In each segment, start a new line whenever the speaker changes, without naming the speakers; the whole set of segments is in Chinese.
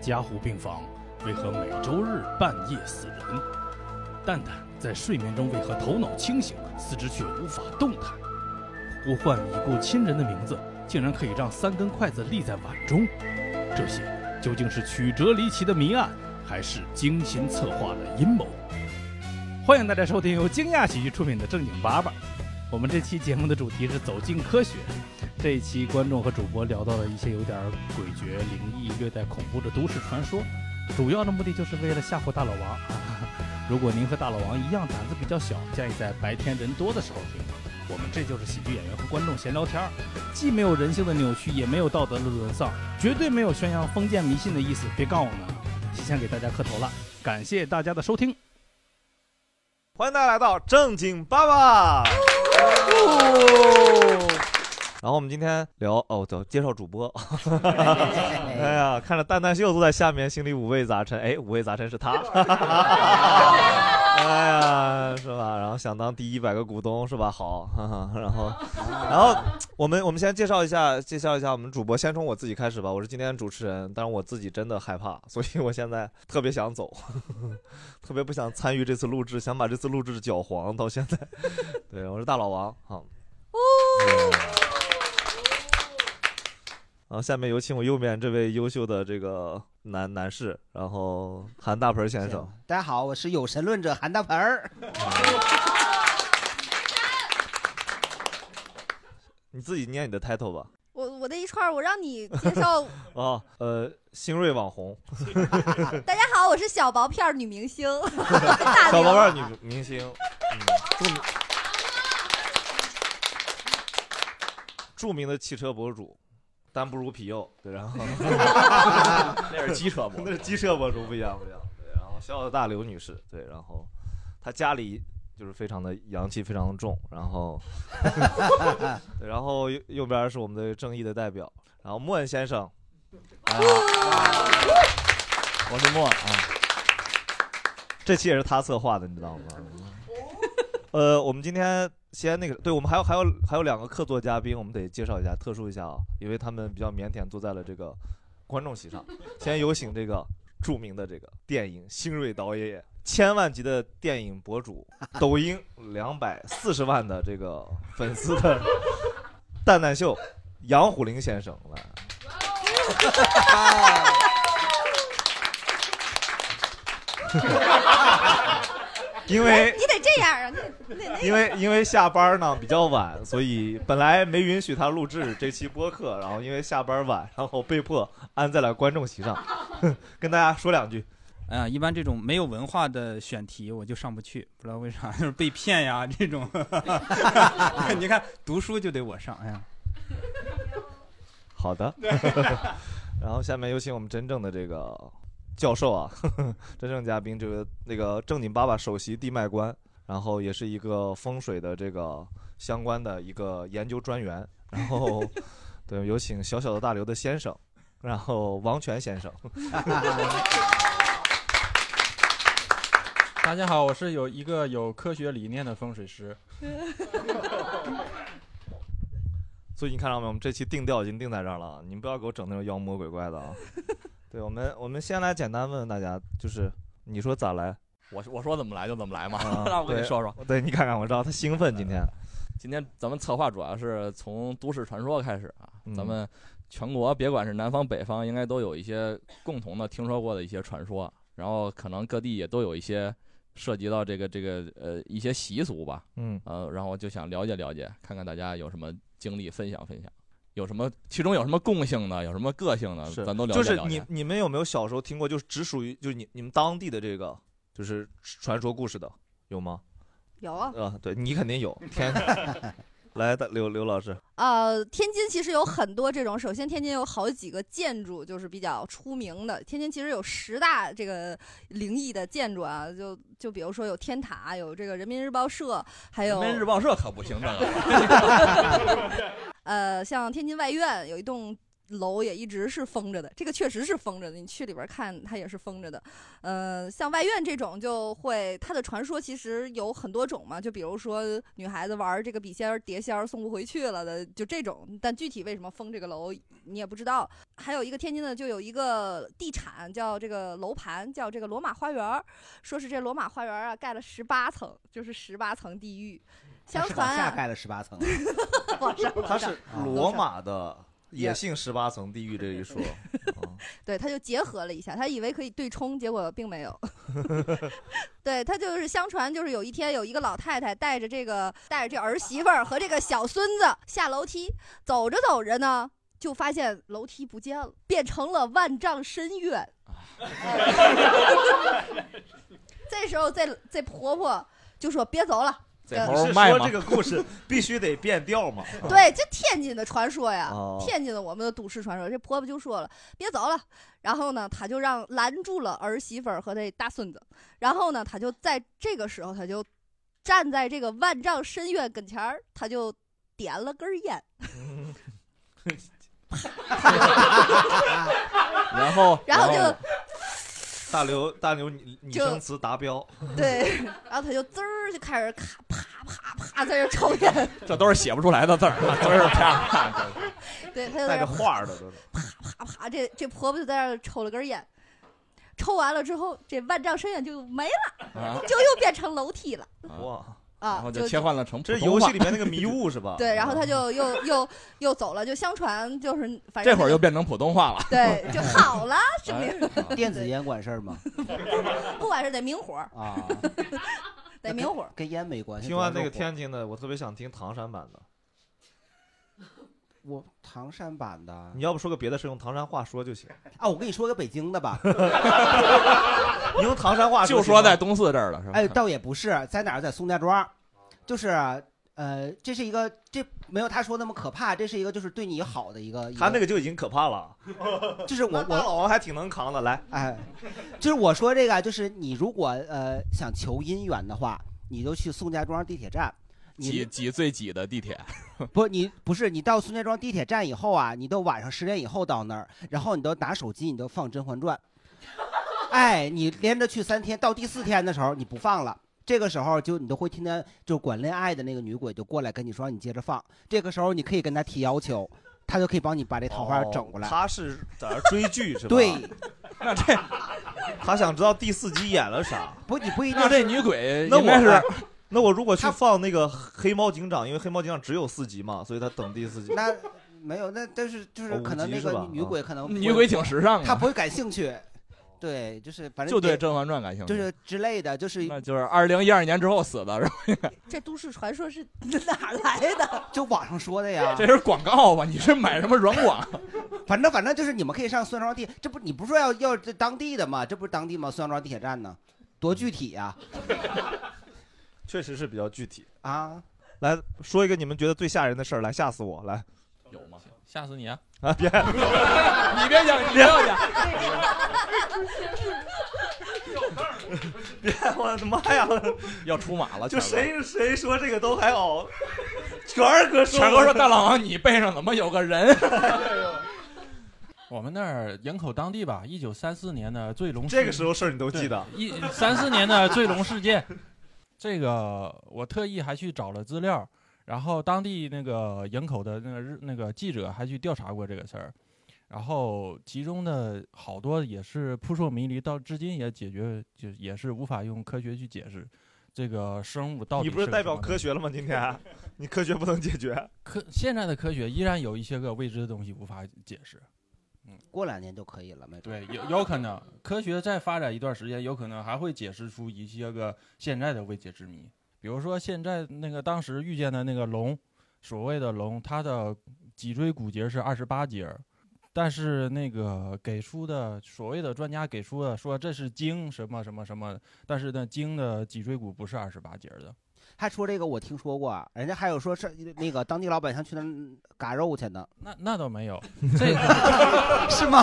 加护病房为何每周日半夜死人？蛋蛋在睡眠中为何头脑清醒，四肢却无法动弹？呼唤已故亲人的名字，竟然可以让三根筷子立在碗中？这些究竟是曲折离奇的谜案，还是精心策划的阴谋？欢迎大家收听由惊讶喜剧出品的《正经爸爸》。我们这期节目的主题是走进科学。这一期观众和主播聊到了一些有点诡谲、灵异、略带恐怖的都市传说，主要的目的就是为了吓唬大老王。 如果您和大老王一样胆子比较小，建议在白天人多的时候听。我们这就是喜剧演员和观众闲聊天儿，既没有人性的扭曲，也没有道德的沦丧，绝对没有宣扬封建迷信的意思。别告我们，啊！提前给大家磕头了，感谢大家的收听。
欢迎大家来到正经爸爸。哦 然后我们今天聊哦，走介绍主播。哎呀，看着蛋蛋秀坐在下面，心里五味杂陈。哎，五味杂陈是他。 哎呀，是吧？然后想当第一百个股东是吧？好， 哈哈然后，然后我们我们先介绍一下，介绍一下我们主播，先从我自己开始吧。我是今天的主持人，但是我自己真的害怕，所以我现在特别想走，特别不想参与这次录制，想把这次录制搅黄到现在。 对，我是大老王，好。嗯然后下面有请我右边这位优秀的这个男男士，然后韩大盆先生。
大家好，我是有神论者韩大盆儿。
你自己念你的 title 吧。
我我的一串儿，我让你介绍。
哦，呃，新锐网红，
大家好，我是小薄片儿女明星。
小宝贝儿女明星，嗯，著名著名的汽车博主，但不如皮佑。对，然后
那是机车博主
那是机车博主，不一样，不一样。对，然后小小大刘女士，对，然后她家里就是非常的阳气非常的重，然后， 对，然后右右边是我们的正义的代表，然后莫恩先生，啊，我是莫啊，这期也是他策划的，你知道吗？呃，我们今天先那个，对我们还有还有还有两个客座嘉宾，我们得介绍一下，特殊一下啊，因为他们比较腼腆，坐在了这个观众席上。先有请这个著名的这个电影新锐导演，千万级的电影博主，抖音两百四十万的这个粉丝的蛋蛋秀，杨虎林先生来。 因为
你得这样啊，你得那
因为因为下班呢比较晚，所以本来没允许他录制这期播客，然后因为下班晚，然后被迫安在了观众席上， 跟大家说两句。
哎呀，一般这种没有文化的选题我就上不去，不知道为啥， 就是被骗呀这种。 你看读书就得我上，哎呀，
好的，然后下面有请我们真正的这个教授啊，真正嘉宾，这个那个正经爸爸首席地脉官，然后也是一个风水的这个相关的一个研究专员，然 后对，有请小小的大刘的先生，然后王权先生。
哎
大家好，我是有一个有科学理念的风水师。
所以你看到没？我们这期定调已经定在这儿了，你们不要给我整那种妖魔鬼怪的啊！对，我们我们先来简单问问大家，就是你说咋 来？
我我说怎么来就怎么来嘛，
啊
那我跟你说说。
对，对你看看，我知道他兴奋今天。
嗯今天咱们策划主要是从都市传说开始啊，
嗯
咱们全国别管是南方北方，应该都有一些共同的听说过的一些传说，然后可能各地也都有一些涉及到这个这个呃一些习俗吧，
嗯，
呃，然后我就想了解了解，看看大家有什么经历分享分享，有什么其中有什么共性的，有什么个性的，
是，
咱都了解
就
了解。
是你你们有没有小时候听过，就是只属于就是你你们当地的这个就是传说故事的有吗？
有啊。
哦
啊，对你肯定 有。天，来，大刘刘老师，
呃，天津其实有很多这种。首先，天津有好几个建筑就是比较出名的。天津其实有十大这个灵异的建筑啊，就就比如说有天塔，有这个人民日报社，还有
人民日报社可不行，这个
呃，像天津外院有一栋楼也一直是封着的，这个确实是封着的。你去里边看，它也是封着的。呃，像外院这种就会，它的传说其实有很多种嘛，就比如说女孩子玩这个笔仙儿、碟仙儿送不回去了的，就这种。但具体为什么封这个楼，你也不知道。还有一个天津的，就有一个地产叫这个楼盘叫这个罗马花园儿，说是这罗马花园儿啊盖了十八层，就是十八层地狱。相
是
传、
往下
啊、
盖了十八层啊，
往上，
它
往上
是罗马的野性十八层地狱这一 说，
对，他就结合了一下，他以为可以对冲，结果并没有。对他就是相传，就是有一天有一个老太太带着这个带着这儿媳妇儿和这个小孙子下楼梯，走着走着呢，就发现楼梯不见了，变成了万丈 深渊。这时候这这婆婆就说：“别走了。”
这
猴
你是
卖
说
吗
这个故 事必须得变调吗？
对，这天津的传说呀，
啊哦
天津的我们的都市传说。这婆婆就说了，别走了。然后呢，她就让拦住了儿媳妇儿和这大孙子。然后呢，她就在这个时候，她就站在这个万丈深渊跟前儿，她就点了根儿 烟。
然后
然后就
大刘大刘拟拟
就
声词达标，
对，然后她就滋儿就开始咔啪啪啪在这抽 烟。
这都是写不出来的字儿，
啊
都是啪啪 啪。
对，她就在
带
这
着画儿的都是。
啪啪，这这婆婆就在那儿抽了根烟，抽完了之后，这万丈深渊就没了，
啊
就又变成楼梯了
啊
哇，
啊！
然后就切换了成普
这是
通
游
话
戏里面那个迷雾是吧？
啊
对，然后他就又又又走了，就相传就是反正
这会儿
那
又
个
变成普通话了。
对就好了，是不
哎
是？
电子烟管事儿 吗？
不管是 得明火儿，
啊，
得明火儿。
跟烟 没关系。
听完
主
那
要
个
是火，
天津的，我特别想听唐山版的。
我唐山版的啊
你，要不说个别的事，用唐山话说就行。
我跟你说个北京的吧，
你用唐山话
就
说
说
行
在
吗嗯
东四这儿了，是吧？
哎，倒也不是，在哪儿，在宋家庄，就是呃，这是一个这没有他说那么可怕，这是一个就是对你好的一个，
他那
个
个就已经可怕 了。
就是我
那
我
那 老王还挺能扛的，来，
哎，就是我说这个，啊就是你如果呃想求姻缘的话，你就去宋家庄地铁站。
挤
你
挤最挤的地铁，
不，你不是你到宋家庄地铁站以后啊，你都晚上十点以后到那儿，然后你都拿手机，你都放《甄嬛传》，哎，你连着去三天，到第四天的时候你不放了，这个时候就你都会听见，就管恋爱的那个女鬼就过来跟你说，你接着放，这个时候你可以跟她提要求，她就可以帮你把这桃花整过来。
哦他是在那追剧是吧？
对，，
那这
他想知道第四集演了啥。
不，你不一定
那这女鬼
那
应该
我
是
还那我如果去
哎他
放那个《黑猫警长》，因为《黑猫警长》只有四集嘛，所以他等第四集。
那没有，那但是就
哦
是
五
可能
级
那
是吧
个女
啊
鬼可能不
嗯女
会
鬼挺时尚
她
啊，
不会感兴趣，对，就是反正
就对《
得
甄嬛传》感兴趣。
就是之类的，就是
那就是二零一二年之后死的，是吧？
这都市传说是 哪儿来的？
就网上说的呀
这，是广告吧？你是买什么软广？
反正反正就是你们可以上孙庄地，这不你不是说要要这当地的吗？这不是当地吗？孙庄地铁站呢，多具体呀
确实是比较具体。
啊！
来说一个你们觉得最吓人的事儿，来吓死我！ 来
有 吗？吓死你啊！
啊，别
你别讲，你不 要讲。
别，我的妈 呀！
要出马了，
就
全
谁
哥？
谁说这个都还好，全儿哥说
全哥说：“大老王，你背上怎么有个人
我们那儿营口当地吧，一九三四年的最龙
这个时候事儿你都记得。
一三四年的最龙事件，这个我特意还去找了资料，然后当地那个营口的那个日那个记者还去调查过这个事儿，然后其中的好多也是扑朔迷离，到至今也解决就也是无法用科学去解释。这个生物到底
你不是
个
代
什
表
么东
科
西
学了吗？今天啊你 科学不能解决。啊
科现在的科学依然有一些个未知的东西无法解释。
嗯过两年就可以了，没准。
对，有有可能，科学再发展一段时间，有可能还会解释出一些个现在的未解之谜。比如说，现在那个当时遇见的那个龙，所谓的龙，它的脊椎骨节是二十八节儿，但是那个给出的所谓的专家给出的说这是鲸什么什么什么，但是呢，鲸的脊椎骨不是二十八节儿的。
他说这个我听说过，啊人家还有说是那个当地老百姓去那儿嘎肉去呢，
那那倒没 有，这个
是吗？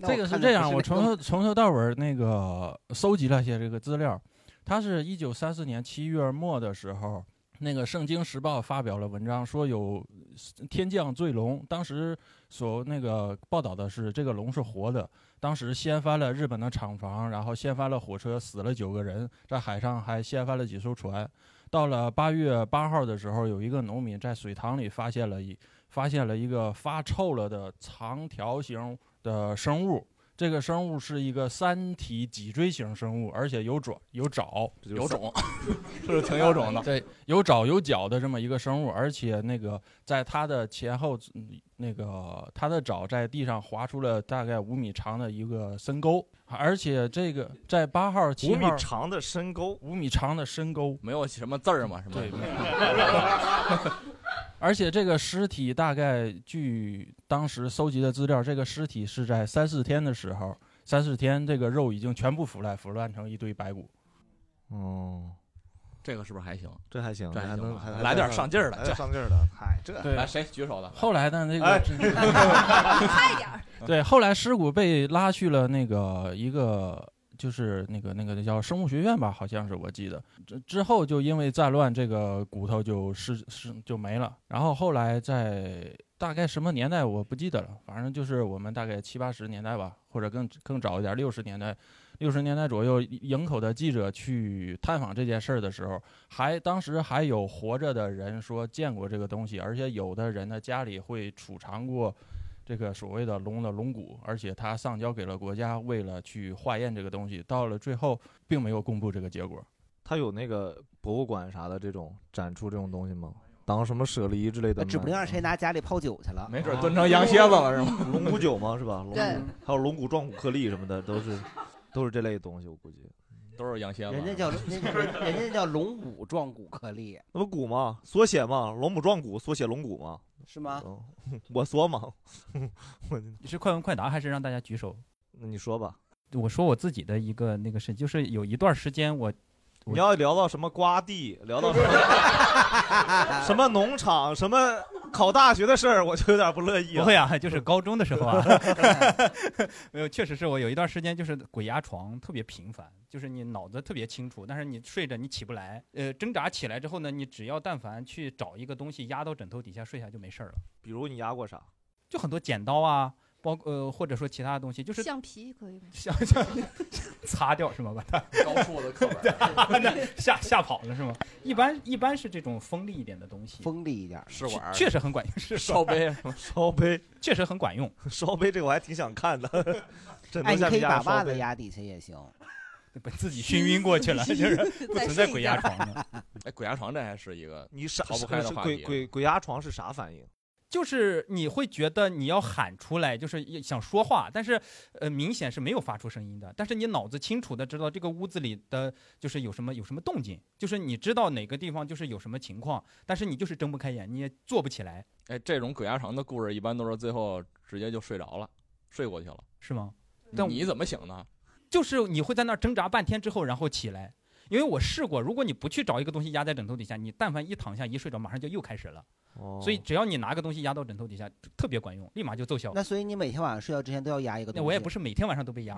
那
这个是
看
这
的
样，
不
我
那
从头
个
从头到尾儿那个搜集了一些这个资料，它是一九三四年七月末的时候，那个《圣经时报》发表了文章，说有天降罪龙。当时所那个报道的是，这个龙是活的。当时掀翻了日本的厂房，然后掀翻了火车，死了九个人，在海上还掀翻了几艘船。到了八月八号的时候，有一个农民在水塘里发现了一发现了一个发臭了的长条形的生物。这个生物是一个三体脊椎型生物，而且有爪、有爪、
这就是
有 种，
是不是挺有种的？
对，有爪有脚的这么一个生物，而且那个在它的前后，嗯那个它的爪在地上划出了大概五米长的一个深沟，而且这个在八号、七
五米
号
长的深沟，
五米长的深沟，
没有什么字儿嘛，什么
对，没有 而且这个尸体大概据当时搜集的资料，这个尸体是在三四天的时候，三四天这个肉已经全部腐烂，腐烂成一堆白骨。
哦，
这个是不是还行？
这还行，
这还
还
行
能
吧
还
来点上劲儿的
来
这
点上劲儿的，嗨，这
对
来，谁举手的？
后来呢，那
哎
个
快点儿，
对，后来尸骨被拉去了那个一个，就是那个那个叫生物学院吧，好像是我记得。之之后就因为战乱，这个骨头就失失就没了。然后后来在大概什么年代我不记得了，反正就是我们大概七八十年代吧，或者更更早一点，六十年代。六十年代左右，营口的记者去探访这件事儿的时候，还当时还有活着的人说见过这个东西，而且有的人的家里会储藏过这个所谓的龙的龙骨，而且他上交给了国家，为了去化验这个东西，到了最后并没有公布这个结果。
它有那个博物馆啥的这种展出这种东西吗？当什么舍离之类的
那
卖？
指不定让谁拿家里泡酒去了。啊
没准儿炖成羊蝎子了是吗？
龙骨酒吗？是吧？龙骨
对
还有龙骨壮骨颗粒什么的，都 是都是这类东西，我估计。
都是羊蝎子。
人家叫人家人家叫龙骨壮骨颗粒
那不骨吗？缩写嘛，龙母壮骨，缩写龙骨嘛。
是吗？
嗯， 我缩嘛， 我
是快问快答还是让大家举手？
那你说吧。
我说我自己的一个那个事，就是有一段时间我我
你要聊到什么瓜地， 聊到什么什么农场，什么考大学的事儿，我就有点不乐意
不
了。
会啊，就是高中的时候 啊，没有，确实是我有一段时间就是鬼压床，特别频繁，就是你脑子特别清楚，但是你睡着你起不来，呃，挣扎起来之后呢，你只要但凡去找一个东西压到枕头底下睡下就没事儿了，
比如你压过啥？
就很多剪刀啊，包括呃或者说其他的东西， 就是
橡皮可以吗？
想想擦掉是吗？把它
高处的课本儿
吓吓跑了是吗？一般一般是这种锋利一点的东西，
锋利一点儿，
试管儿
确确实很管用，是
烧杯什么
烧杯，
确实很管 用。
烧杯这个我还挺想 看的。枕
哎，
头
你
下
可
面
以把
压
袜
烧
子
杯，
压底下也行。
把自己熏晕过去了，就是不存在鬼压床了。
哎，鬼压床这还是一个
你啥？
逃不开的
是
话
啊
鬼
题
鬼鬼压床是啥反应？
就是你会觉得你要喊出来，就是想说话，但是呃明显是没有发出声音的。但是你脑子清楚的知道这个屋子里的就是有什么有什么动静，就是你知道哪个地方就是有什么情况，但是你就是睁不开眼，你也坐不起来，
哎，这种鬼压床的故事一般都是最后直接就睡着了，睡过去了。
是吗？但
但你怎么醒的？
就是你会在那儿挣扎半天之后，然后起来。因为我试过，如果你不去找一个东西压在枕头底下，你但凡一躺下一睡着，马上就又开始了。
哦
所以只要你拿个东西压到枕头底下，特别管用，立马就奏效。
那所以你每天晚上睡觉之前都要压一个东
那
西。
我也不是每天晚上都被 压，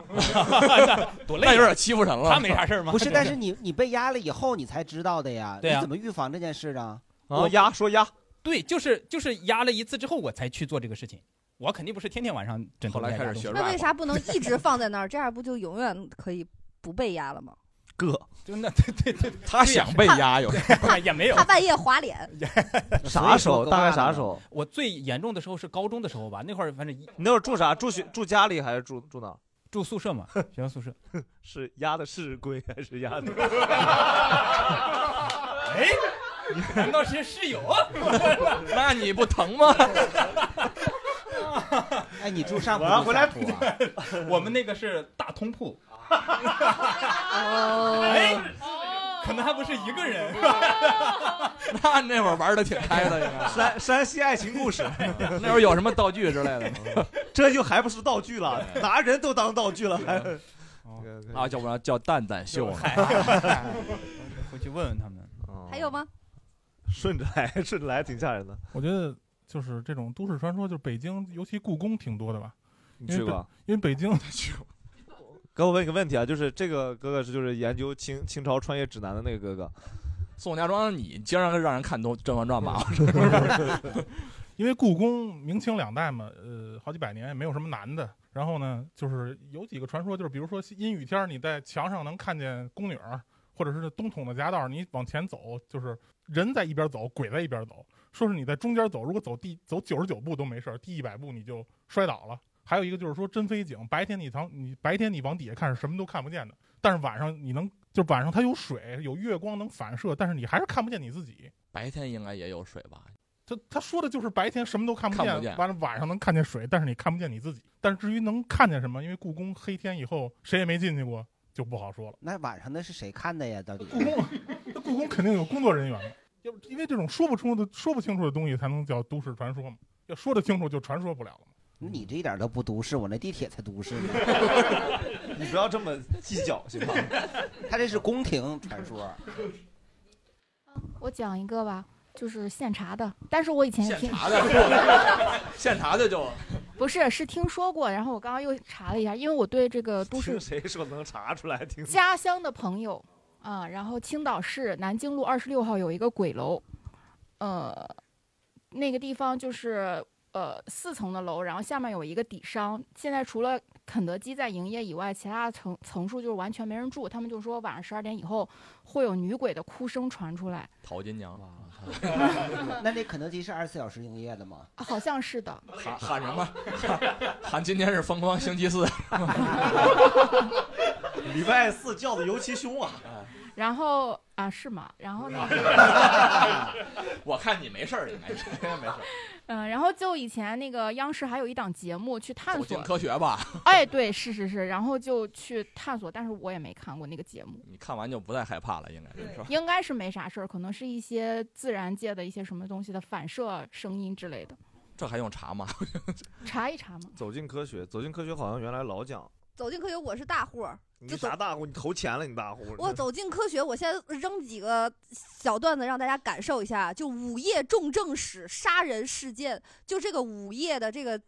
多累
那有
啊！
点欺负人了。
他没啥事儿吗？
不是，但是你你被压了以后你才知道的呀。
对啊
你怎么预防这件事呢？
啊，压说压，
对，就是就是压了一次之后，我才去做这个事情。我肯定不是天天晚上枕头
后来
在
开
压
始
东西
学
那
rap，
为啥不能一直放在那儿？这样不就永远可以不被压 了吗？
哥，
就那对对对
他想被压有时候。
对，也没有
怕。半夜滑脸，
啥时
所以
候？
说
大概
够大
啥
的
时候？
我最严重的时候是高中的时候吧，那会儿反正一
你那会儿住啥？住学住家里还是住住哪儿？
住宿 舍嘛，学校宿舍。
是压的是龟还是压的？
哎，难道是室友？啊
那你不疼吗？
哎，你住上铺
我要
住
回
下
来
铺啊？
我们那个是大通铺，
哦，
哎，可能还不是一个人。
哦
那那会儿玩的挺开的，应 该。
山山西爱情故事，
那会儿有什么道具之类的吗？
这就还不是道 具了，拿人都当道具了，还
哦
啊，要不然叫蛋蛋 秀。
嗨， 回去问问他们。
哦
还有？吗？
顺着来， 顺着来，挺吓人的。
我觉得就是这种都市传说，就是北京，尤其故宫挺多的吧。
你
去过？因为北京 去过
哥，我问你个问题啊，就是这个哥哥是就是研究清清朝穿越指南的那个哥哥，
宋家庄你经常让人看《东甄嬛传》吧？
嗯
因为故宫明清两代嘛，呃，好几百年也没有什么难的。然后呢，就是有几个传说，就是比如说阴雨天儿你在墙上能看见宫女儿，或者是东筒的夹道儿，你往前走，就是人在一边走，鬼在一边走。说是你在中间走，如果走第走九十九步都没事儿，第一百步你就摔倒了。还有一个就是说真飞井，白天你藏你白天你往底下看是什么都看不见的，但是晚上你能就晚上它有水有月光能反射，但是你还是看不见你自己。
白天应该也有水吧？
他他说的就是白天什么都看不见，
看不见
完了晚上能看见水，但是你看不见你自己。但是至于能看见什么，因为故宫黑天以后谁也没进去过，就不好说了。
那晚上那是谁看的呀？ 到底
故
哦
宫，那故宫肯定有工作人员嘛，要不因为这种说不出的、说不清楚的东西才能叫都市传说嘛。要说得清楚，就传说不了了嘛。
你这一点都不都市，我那地铁才都市呢。
你不要这么 计较，行吗？
他这是宫廷传说。
我讲一个吧，就是现查的，但是我以前也听
现查的现查的就
不是是听说过，然后我刚刚又查了一下，因为我对这个都市
听谁说能查出来？听
家乡的朋友啊、然后青岛市南京路二十六号有一个鬼楼，呃，那个地方就是呃四层的楼，然后下面有一个底商。现在除了肯德基在营业以外，其他的层层数就是完全没人住。他们就说晚上十二点以后会有女鬼的哭声传出来，
淘金娘，
那这肯德基是二十四小时营业的吗？
啊好像是 的。
喊喊什么？喊喊今天是疯狂星期四，
礼拜四叫的尤其凶啊！
嗯
然后啊是吗？然后那个。
啊我看你没事儿，应该是应该没事儿。
嗯，然后就以前那个央视还有一档节目去探
走进
索，
科学吧，
哎，对，是是是，然后就去探索，但是我也没看过那个节目，
你看完就不再害怕了，应该是吧？
应该是没啥事儿，可能是一些自然界的一些什么东西的反射声音之类的，
这还用查吗？
查一查嘛。
走进科学，走进科学好像原来老讲，
走进科学，我是大户儿。
你啥大户？你投钱了，你大户。
我走进科学，我先扔几个小段子让大家感受一下，就午夜重症室杀人事件，就这个午夜的这个。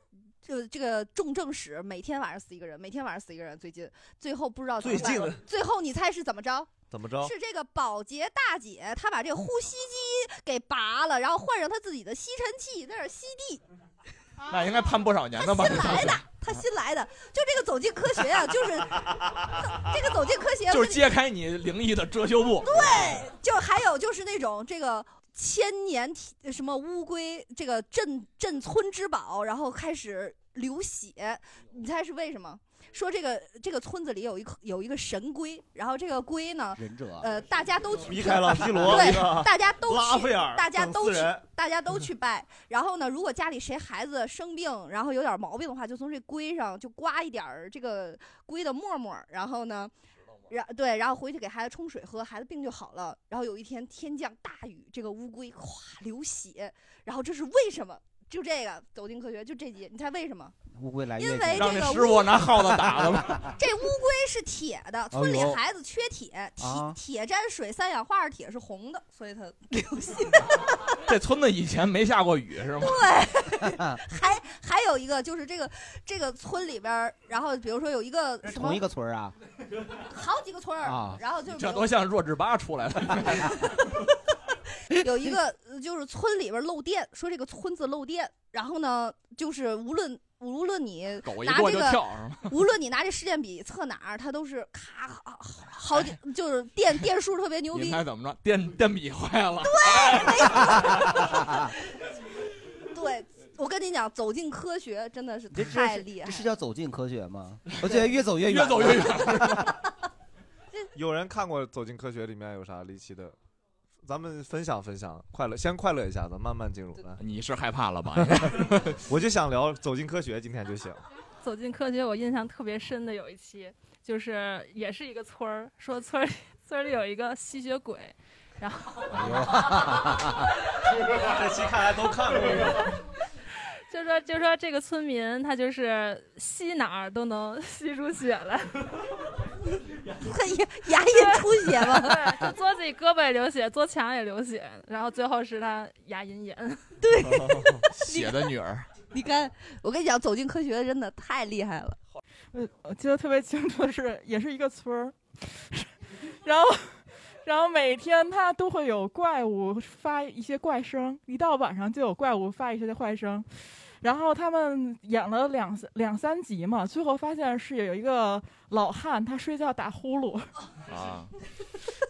就这个重症室，每天晚上死一个人，每天晚上死一个人。最近，最后不知道怎么
最近
办
的
最后你猜是怎么着？
怎么着？
是这个保洁大姐，她把这个呼吸机给拔了，然后换上她自己的吸尘器，在那儿吸地。
那应该判不少年的吧？
新来的，她新来的，就这个走进科学啊，就是 这个走进科学啊
就
跟
是揭开你灵异的遮羞布。
对，就还有就是那种这个千年体什么乌龟，这个镇镇村之宝，然后开始流血，你猜是为什么？说这个这个村子里有一口有一个神龟，然后这个龟呢，
忍者
呃，大家都
米
去
开朗基罗，
对
那个，
大家都
拉
去
斐尔，
大家都
等
去
四人，嗯
大家都去拜。然后呢，如果家里谁孩子生病，然后有点毛病的话，就从这龟上就刮一点儿这个龟的沫沫儿，然后呢。然对，然后回去给孩子冲水喝，孩子病就好了。然后有一天天降大雨，这个乌龟咵流血，然后这是为什么？就这个走进科学，就这集，你猜为什么？
乌龟来
因
月
为
经，
让
这
那
个
师傅拿耗子打的 吧。
这乌龟是铁的，村里
哎呦
孩子缺铁，铁、
啊
铁沾水三氧化二铁是红的，所以它流血。
这村子以前没下过雨是吗？
还还有一个就是这个这个村里边儿，然后比如说有一个
是
什么
同一个村儿啊？
好几个村儿，
啊
然后就比
这
如
多像弱智吧出来了。
有一个呃就是村里边儿漏电，说这个村子漏电，然后呢就是无论无论你
狗一
拿
过
这
就
个
跳 是吗？
无论你拿这试电笔测哪儿，它都是咔好
哎
好几就是电电数特别牛
你
逼，
猜怎么着？ 电电笔坏了。
对。我跟你讲，走进科学真的是
这是
太厉害
这是
了。
叫走进科学 吗？我觉得越走越远，
越走越远。
有人看过《走进科学》里面有啥离奇的？咱们分享分享，快乐，先快乐一下，咱慢慢进入。来，
你是害怕了吧？
我就想聊《走进科学》，今天就行。
走进科学，我印象特别深的有一期，就是也是一个村儿，说村儿里村儿里有一个吸血鬼，
哎
哎
这期看来都看过，
就说就说这个村民他就是吸哪儿都能 吸出血 来，
牙龈出血吗？
对，就嘬自己胳膊也流血，嘬墙也流血，然后最后是他牙龈炎。
血的女儿，
你看，我跟你讲，走进科学真的太厉害了。
呃，我记得特别清楚的是，也是一个村儿，然后然后每天它都会有怪物发一些怪声，一到晚上就有怪物发一些怪声。然后他们演了两两三集嘛，最后发现是有一个老汉他睡觉打呼噜，
啊，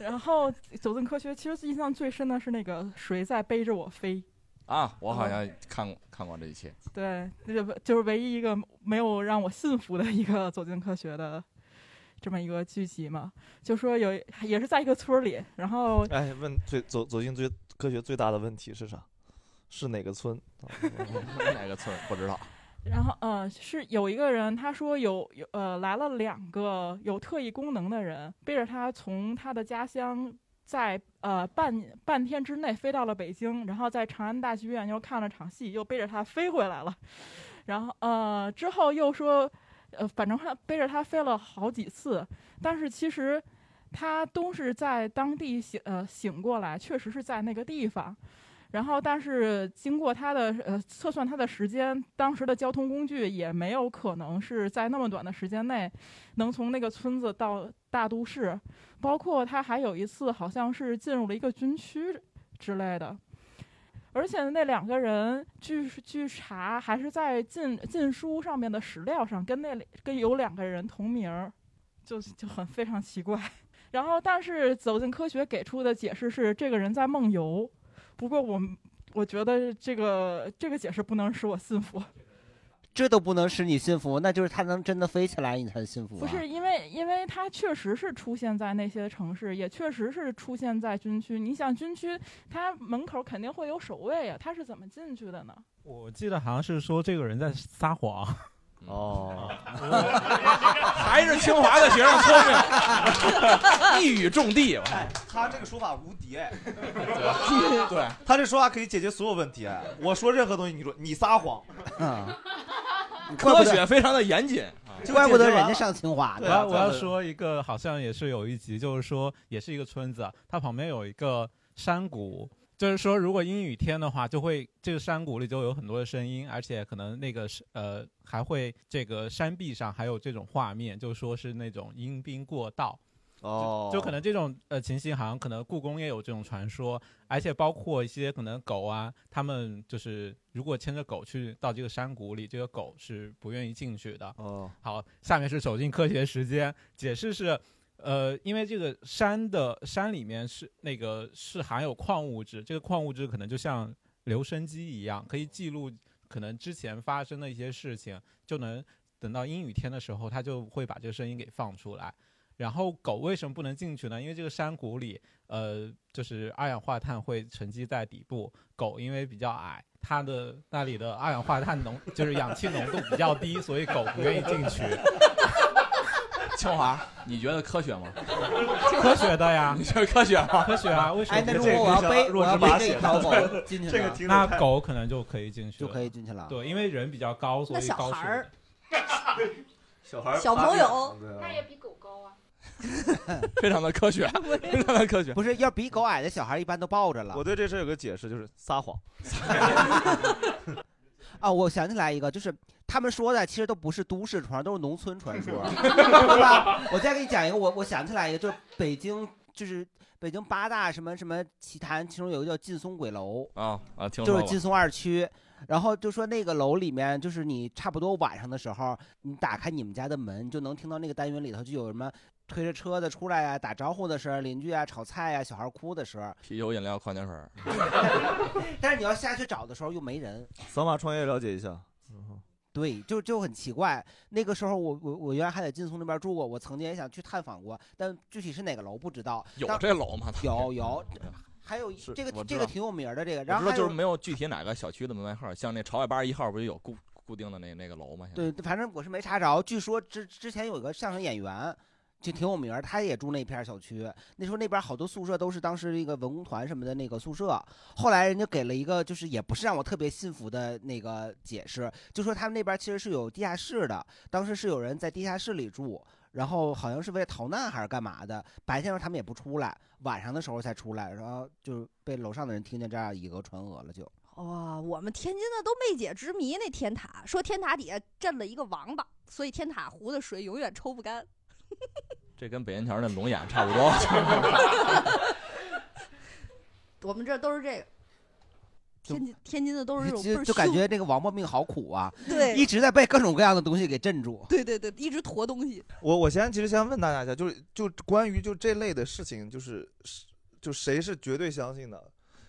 然后《走进科学》其实印象最深的是那个谁在背着我飞，
啊，我好像看过看过这一期。
对，那就就是唯一一个没有让我信服的一个《走进科学》的这么一个剧集嘛。就说有也是在一个村儿里，然后
哎，问最走走进最科学最大的问题是啥？是哪个村？
哪个村不知道？
然后呃是有一个人他说有有呃来了两个有特异功能的人，背着他从他的家乡。在呃半半天之内飞到了北京，然后在长安大剧院又看了场戏，又背着他飞回来了，然后呃之后又说，呃反正他背着他飞了好几次，但是其实他都是在当地醒呃醒过来，确实是在那个地方，然后但是经过他的呃测算他的时间，当时的交通工具也没有可能是在那么短的时间内能从那个村子到大都市，包括他还有一次好像是进入了一个军区之类的。而且那两个人据据查还是在禁禁书上面的史料上跟那跟有两个人同名儿，就就很非常奇怪。然后，但是走进科学给出的解释是这个人在梦游，不过我们我觉得这个这个解释不能使我信服。
这都不能使你信服，那就是它能真的飞起来，你才信服、啊。
不是因为，因为它确实是出现在那些城市，也确实是出现在军区。你想，军区它门口肯定会有守卫啊，他是怎么进去的呢？
我记得好像是说这个人在撒谎。
哦，
还是 清华的学生聪明，一语中的。
他这个说法无敌，哎对他这说话可以解决所有问题。哎我说任何东西，你说你撒谎，
嗯，
科学非常的严谨，
怪不得人家上清华
我
呢。
要我要说一个，好像也是有一集，就是说也是一个村子，它旁边有一个山谷，就是说如果阴雨天的话，就会这个山谷里就有很多的声音，而且可能那个是呃还会这个山壁上还有这种画面，就说是那种阴兵过道。
哦
就可能这种呃情形，好像可能故宫也有这种传说，而且包括一些可能狗啊，他们就是如果牵着狗去到这个山谷里，这个狗是不愿意进去的。
哦，
好，下面是走进科学时间，解释是。呃，因为这个山的山里面是那个是含有矿物质，这个矿物质可能就像留声机一样，可以记录可能之前发生的一些事情，就能等到阴雨天的时候，它就会把这个声音给放出来。然后狗为什么不能进去呢？因为这个山谷里，呃，就是二氧化碳会沉积在底部。狗因为比较矮，它的那里的二氧化碳浓就是氧气浓度比较低，所以狗不愿意进去。
清华，你觉得科学吗？
科学的呀，
你觉得科学吗？
科学啊，为什么？
哎那如果我要背我要背这一条狗进去 呢这个听着
那
太
狗可能就可以进去了，就可
以进去了。
对，因为人比较高，所
那
以
小
高
孩儿，
小孩
小朋友，
那也比狗高 啊。
非常的科学，非常的科学。
不是要比狗矮的小孩一般都抱着了。
我对这事儿有个解释，就是撒谎。
啊，我想起来一个，就是他们说的其实都不是都市传说，都是农村传说， 对吧？我再给你讲一个，我我想起来一个，就是北京，就是北京八大什么什么奇谈，其中有一个叫劲松鬼楼，
啊啊，听
就
说
是
过
劲松二区。然后就说那个楼里面，就是你差不多晚上的时候，你打开你们家的门，就能听到那个单元里头就有什么推着车的出来啊，打招呼的声儿，邻居啊炒菜啊，小孩哭的声儿。
啤酒、饮料、矿泉水儿。
哎但是你要下去找的时候又没人，
扫码创业了解一下，嗯
对，就就很奇怪。那个时候我我我原来还在劲松那边住过，我曾经也想去探访过，但具体是哪个楼不知道。
有
当
这楼吗？
有有，还有
是
这
我
个
知
这
道
个挺有名儿的这个，
我
然
知
后
道
还
就
有
是没有具体哪个小区的门外号，像那朝外八十一号不就有固固定的那那个楼吗？现在
对，反正我是没查着。据说之之前有一个相声演员，就挺有名儿，他也住那片儿小区。那时候那边儿好多宿舍都是当时那个文工团什么的那个宿舍。后来人家给了一个，就是也不是让我特别信服的那个解释，就说他们那边儿其实是有地下室的，当时是有人在地下室里住。然后好像是为了逃难还是干嘛的，白天的时候他们也不出来，晚上的时候才出来，然后就是被楼上的人听见这样以讹传讹了就。
哇，我们天津的都没解之谜，那天塔说天塔底下镇了一个王八，所以天塔湖的水永远抽不干。
这跟北京桥那龙眼差不多。
我们这都是这个。天津天津的都是这种倍
就
儿
就感
凶
觉这个王八命好苦 啊，
对
一直在被各种各样的东西给镇住。
对对对，一直驮东西。
我我先其实先问大家一下，就是就关于就这类的事情，就是是就谁是绝对相信的，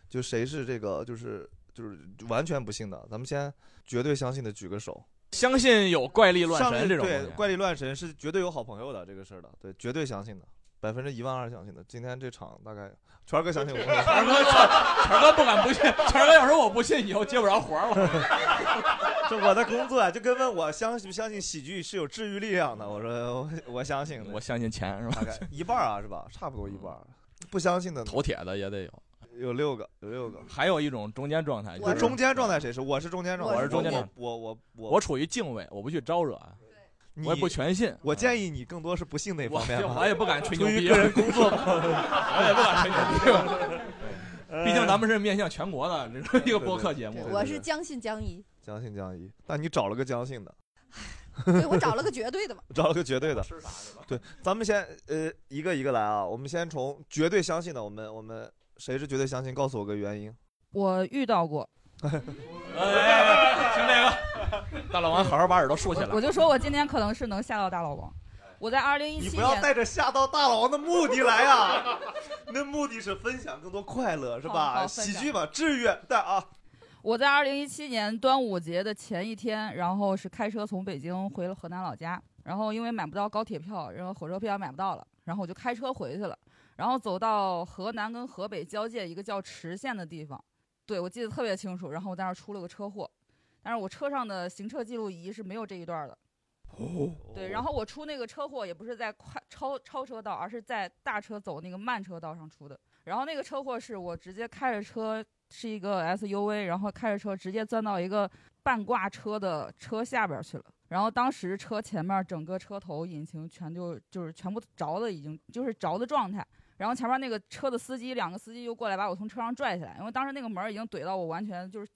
就谁是这个就是就是完全不信的。咱们先绝对相信的举个手。
相信有怪力乱
上面
神这种东
对
西，
怪力乱神是绝对有好朋友的这个事儿的，对，绝对相信的，百分之一万二相信的。今天这场大概全儿哥相信我，
权儿哥，权儿哥不敢不信，权儿哥要说我不信，以后接不着活儿了。
这我的工作 啊，就跟问我相信不相信喜剧是有治愈力量的。我说我我相信的，
我相信钱是吧
大概一半儿啊，是吧？差不多一半儿。不相信的呢
嗯头铁的也得有，
有六个，有六个，
还有一种中间状态，
那中间状态谁是？我是中间状态，
我是中间状态
我我我
我处于敬畏，我不去招惹，啊
你
我也不全信。啊
我建议你更多是不信那方面吧
我我也不敢吹牛
出于
逼
个人工作
我也不敢吹牛逼
呃
毕竟咱们是面向全国的这个一个播客节目
对。对
我是将信将疑，
将信将疑，但你找了个将信的，
对我找了个绝 对的嘛。
找了个绝 对的，对，咱们先呃一个一个来啊，我们先从绝对相信的，我们我们谁是绝对相信？告诉我个原因。
我遇到过，
听这个，大老王好好把耳朵竖起来。
我就说我今天可能是能吓到大老王。我在二零一
你
七
不要
年，
带着吓到大老王的目的来啊！那目的是分享更多快乐，是
好
吧？
好分
喜
享
剧嘛，治愈。但啊，
我在二零一七年端午节的前一天，然后是开车从北京回了河南老家，然后因为买不到高铁票，然后火车票也买不到了，然后我就开车回去了，然后走到河南跟河北交界一个叫池县的地方，对我记得特别清楚，然后我在那儿出了个车祸，但是我车上的行车记录仪是没有这一段的。
哦
对，然后我出那个车祸也不是在快超超车道，而是在大车走那个慢车道上出的。然后那个车祸是我直接开着车，是一个 SUV，然后开着车直接钻到一个半挂车的车下边儿去了。然后当时车前面整个车头、引擎全就就是全部着的，已经就是着的状态。然后前面那个车的司机，两个司机就过来把我从车上拽下来，因为当时那个门儿已经怼到我完全就是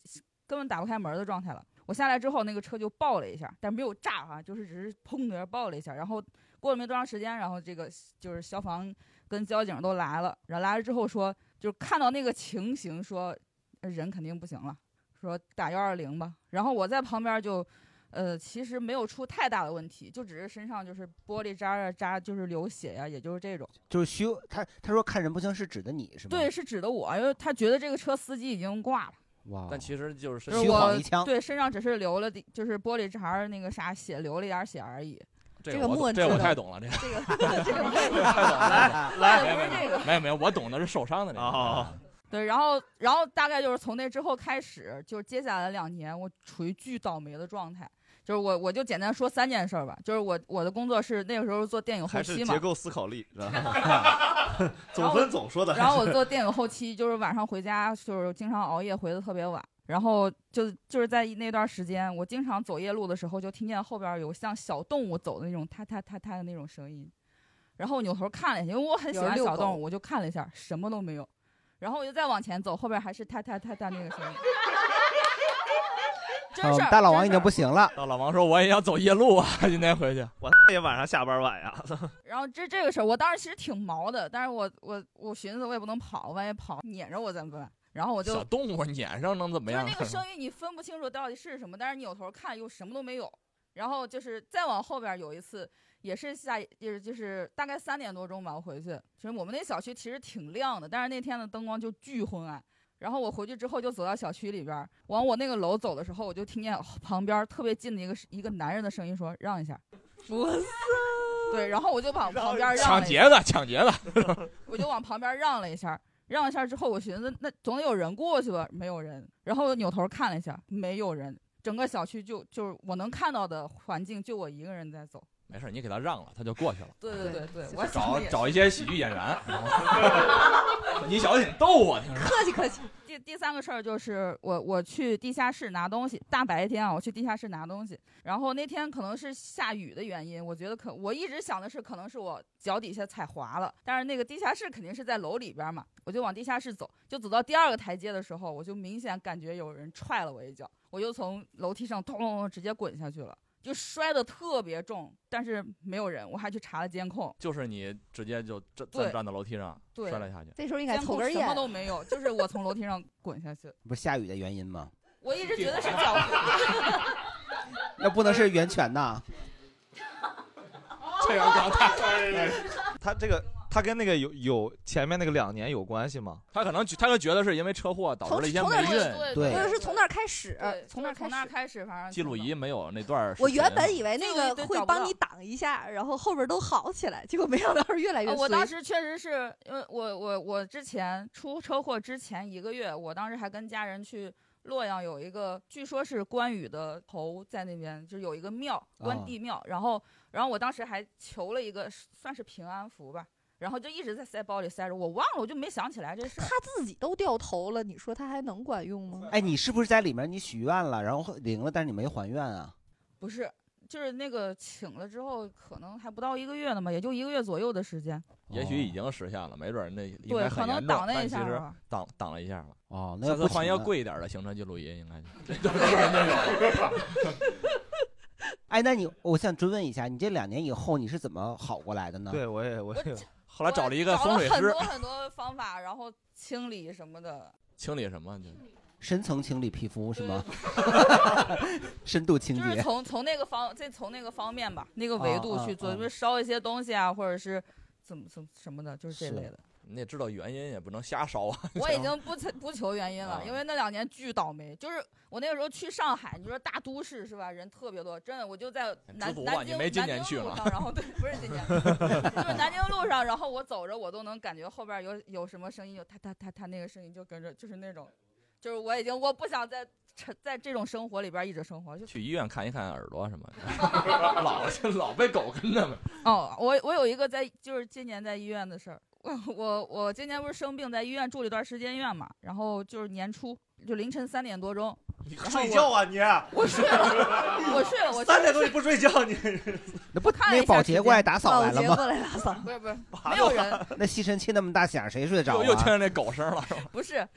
根本打不开门儿的状态了。我下来之后，那个车就爆了一下，但没有炸啊，就是只是砰的一下爆了一下。然后过了没多长时间，然后这个就是消防跟交警都来了，然后来了之后说，就是看到那个情形说，呃人肯定不行了，说打幺二零吧。然后我在旁边就，呃，其实没有出太大的问题，就只是身上就是玻璃渣啊渣，就是流血呀、也就是这种。
就是虚，他他说看人不清是指的你是吗？
对，是指的我，因为他觉得这个车司机已经挂了。
哇，哦
但其实就是
就是我对，身上只是流了点，就是玻璃碴儿那个啥血，流了一点儿血而已。
这个这个我懂莫这个我知道太懂了这个
这
这
个这
个
个
我
我
太懂
太
了
懂了，
来
不
来
是这个。
没有没有，我懂的是受伤的那
哦
个。啊
对，然后然后大概就是从那之后开始，就是接下来的两年，我处于巨倒霉的状态。就是我我就简单说三件事儿吧，就是我我的工作是那个时候做电影后
还
期
是
嘛
结，构思考力，是 吧？总分总说的还是。
然后我做电影后期，就是晚上回家就是经常熬夜，回的特别晚。然后就就是在那段时间，我经常走夜路的时候，就听见后边有像小动物走的那种踏踏踏踏的那种声音。然后我扭头看了一下，因为我很喜
有人
欢
遛
小动
狗
物，我就看了一下，什么都没有。然后我就再往前走，后边还是踏踏踏踏那个声音。真事
嗯
儿
大老王已经不行了。
大老王说我也要走夜路啊，今天回去。
我也晚上下班晚呀。
然后这这个事儿，我当时其实挺毛的，但是我我我寻思我也不能跑，万一跑撵着我怎么办？然后我就
小动物撵上能怎么
就是
样？
那个声 音你分不清楚到底是什么，但是你扭头看又什么都没有。然后就是再往后边有一次，也是下就是就是大概三点多钟吧，我回去。其实我们那小区其实挺亮的，但是那天的灯光就巨昏暗。然后我回去之后就走到小区里边儿，往我那个楼走的时候，我就听见旁边特别近的一个一个男人的声音说：“让一下。”
哇塞！
对，然后我就往旁边让了一
抢劫的，抢劫的。
我就往旁边让了一下，让了一下之后，我寻思那总得有人过去吧，没有人。然后扭头看了一下，没有人，整个小区就就是我能看到的环境，就我一个人在走。
没事，你给他让了，他就过去了。
对对对对，我
我找
想也
找一
是
些喜剧演 员。你小子挺逗啊，听着。
客气客气。
第第三个事儿就是我我去地下室拿东西，大白天啊，我去地下室拿东西。然后那天可能是下雨的原因，我觉得可我一直想的是可能是我脚底下踩滑了，但是那个地下室肯定是在楼里边嘛，我就往地下室走，就走到第二个台阶的时候，我就明显感觉有人踹了我一脚，我就从楼梯上咚咚咚直接滚下去了。就摔得特别重，但是没有人，我还去查了监 控。
就是你直接就站
对
站站到楼梯上
对，
摔了下去。
这时候应该抽根
监控什
烟
么都没有，就是我从楼梯上滚下去。
不是下雨的原因吗？
我一直觉得是脚，
那不能是源泉呐。
这样搞太 他这个他跟那个有有前面那个两年有关系吗？
他可能他就觉得是因为车祸导致
从
了一些
从那
霉
儿
运，
对，就是从那儿开始，从那儿
从那儿开始，反正
记录仪没有那段儿视频。
我原本以为那
就一
个
堆
会
找不
帮
到
你挡一下，然后后边都好起来，结果 没想到是越来越
啊
碎。
我当时确实是因为我我我之前出车祸之前一个月，我当时还跟家人去洛阳有一个，据说是关羽的头在那边，就是有一个庙，关
啊
帝庙。然后然后我当时还求了一个算是平安符吧，然后就一直在塞包里塞着，我忘了，我就没想起来这事儿。
他自己都掉头了，你说他还能管 用吗？
哎，你是不是在里面你许愿了，然后灵了，但是你没还愿啊？
不是，就是那个请了之后，可能还不到一个月呢啊嘛，也就一个月左右的时间。
也许已经实现了，没准儿那应
对
该
可
很
能
严重，
挡那
但
一
其
下
实
吧
挡挡了一下了。
哦
那
下
要
次
不
换一
行
个
了
贵一点的行车记录仪，应该就
哎，那你我想追问一下，你这两年以后你是怎么好过来的呢？
对，我也我
也
后来找了一个
找
风
了
水
很
师
多，很多方法，然后清理什么的。
清理什么就
深层清理皮肤是吗？ 深度清
就是
洁。
从从那个方，再从那个方面吧，那个维度
啊
去
啊
做，
啊
就是烧一些东西啊，或者是怎么怎么什么的，就是这类 的。。
你得知道原因，也不能瞎烧啊。
我已经不曾不求原因了，因
啊
为那两年巨倒霉。就是我那个时候去上海，你说大都市是吧，人特别多，真的，我就在南
知足吧
南
你
京
没
南
今
京
年去
路
了
上，然后 对，不是今年，就是南京路上，然后我走着，我都能感觉后边有有什么声音，有他他他他那个声音就跟着，就是那种，就是我已经我不想在在这种生活里边一直生活，就
去医院看一看耳朵什么的， 老就老被狗跟着嘛。
哦，我我有一个在，就是今年在医院的事儿。我我我今年不是生病，在医院住了一段时间院嘛，然后就是年初就凌晨三点多钟，然后我
睡觉啊你！
我睡了，我睡了，我
三点多你不睡觉 你？
那不
看了一
那
下
保
时
洁
间
过来打扫来了吗？
打扫，不是不是，没有人，
那吸尘器那么大响，谁睡得着、啊？
又又听着那狗声了是吧？
不是，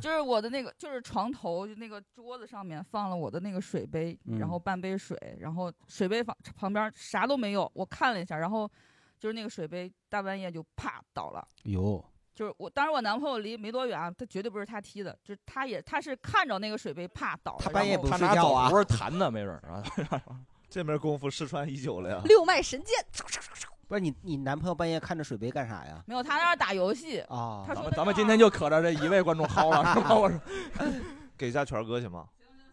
就是我的那个就是床头就那个桌子上面放了我的那个水杯，
嗯
然后半杯水，然后水杯旁旁边啥都没有，我看了一下，然后就是那个水杯大半夜就啪倒了。
哟，
就是我，当时我男朋友离没多远啊，他绝对不是他踢的，就是他也他是看着那个水杯啪倒了，
他半夜不
他
睡
拿
觉
枣
啊
核儿弹的，没准儿啊。
这门功夫失传已久了呀。
六脉神剑，
不是你，你男朋友半夜看着水杯干啥呀？
没有他在那儿打游戏
啊
他
咱
说
们咱们今天就可着这一位观众薅了是 吧？我说
给一下权儿哥行吗？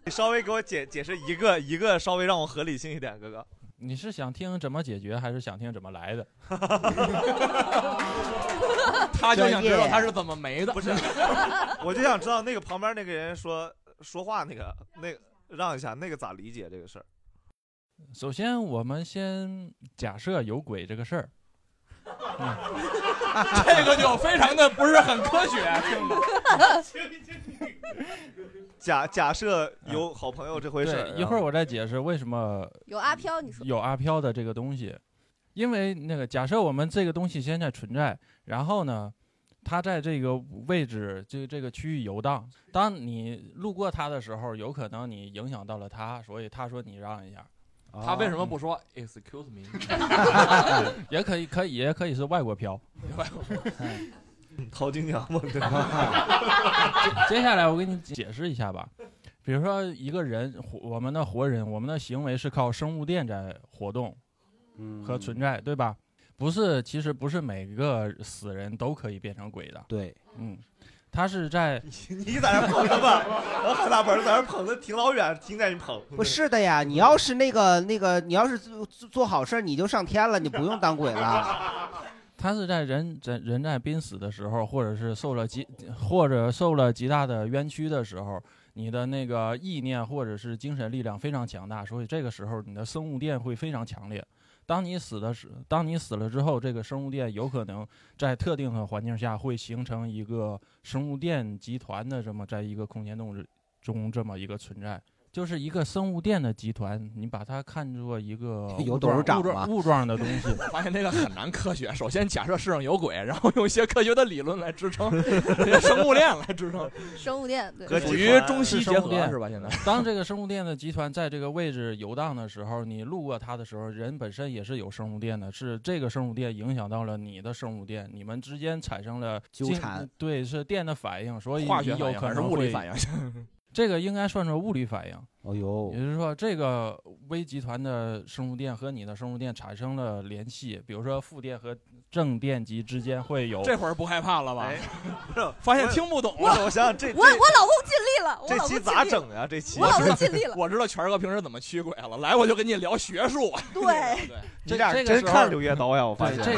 你稍微给我解解释一个一个，稍微让我合理性一点，哥哥。
你是想听怎么解决，还是想听怎 么来的？
他就想知道他是怎么没的。
不是， 我就想知道那个旁边那个人说说话那个那个让一下，那个咋理解这个事儿？
首先，我们先假设有鬼这个事儿，
这个就非常的不是很科学，
假假设有好朋友这回事儿，
对，
然
一
后
会儿我再解释为什么
有阿飘，你说
有阿飘的这个东西，因为那个假设我们这个东西现在存在，然后呢，它在这个位置这这个区域游荡，当你路过它的时候，有可能你影响到了它，所以它说你让一下。
啊他为什么不说 excuse me？。
也可以，可以，也可以是外国哎漂。
淘金娘嘛，对
吧？ 接接下来我给你解释一下吧。比如说，一个人，活我们的活人，我们的行为是靠生物电在活动 和存在，对吧？不是，其实不是每个死人都可以变成鬼的。
对，
嗯，他是在
你 在那捧他啊吧，然后海大本在那捧的挺老远，听见你捧。
不是的呀，你要是那个那个，你要是做做好事儿，你就上天了，你不用当鬼了。
他是在人在人在濒死的时候，或者是受了极或者受了极大的冤屈的时候，你的那个意念或者是精神力量非常强大，所以这个时候你的生物电会非常强烈。当你死的时，当你死了之后，这个生物电有可能在特定的环境下会形成一个生物电集团的这么在一个空间动之中这么一个存在，就是一个生物电的集团，你把它看作一个
有
物
董事
状
长
物
吗
状物状的东西
发现这个很难科学。首先假设世上有鬼，然后用一些科学的理论来支 撑， 生物链来支撑。
生物电 对
和属于中西结合是吧现在
当这个生物电的集团在这个位置游荡的时候，你路过它的时候，人本身也是有生物电的，是这个生物电影响到了你的生物电，你们之间产生了
纠
竞
缠。
对，是电的反应，所以
化学反
你有
应
可
还是
能
物理
会
反应
这个应该算是物理反应。
哦呦，
也就是说，这个微集团的生物电和你的生物电产生了联系，比如说负电和正电极之间会有。
这会儿不害怕了吧？
发现听不懂
哎我
了。
我想想啊这
我我老公尽力了，我
这
老
期
公
咋
尽力了
整呀？啊这期
我老公
知
尽
道
力了。
我知道全哥平时怎么驱鬼了，来我就跟你聊学术。
对，
你俩真看柳叶刀呀，我发现
对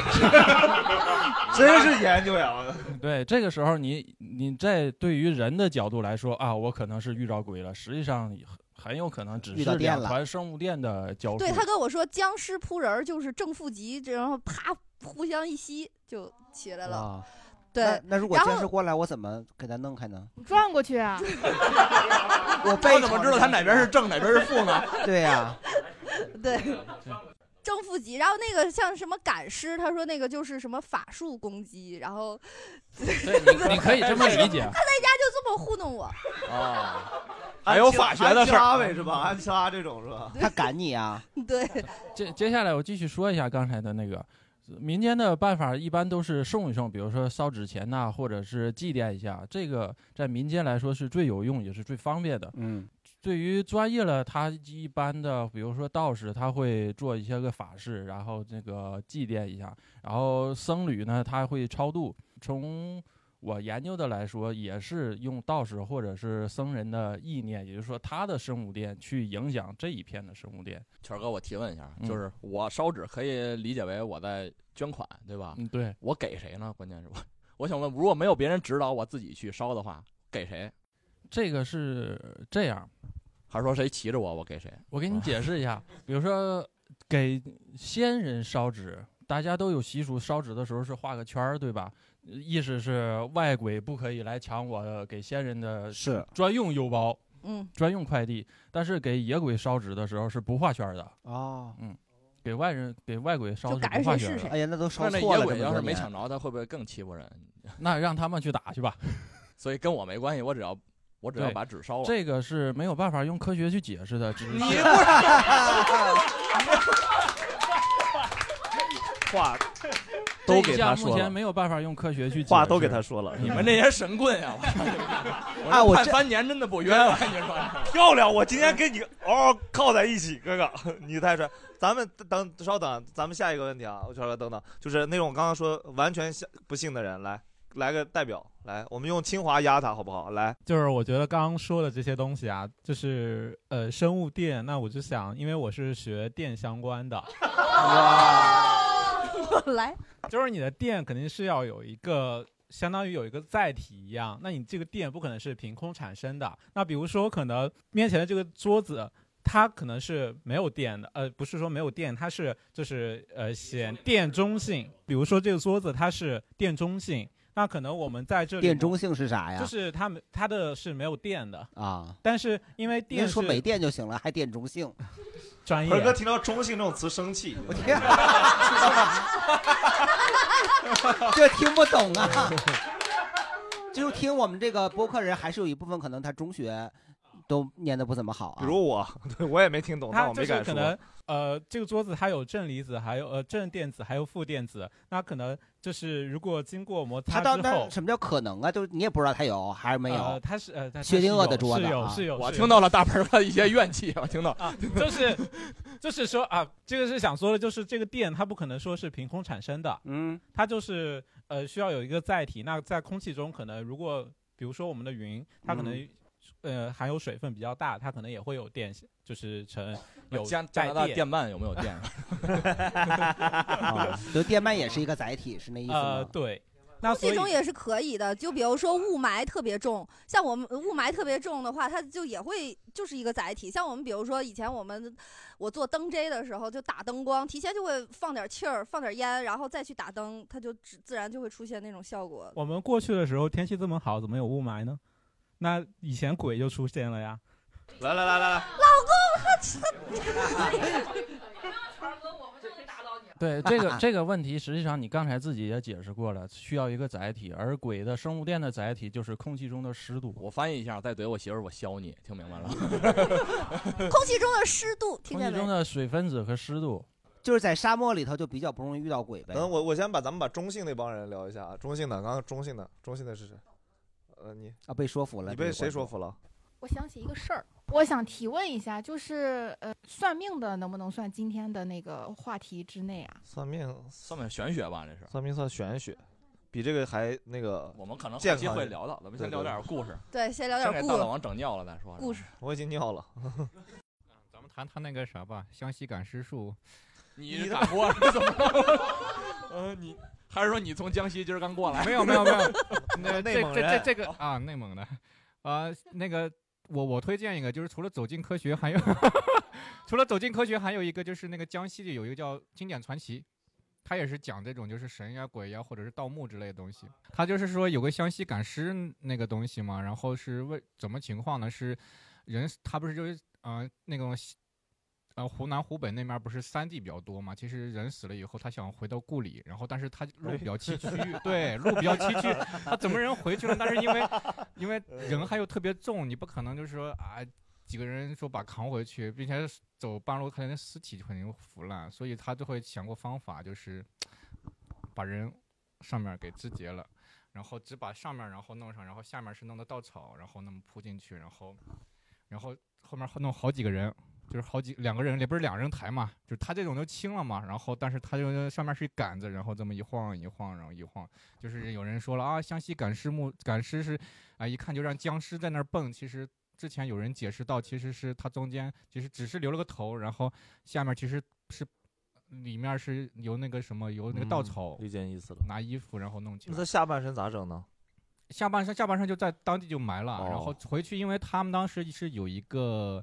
这
真是研究呀。我
对，这个时候你你在对于人的角度来说啊，我可能是遇到鬼了，实际上很很有可能只
遇到
是
电
两
了
团生物电的交互。
对他跟我说僵尸扑人儿就是正负极，然后啪互相一吸就起来了。
啊，
对
那那如果
然
僵
后
尸过来，我怎么给他弄 开呢？
转过去 啊！
我背
怎么知道他哪边是正哪边是负呢？
对呀、
对，正负极。然后那个像什么赶尸，他说那个就是什么法术攻击，然后
你可以这么理 解
他在家就这么糊弄 我。
啊，
还有法学的事
安
儿
插呗是吧？安插这种是吧？
他赶你啊？
对，
接接下来我继续说一下刚才的那个。民间的办法一般都是送一送，比如说烧纸钱呐、或者是祭奠一下，这个在民间来说是最有用也是最方便的。
嗯，
对于专业了，他一般的，比如说道士，他会做一些个法事，然后那个祭奠一下。然后僧侣呢，他会超度。从我研究的来说，也是用道士或者是僧人的意念，也就是说他的生物殿去影响这一片的生物殿。
全哥，我提问一下，啊
嗯
就是我烧纸可以理解为我在捐款，对吧？
嗯，对。
我给谁呢？关键是我，我想问，如果没有别人指导我自己去烧的话，给谁？
这个是这样，
还是说谁骑着我，我给谁？
我给你解释一下，比如说给先人烧纸，大家都有习俗，烧纸的时候是画个圈儿，对吧？意思是外鬼不可以来抢我给先人的
是
专用邮包，
嗯，
专用快递。但是给野鬼烧纸的时候是不画圈儿的，
哦，
嗯，给外人给外鬼烧纸不
化
画
学
圈儿
的
的，
哎呀，那都烧
那
错了。
野鬼
这么
要
多
是没
年
抢着，他会不会更欺负人？
那哎让他们去打 去吧。
所以跟我没关系，我只要我只要
对
把纸烧了。
这个是没有办法用科学去解释的，只是
话
都给他
这一
说了
项目前没有办法用科学去解释
话都给他说了
你
你们
们
这些神棍呀！ 我
啊我
判
这嗯
三年真的不冤，我跟你 说。
漂亮！我今天跟你嗷嗷靠在一起，哥哥，你太帅。咱们等稍等，咱们下一个问题啊，我圈哥等等，就是那种我刚刚说完全相不信的人，来来个代表，来，我们用清华压他好不好？来，
就是我觉得刚刚说的这些东西啊，就是呃生物电，那我就想，因为我是学电相关的，
我来，
就是你的电肯定是要有一个。相当于有一个载体一样，那你这个电不可能是凭空产生的。那比如说，可能面前的这个桌子，它可能是没有电的，呃，不是说没有电，它是就是呃显电中性。比如说这个桌子它是电中性，那可能我们在这里
电中性是啥呀？
就是它没它的是没有电的，
啊，
但是因为
您
电
说
是
没电就行了，还电 中性，
专
鹏哥
业，
听到“中性”这种词生气，我
天， 这听不懂啊。 就是听我们这个播客人，还是有一部分可能他中学都念的不怎么好啊。
比如我， 对我也没听懂，但
它
我
就
没
是
敢
可能
说。
呃，这个桌子它有正离子，还有呃正电子，还有负电子，那可能就是如果经过摩
他
擦
到
之
那
后
儿，什么叫可能啊？就是你也不知道他有还是没有
呃。它是呃它它
薛定
是
谔
有
的桌子
是有
啊
是有，
我
是
听
有
到了大盆儿的一些怨气，我听到。
啊，就是就是说啊，这个是想说的，就是这个电它不可能说是凭空产生的，
嗯，
它就是呃需要有一个载体。那在空气中，可能如果比如说我们的云，它可能、呃含有水分比较大，它可能也会有电，就是成有
加加
带
拿大
电
电鳗有没有电？
啊，就电鳗也是一个载体，是那意思
呃
吗？
对，那所
这
以
种也是可以的。就比如说雾霾特别重，像我们雾霾特别重的话，它就也会就是一个载体。像我们比如说以前我们我做灯 J 的时候，就打灯光，提前就会放点气儿，放点烟，然后再去打灯，它就自自然就会出现那种效果。
我们过去的时候天气这么好，怎么有雾霾呢？那以前鬼就出现了呀。
来来来来来，
老公，
对这个这个问题，实际上你刚才自己也解释过了，需要一个载体，而鬼的生物电的载体就是空气中的湿度。
我翻译一下，再怼我媳妇儿，我削你，听明白了？
空气中的湿度，听见没？
的水分子和湿度，
就是在沙漠里头就比较不容易遇到鬼
嗯
呗。
等我我先把咱们把中性那帮人聊一下啊，中性的，刚刚中性的，中性的是谁？呃，你
啊，被说服了，
你
这
被
个
谁
观众
说服了？
我想起一个事儿，我想提问一下，就是呃，算命的能不能算今天的那个话题之内啊？
算命
算命玄学吧，这是
算命算玄学，比这个还那个。
我们可能
健
有
康
机会聊到，咱们先聊点故事。
对先聊点
先给
故
大
事
老王整尿了再说。
故事，
我已经尿了。
咱们谈谈那个啥吧，湘西赶尸术。
你是咋过来？怎么了？ 呃，你还是说你从江西今儿刚过来？
没有没有 没有，那
内蒙
这这
人
这这个啊，内蒙的，啊，那个我我推荐一个，就是除了走进科学，还有 除了走进科学，还有一个就是那个江西的有一个叫《经典传奇》。它也是讲这种就是神呀、鬼呀，或者是盗墓之类的东西。它就是说有个湘西赶尸那个东西嘛，然后是为怎么情况呢？是人他不是就是呃那种西呃湖南湖北那边不是山地比较多嘛？其实人死了以后，他想回到故里，然后但是他路比较崎岖，对，路比较崎岖，他怎么人回去了？但是因为因为人还有特别重，你不可能就是说啊几个人说把扛回去，并且走半路可能尸体就肯定腐烂，所以他就会想过方法，就是把人上面给肢解了，然后只把上面然后弄上，然后下面是弄的稻草，然后那么铺进去，然后然后后面弄好几个人，就是好几两个人，也不是两人抬嘛，就是他这种就轻了嘛，然后但是他就上面是一杆子，然后这么一晃一晃，然后一晃，就是有人说了啊，湘西赶尸墓赶尸是啊、一看就让僵尸在那儿蹦，其实。之前有人解释到，其实是他中间其实只是留了个头，然后下面其实是里面是由那个什么由那个稻
嗯
草，
理解意思了，
拿衣服然后弄起
那
来
他。下半身咋整呢？
下半身下半身就在当地就埋了，然后
哦
回去，因为他们当时是有一个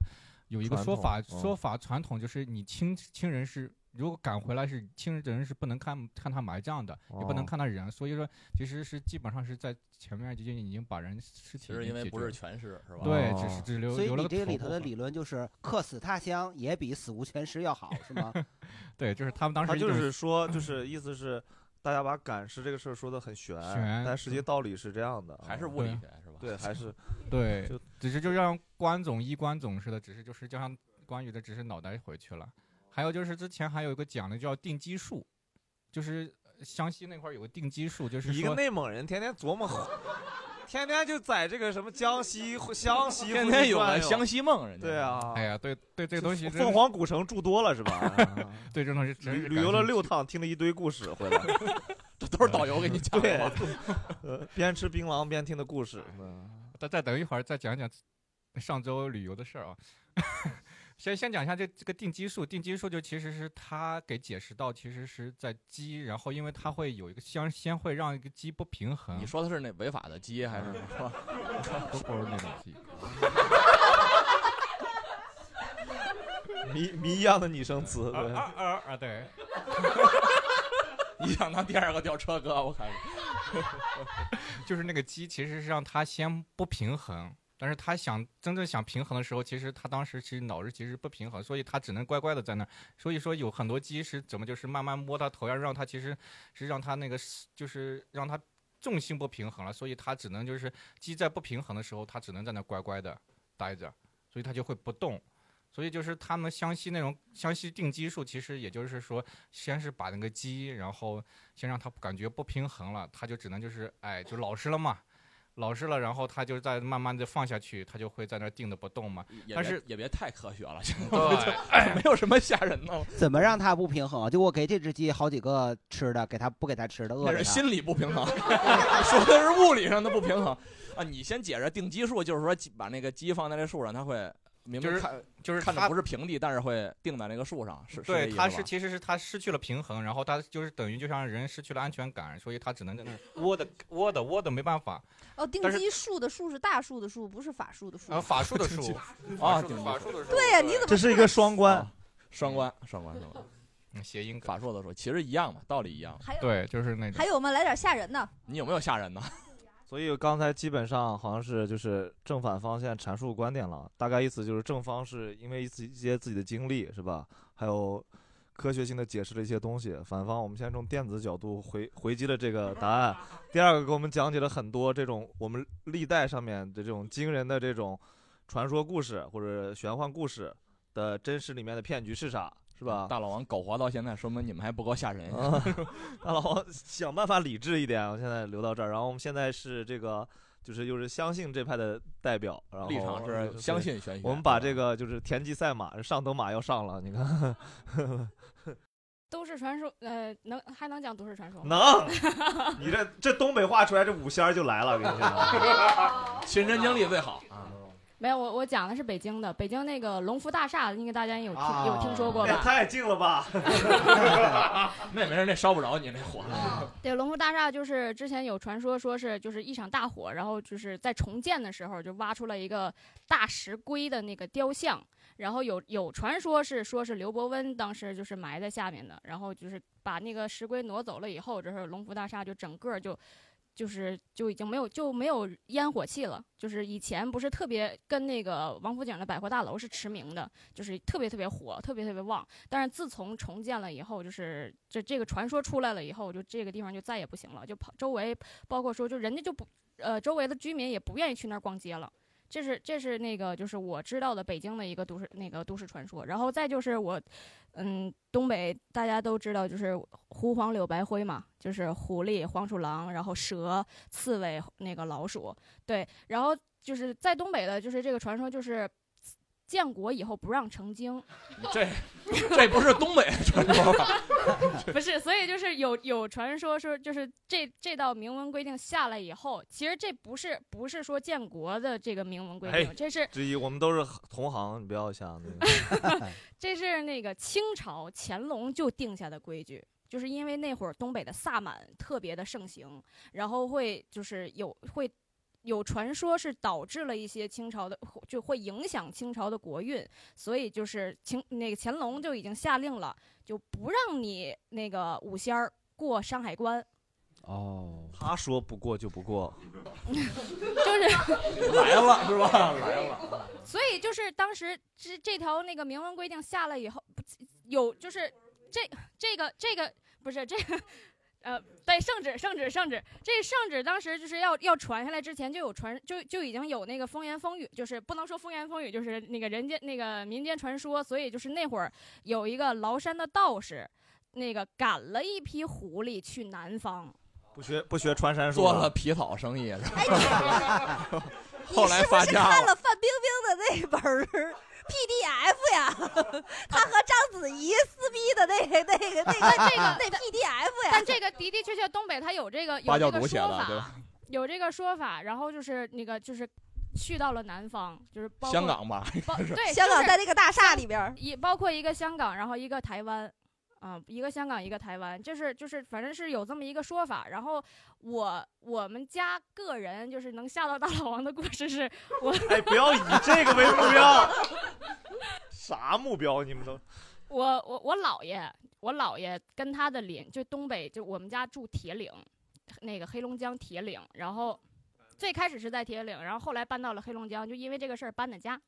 有一个
传
说法，
统嗯
说法传统就是你亲亲人是。如果赶回来是亲人的人是不能看看他埋葬的，也不能
哦
看他人，所以说其实是基本上是在前面已经已经把人尸体
其实
已经
因为
解决
不是
了
全尸是吧
哦
对，只是只留
哦所以
留了
你
个
这个
头
里头的
部
理论就是客死他乡也比死无全尸要好，是吗？
分对，就是他们当时
他
一
就
种
是说，就是意思是，大家把赶尸这个事儿说的很悬，
悬
但实际道理是这样的，
还是
嗯
物理
嗯对
学是吧？
对，还是
对
就，
只是就让关总一关总似的，只是就是就像关羽的，只是脑袋回去了。还有就是之前还有一个讲的叫定基术，就是呃湘西那块儿有个定基术，就是
一个
说
内蒙人天天琢磨， 天天就在这个什么江西、 湘西，
天天有个湘
西梦，人
家对啊，
哎呀，对对，这个东西真
凤凰古城住多了是吧？
对，这东西真
旅
是
旅
感
游了
兴
六
趣
趟，听了一堆故事回来，
这 都是导游给你讲的
对
吗，
呃边吃槟榔边听的故 事。嗯
再再等一会儿再讲讲上周旅游的事儿啊。 先先讲一下这这个定基术，定基术就其实是它给解释到，其实是在鸡，然后因为它会有一个先先会让一个鸡不平衡。
你说的是那违法的鸡 还是什 么？
不不是那种鸡。
谜谜一样的拟声词，对
啊啊啊！对，
你想当第二个吊车哥，我看
就是那个鸡其实是让它先不平衡，但是它想真正想平衡的时候，其实它当时其实脑子其实不平衡，所以它只能乖乖的在那儿。所以说有很多鸡是怎么就是慢慢摸它头呀，让它其实是让它那个就是让它重心不平衡了，所以它只能就是鸡在不平衡的时候，它只能在那乖乖的待着，所以它就会不动。所以就是他们湘西那种湘西定基术，其实也就是说，先是把那个鸡，然后先让它感觉不平衡了，它就只能就是哎，就老实了嘛，老实了，然后它就再慢慢的放下去，它就会在那儿定的不动嘛。
也
但
别
是
也别太科学了，现
对
在哎没有什么吓人的。
怎么让它不平衡啊？就我给这只鸡好几个吃的，给它不给它吃的，饿
那是
着它
心理不平衡， 说的是物理上的不平衡啊！你先解释定基数，就是说鸡把那个鸡放在那树上，它会明
就
明
是
看
就是
看着
它
不是平地，但是会定在那个树上，是是这
对，
意思
它
吧
是其实是它失去了平衡，然后它就是等于就像人失去了安全感，所以它只能在那儿窝的窝的窝的没办法。
哦，定
但是
基术的术是大树的树，不是法术的术。
啊，法术的术
啊
法术的
顶
法术的术，
对呀你怎么
这是一个双关，
双关，双 关，双关。
嗯谐音
法术的说，其实一样嘛，道理一样。
还有
对，就是那
还有吗？来点吓人的。
你有没有吓人呢？
所以刚才基本上好像是就是正反方现在阐述观点了，大概意思就是正方是因为自己一些自己的经历是吧，还有科学性的解释了一些东西，反方我们现在从电子角度回回击了这个答案。第二个给我们讲解了很多这种我们历代上面的这种惊人的这种传说故事或者玄幻故事的真实里面的骗局是啥，是吧？
大老王苟活到现在，说明你们还不够吓人。
啊， 大老王想办法理智一点。我现在留到这儿，然后我们现在是这个，就是又是相信这派的代表，然后
立场是
呃对
相信玄学
我们把这个就是田忌赛马，上等马要上了，你看，
都市传说，呃，能还能讲都市传说吗？
能，你这这东北话出来，这五仙儿就来了，我跟 你
哦
讲，
亲身经历最好啊。
没有，我我讲的是北京的，北京那个龙福大厦，应该大家有听、
啊
有听说过
那
吧？
也哎太近了吧？
那没事，那烧不着你那火。
对，龙福大厦就是之前有传说说是就是一场大火，然后就是在重建的时候就挖出了一个大石龟的那个雕像，然后有有传说是说是刘伯温当时就是埋在下面的，然后就是把那个石龟挪走了以后，就是龙福大厦就整个就。就是就已经没有就没有烟火气了，就是以前不是特别跟那个王府井的百货大楼是驰名的，就是特别特别火，特别特别旺。但是自从重建了以后，就是这这个传说出来了以后，就这个地方就再也不行了，就跑周围，包括说就人家就不呃周围的居民也不愿意去那儿逛街了。这是这是那个就是我知道的北京的一个都市那个都市传说，然后再就是我，嗯，东北大家都知道就是狐黄柳白灰嘛，就是狐狸、黄鼠狼，然后蛇、刺猬、那个老鼠，对，然后就是在东北的就是这个传说就是。建国以后不让成精，
这这不是东北的传说吧？
不是，所以就是 有有传说说，就是这这道明文规定下来以后，其实这不是不是说建国的这个明文规
哎
定，这是
之一，我们都是同行，你不要想那个。
这是那个清朝乾隆就定下的规矩，就是因为那会儿东北的萨满特别的盛行，然后会就是有会。有传说是导致了一些清朝的，就会影响清朝的国运，所以就是清那个乾隆就已经下令了，就不让你那个五仙儿过山海关，
哦，他说不过就不过，
就是
来了是吧？来了，
所以就是当时这这条那个明文规定下来以后，不有就是这这个这个不是这个。呃，对，圣旨，圣旨，圣旨，这圣旨当时就是要要传下来之前就有传，就就已经有那个风言风语，就是不能说风言风语，就是那个人间那个民间传说，所以就是那会儿有一个崂山的道士，那个赶了一批狐狸去南方，
不学不学穿山术，
做了皮草生意，
你
后来
是不
发
是
家
看了
了。
范冰冰的那本儿 PDF 呀？她和章子怡撕逼的那个、那个、那个、
但这个
那 PDF 呀？
但这个的的确确，东北它有这个有这个说法，啊
吧？
有这个说法，然后就是那个就是去到了南方，就是包括
香港吧，
包对，
香港
就是
在那个大厦里边儿
香一包括一个香港，然后一个台湾，啊、一个香港，一个台湾，就是就是，反正是有这么一个说法。然后我我们家个人就是能吓到大老王的故事是，我
哎，不要以这个为目标，啥目标？啊你们都
我我我姥爷，我姥爷跟他的邻就东北，就我们家住铁岭，那个黑龙江铁岭，然后最开始是在铁岭，然后后来搬到了黑龙江，就因为这个事儿搬的家。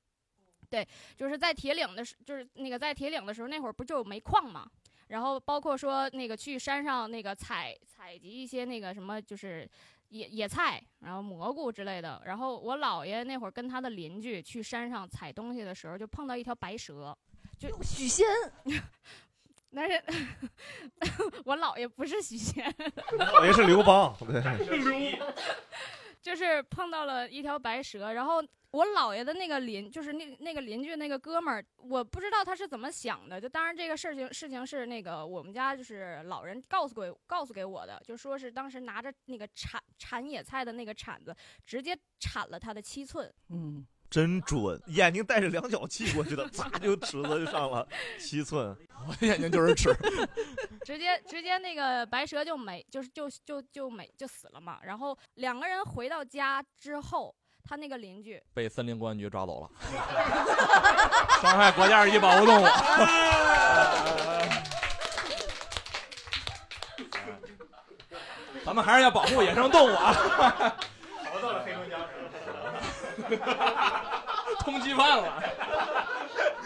对，就是在铁岭的时，就是那个在铁岭的时候，那会儿不就有煤矿嘛，然后包括说那个去山上那个采采集一些那个什么，就是野野菜，然后蘑菇之类的。然后我姥爷那会儿跟他的邻居去山上采东西的时候，就碰到一条白蛇，就
许仙。
但是 我姥爷不是许仙，
我 也是刘邦，对，
就是碰到了一条白蛇，然后我姥爷的那个邻，就是那那个邻居那个哥们儿，我不知道他是怎么想的。就当然这个事情事情是那个我们家就是老人告诉给告诉给我的，就说是当时拿着那个铲铲野菜的那个铲子，直接铲了他的七寸。
嗯，真准，眼睛带着两脚气过去的，啪就尺子就上了七 寸，我
的眼睛就是尺，
直接直接那个白蛇就没，就是就就就没就死了嘛。然后两个人回到家之后，他那个邻居
被森林公安局抓走了，伤害国家二级保护动物。 咱们还是要保护野生动物啊！
逃到了黑龙江。
通缉犯了。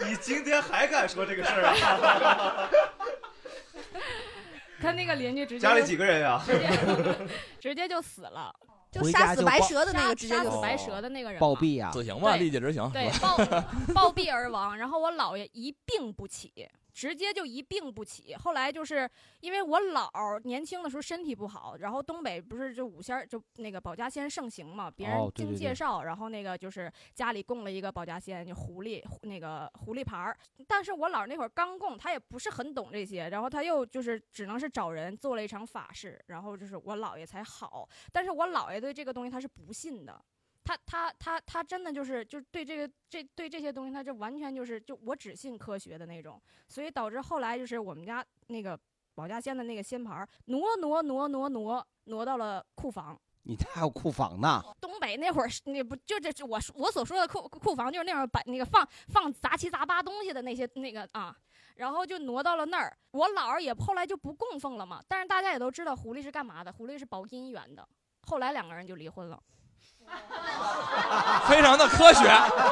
你今天还敢说这个事儿啊？
他那个邻居直接
家里
就
几个人啊呀？
直接直接就死了，
就杀死白蛇的那个直接
杀
就
死
死
白
了
蛇的那个人嘛
暴毙啊！
死刑吧，立即执行。
对，
是吧
暴 暴毙而亡。然后我姥爷一病不起，直接就一病不起。后来就是因为我姥儿年轻的时候身体不好，然后东北不是就五仙儿就那个保家仙盛行嘛，别人
哦对
经
对对
介绍，然后那个就是家里供了一个保家仙，就狐狸狐那个狐狸牌儿。但是我姥儿那会儿刚供，他也不是很懂这些，然后他又就是只能是找人做了一场法事，然后就是我姥爷才好。但是我姥爷对这个东西他是不信的。他他他他真的就是就是对这个这对这些东西，他就完全就是就我只信科学的那种，所以导致后来就是我们家那个保家仙的那个仙牌儿挪挪挪挪挪挪到了库房。
你家还有库房呢？
啊
东北那会儿是那不就这我我所说的库库房就是那种摆那个放放杂七杂八东西的那些那个啊，然后就挪到了那儿。我姥儿也后来就不供奉了嘛，但是大家也都知道狐狸是干嘛的，狐狸是保姻缘的。后来两个人就离婚了。
非常的科学，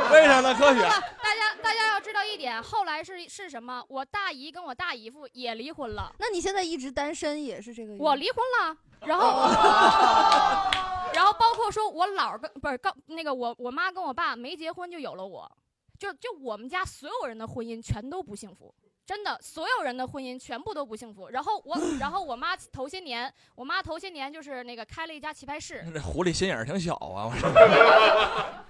非常的科 学。
大家大家要知道一点，后来是是什么？我大姨跟我大姨夫也离婚了。
那你现在一直单身也是这个？
我离婚了，然后，然后包括说我姥儿跟不是刚那个我我妈跟我爸没结婚就有了我，就就我们家所有人的婚姻全都不幸福。真的，所有人的婚姻全部都不幸福。然后 我，然后我妈头些年，我妈头些年就是那个开了一家棋牌 室，
这狐狸心眼儿挺小啊，我说。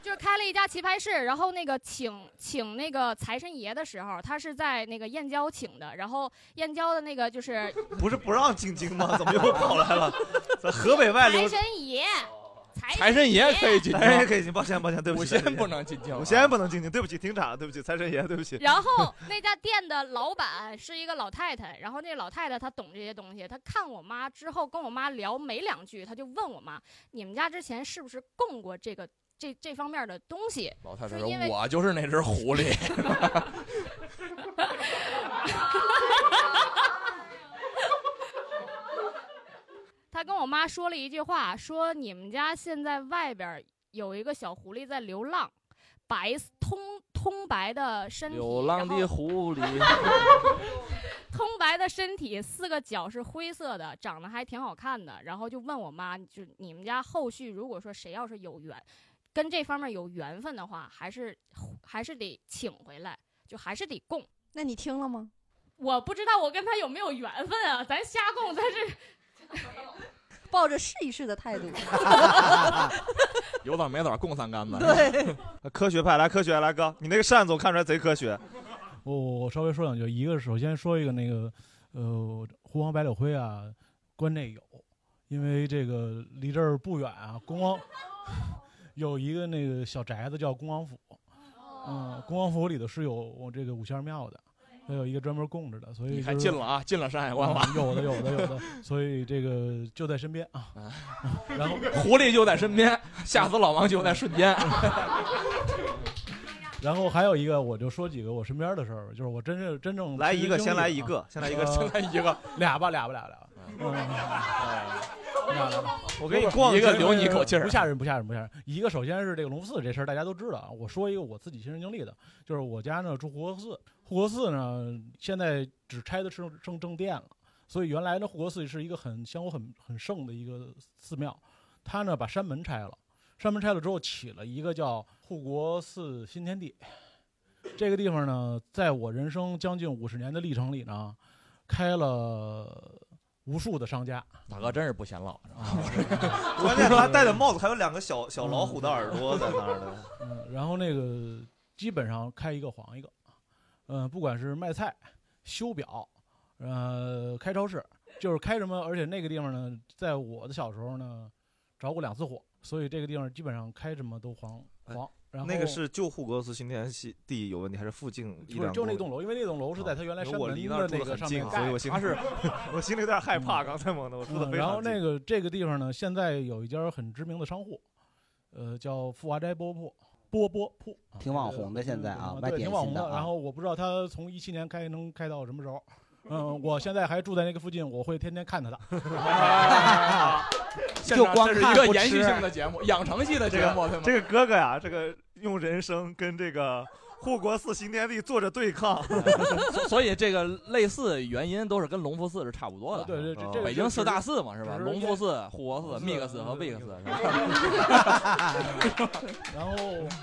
就是开了一家棋牌室，然后那个请请那个财神爷的时候，他是在那个燕郊请的，然后燕郊的那个就是
不是不让进京吗？怎么又跑来 了？在河北外
财
流。
神爷，
财神爷可以进京
财神爷可以进，抱歉抱歉，对不
我
起，
先不能进京，
我先不能进京，对不起，厅长，对不起，财神爷，对不起。
然 后那家店的老板是一个老太太，然后那老太太她懂这些东西，她看我妈之后跟我妈聊没两句，她就问我妈：“你们家之前是不是供过这个这这方面的东西？”
老太太
说
说
因为：“
我就是那只狐狸。
她跟我妈说了一句话，说你们家现在外边儿有一个小狐狸在流浪，白通通白的身体，
流浪 的狐狸，
通白的身体，四个脚是灰色的，长得还挺好看的。然后就问我妈，就你们家后续如果说谁要是有缘，跟这方面有缘分的话，还是还是得请回来，就还是得供。
那你听了吗？
我不知道我跟他有没有缘分啊，咱瞎供，但是
抱着试一试的态度。
有枣没枣共三杆子。
对，
科学派来科学来哥，你那个扇子我看出来贼科学。
我 我我稍微说两句，一个是首先说一个那个，呃，狐王白柳灰啊，关内有，因为这个离这儿不远啊，恭王 有一个那个小宅子叫恭王府，嗯，恭王府里头是有我这个五仙庙的，它有一个专门供着的，所以、
你还进了啊进了山海关了
嗯 有的有的有的，所以这个就在身边啊， 然后
狐狸就在身边，吓死老王就在 瞬间。
然后还有一个，我就说几个我身边的事儿吧，就是我真是真正
来一个
亲身经历
先来一
啊
个先来一个
呃
先来一个嗯
俩吧，俩吧，俩吧，俩吧。
我给你逛
一
一
个
个留你一口气儿
不吓人，不吓人，不吓人。一个首先是这个龙福寺这事儿大家都知道啊，我说一个我自己亲身经历的，就是我家呢住护国寺，护国寺呢现在只拆的剩剩正殿了，所以原来呢护国寺是一个很香火很很盛的一个寺庙，它呢把山门拆了，山门拆了之后起了一个叫护国寺新天地，这个地方呢在我人生将近五十年的历程里呢，开了无数的商家。啊
大哥真是不显老，
关键他戴的帽子还有两个小小老虎的耳朵在那儿的。
嗯，然后那个基本上开一个黄一个，嗯，不管是卖菜、修表，呃，开超市，就是开什么，而且那个地方呢，在我的小时候呢，着过两次火，所以这个地方基本上开什么都黄黄。然后
哎那个是旧护国寺新天地有问题，还是附近一
不是
两
就那
公里
栋楼，因为那栋楼是在它原来
因为
山
我
门
离那
的
儿住
那
得
个
很
上
近啊
面，
所以
盖
我
的
心
它
里
是
我心里有点害怕。
嗯
刚才猛的，我住的
嗯
非
然后
常
那
近。
个这个地方呢，现在有一家很知名的商户，呃，叫富华斋波铺，波波铺，啊
挺网红的现在啊
嗯
卖
对，
点
挺网
心
红
的
的。
啊
然后我不知道他从一七年开能开到什么时候。 嗯，我现在还住在那个附近，我会天天看他的。
现
就
场
光
这是
看
一个
不
延续
吃
性的节目，养成系的节目，对
这个
吗？
这个哥哥呀，这个用人生跟这个护国寺新天地做着对 抗。
所所以这个类似原因都是跟隆福寺是差不多的。啊
对对这这个
北
就
京
是
四大寺嘛，是吧？
只是
隆福寺、护国寺、密克寺和卫克寺。
嗯 然后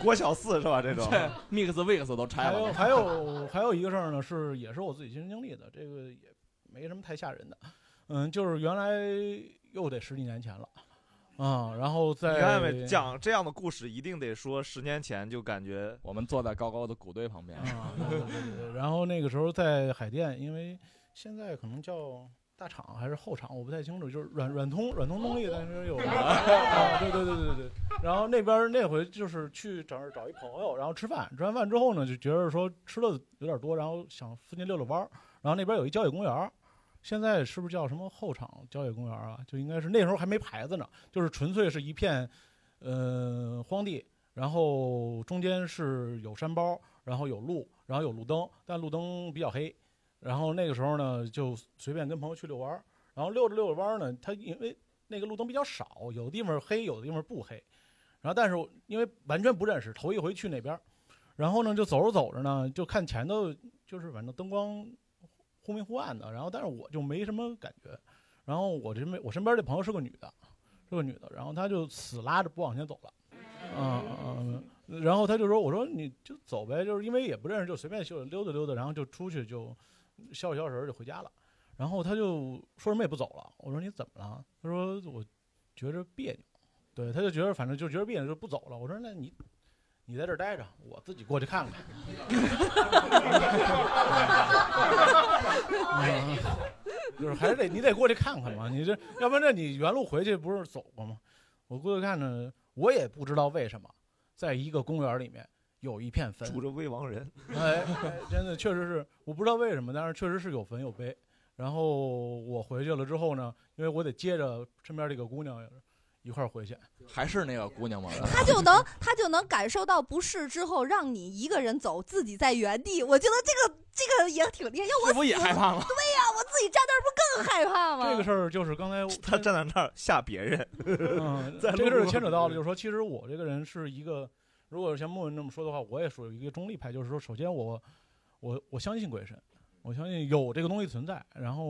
郭小四是吧？这种
对，mix wix 都拆
还有
了。
还有还有一个事儿呢，是也是我自己亲身经历的，这个也没什么太吓人的。嗯，就是原来又得十几年前了，啊、然后在
你看没？讲这样的故事，一定得说十年前就感觉啊
我们坐在高高的谷堆旁边。
对然后那个时候在海淀，因为现在可能叫大厂还是后厂，我不太清楚，就是软软通软通动力在那边有啊，对对对对对。然后那边儿那回就是去找找一朋友，然后吃饭，吃完饭之后呢，就觉得说吃的有点多，然后想附近遛遛弯儿。然后那边有一郊野公园儿，现在是不是叫什么后厂郊野公园儿啊？就应该是那时候还没牌子呢，就是纯粹是一片呃荒地，然后中间是有山包，然后有路，然后有路灯，但路灯比较黑。然后那个时候呢，就随便跟朋友去遛弯儿，然后遛着遛着弯儿呢，它因为那个路灯比较少，有的地方黑，有的地方不黑。然后但是我因为完全不认识，头一回去那边儿，然后呢就走着走着呢，就看前头就是反正灯光忽明忽暗的，然后但是我就没什么感觉。然后我这边我身边这朋友是个女的，是个女的，然后她就死拉着不往前走了，嗯嗯，然后她就说：“我说你就走呗，就是因为也不认识，就随便就溜达溜达，然后就出去就消消神儿就回家了。”然后她就说什么也不走了。我说：“你怎么了？”她说：“我觉着别扭。”对，她就觉得反正就觉着别扭就不走了。我说：“那你你在这儿待着，我自己过去看看。”嗯 就是还是得你得过去看看嘛，你这要不然这你原路回去不是走过吗？我过去看呢，我也不知道为什么，在一个公园里面有一片坟，
住着未亡人。
哎，哎真的确实是，我不知道为什么，但是确实是有坟有碑。然后我回去了之后呢，因为我得接着身边这个姑娘一块儿回去，
还是那个姑娘吗？
他就能他就能感受到不适之后，让你一个人走，自己在原地。我觉得这个这个也挺厉害，要我
这不也
死
害怕吗
对呀、我自己站那儿不更害怕吗？
这个事儿就是刚才
他站在那儿吓别人，
嗯，
在
这个
路
事儿
上
牵扯到了，就是说，其实我这个人是一个，如果像莫文这么说的话，我也属于一个中立派，就是说，首先我我我相信鬼神，我相信有这个东西存在，然后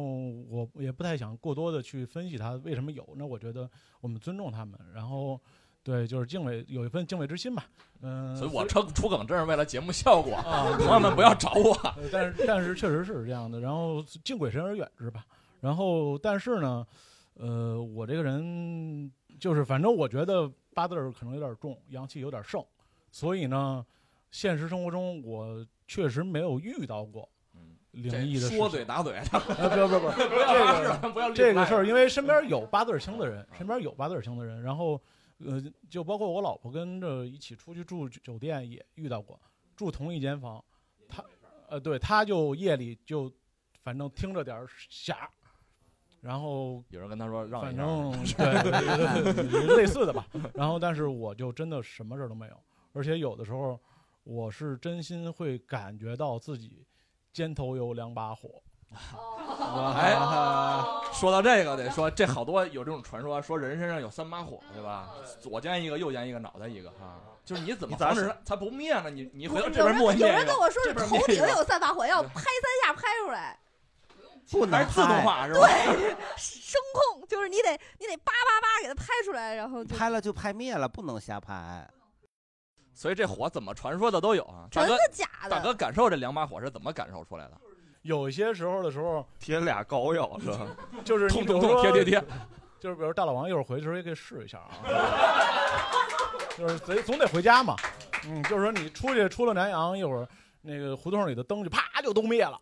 我也不太想过多的去分析它为什么有，那我觉得我们尊重他们，然后对，就是敬畏有一份敬畏之心吧，嗯，
所以我出出梗真是为了节目效果
啊，，
朋友们不要找我。
呃但是但是确实是这样的，然后敬鬼神而远之吧。然后但是呢，呃，我这个人就是反正我觉得八字儿可能有点重，阳气有点盛，所以呢，现实生活中我确实没有遇到过。灵异的事
嗯
情
说嘴打嘴
啊不不不，
不要拉屎
这个
不要嗯立
这个
派
事儿，因为身边有八字儿轻的人，
嗯
身边有八字儿轻的人，然后呃，就包括我老婆跟着一起出去住酒店也遇到过，住同一间房，她呃对，她就夜里就反正听着点儿响，然后
有人跟他说让
反
一
正
下，
对对对对类似的吧。然后，但是我就真的什么事儿都没有，而且有的时候我是真心会感觉到自己肩头有两把火。
哎，说到这个，得说这好多有这种传说，说人身上有三把火，对吧？左肩一个，右肩一个，脑袋一个啊。就是你怎么
你咋
防止
是
它它不灭呢？你你
不
回
是
头这
有
边
人
默念
有
一
人
个
跟我说是
这边
头
念
顶
一个
有三把火，要拍三下拍出来。
不能
还是自动化是吧？
对， 声控就是你得你得叭叭叭给它拍出来，然后就
拍了就拍灭了，不能瞎拍。
所以这火怎么传说的都有啊。大
真
哥
的，假
大
的？
哥感受这两把火是怎么感受出来的？
有一些时候的时候，
贴俩膏药是吧？
就是你
痛
比如
痛痛
说
贴贴贴，
就是比如大老王一会儿回去的时候也可以试一下啊，就是得总得回家嘛，嗯，就是说你出去出了南阳一会儿，那个胡同里的灯就啪就都灭了。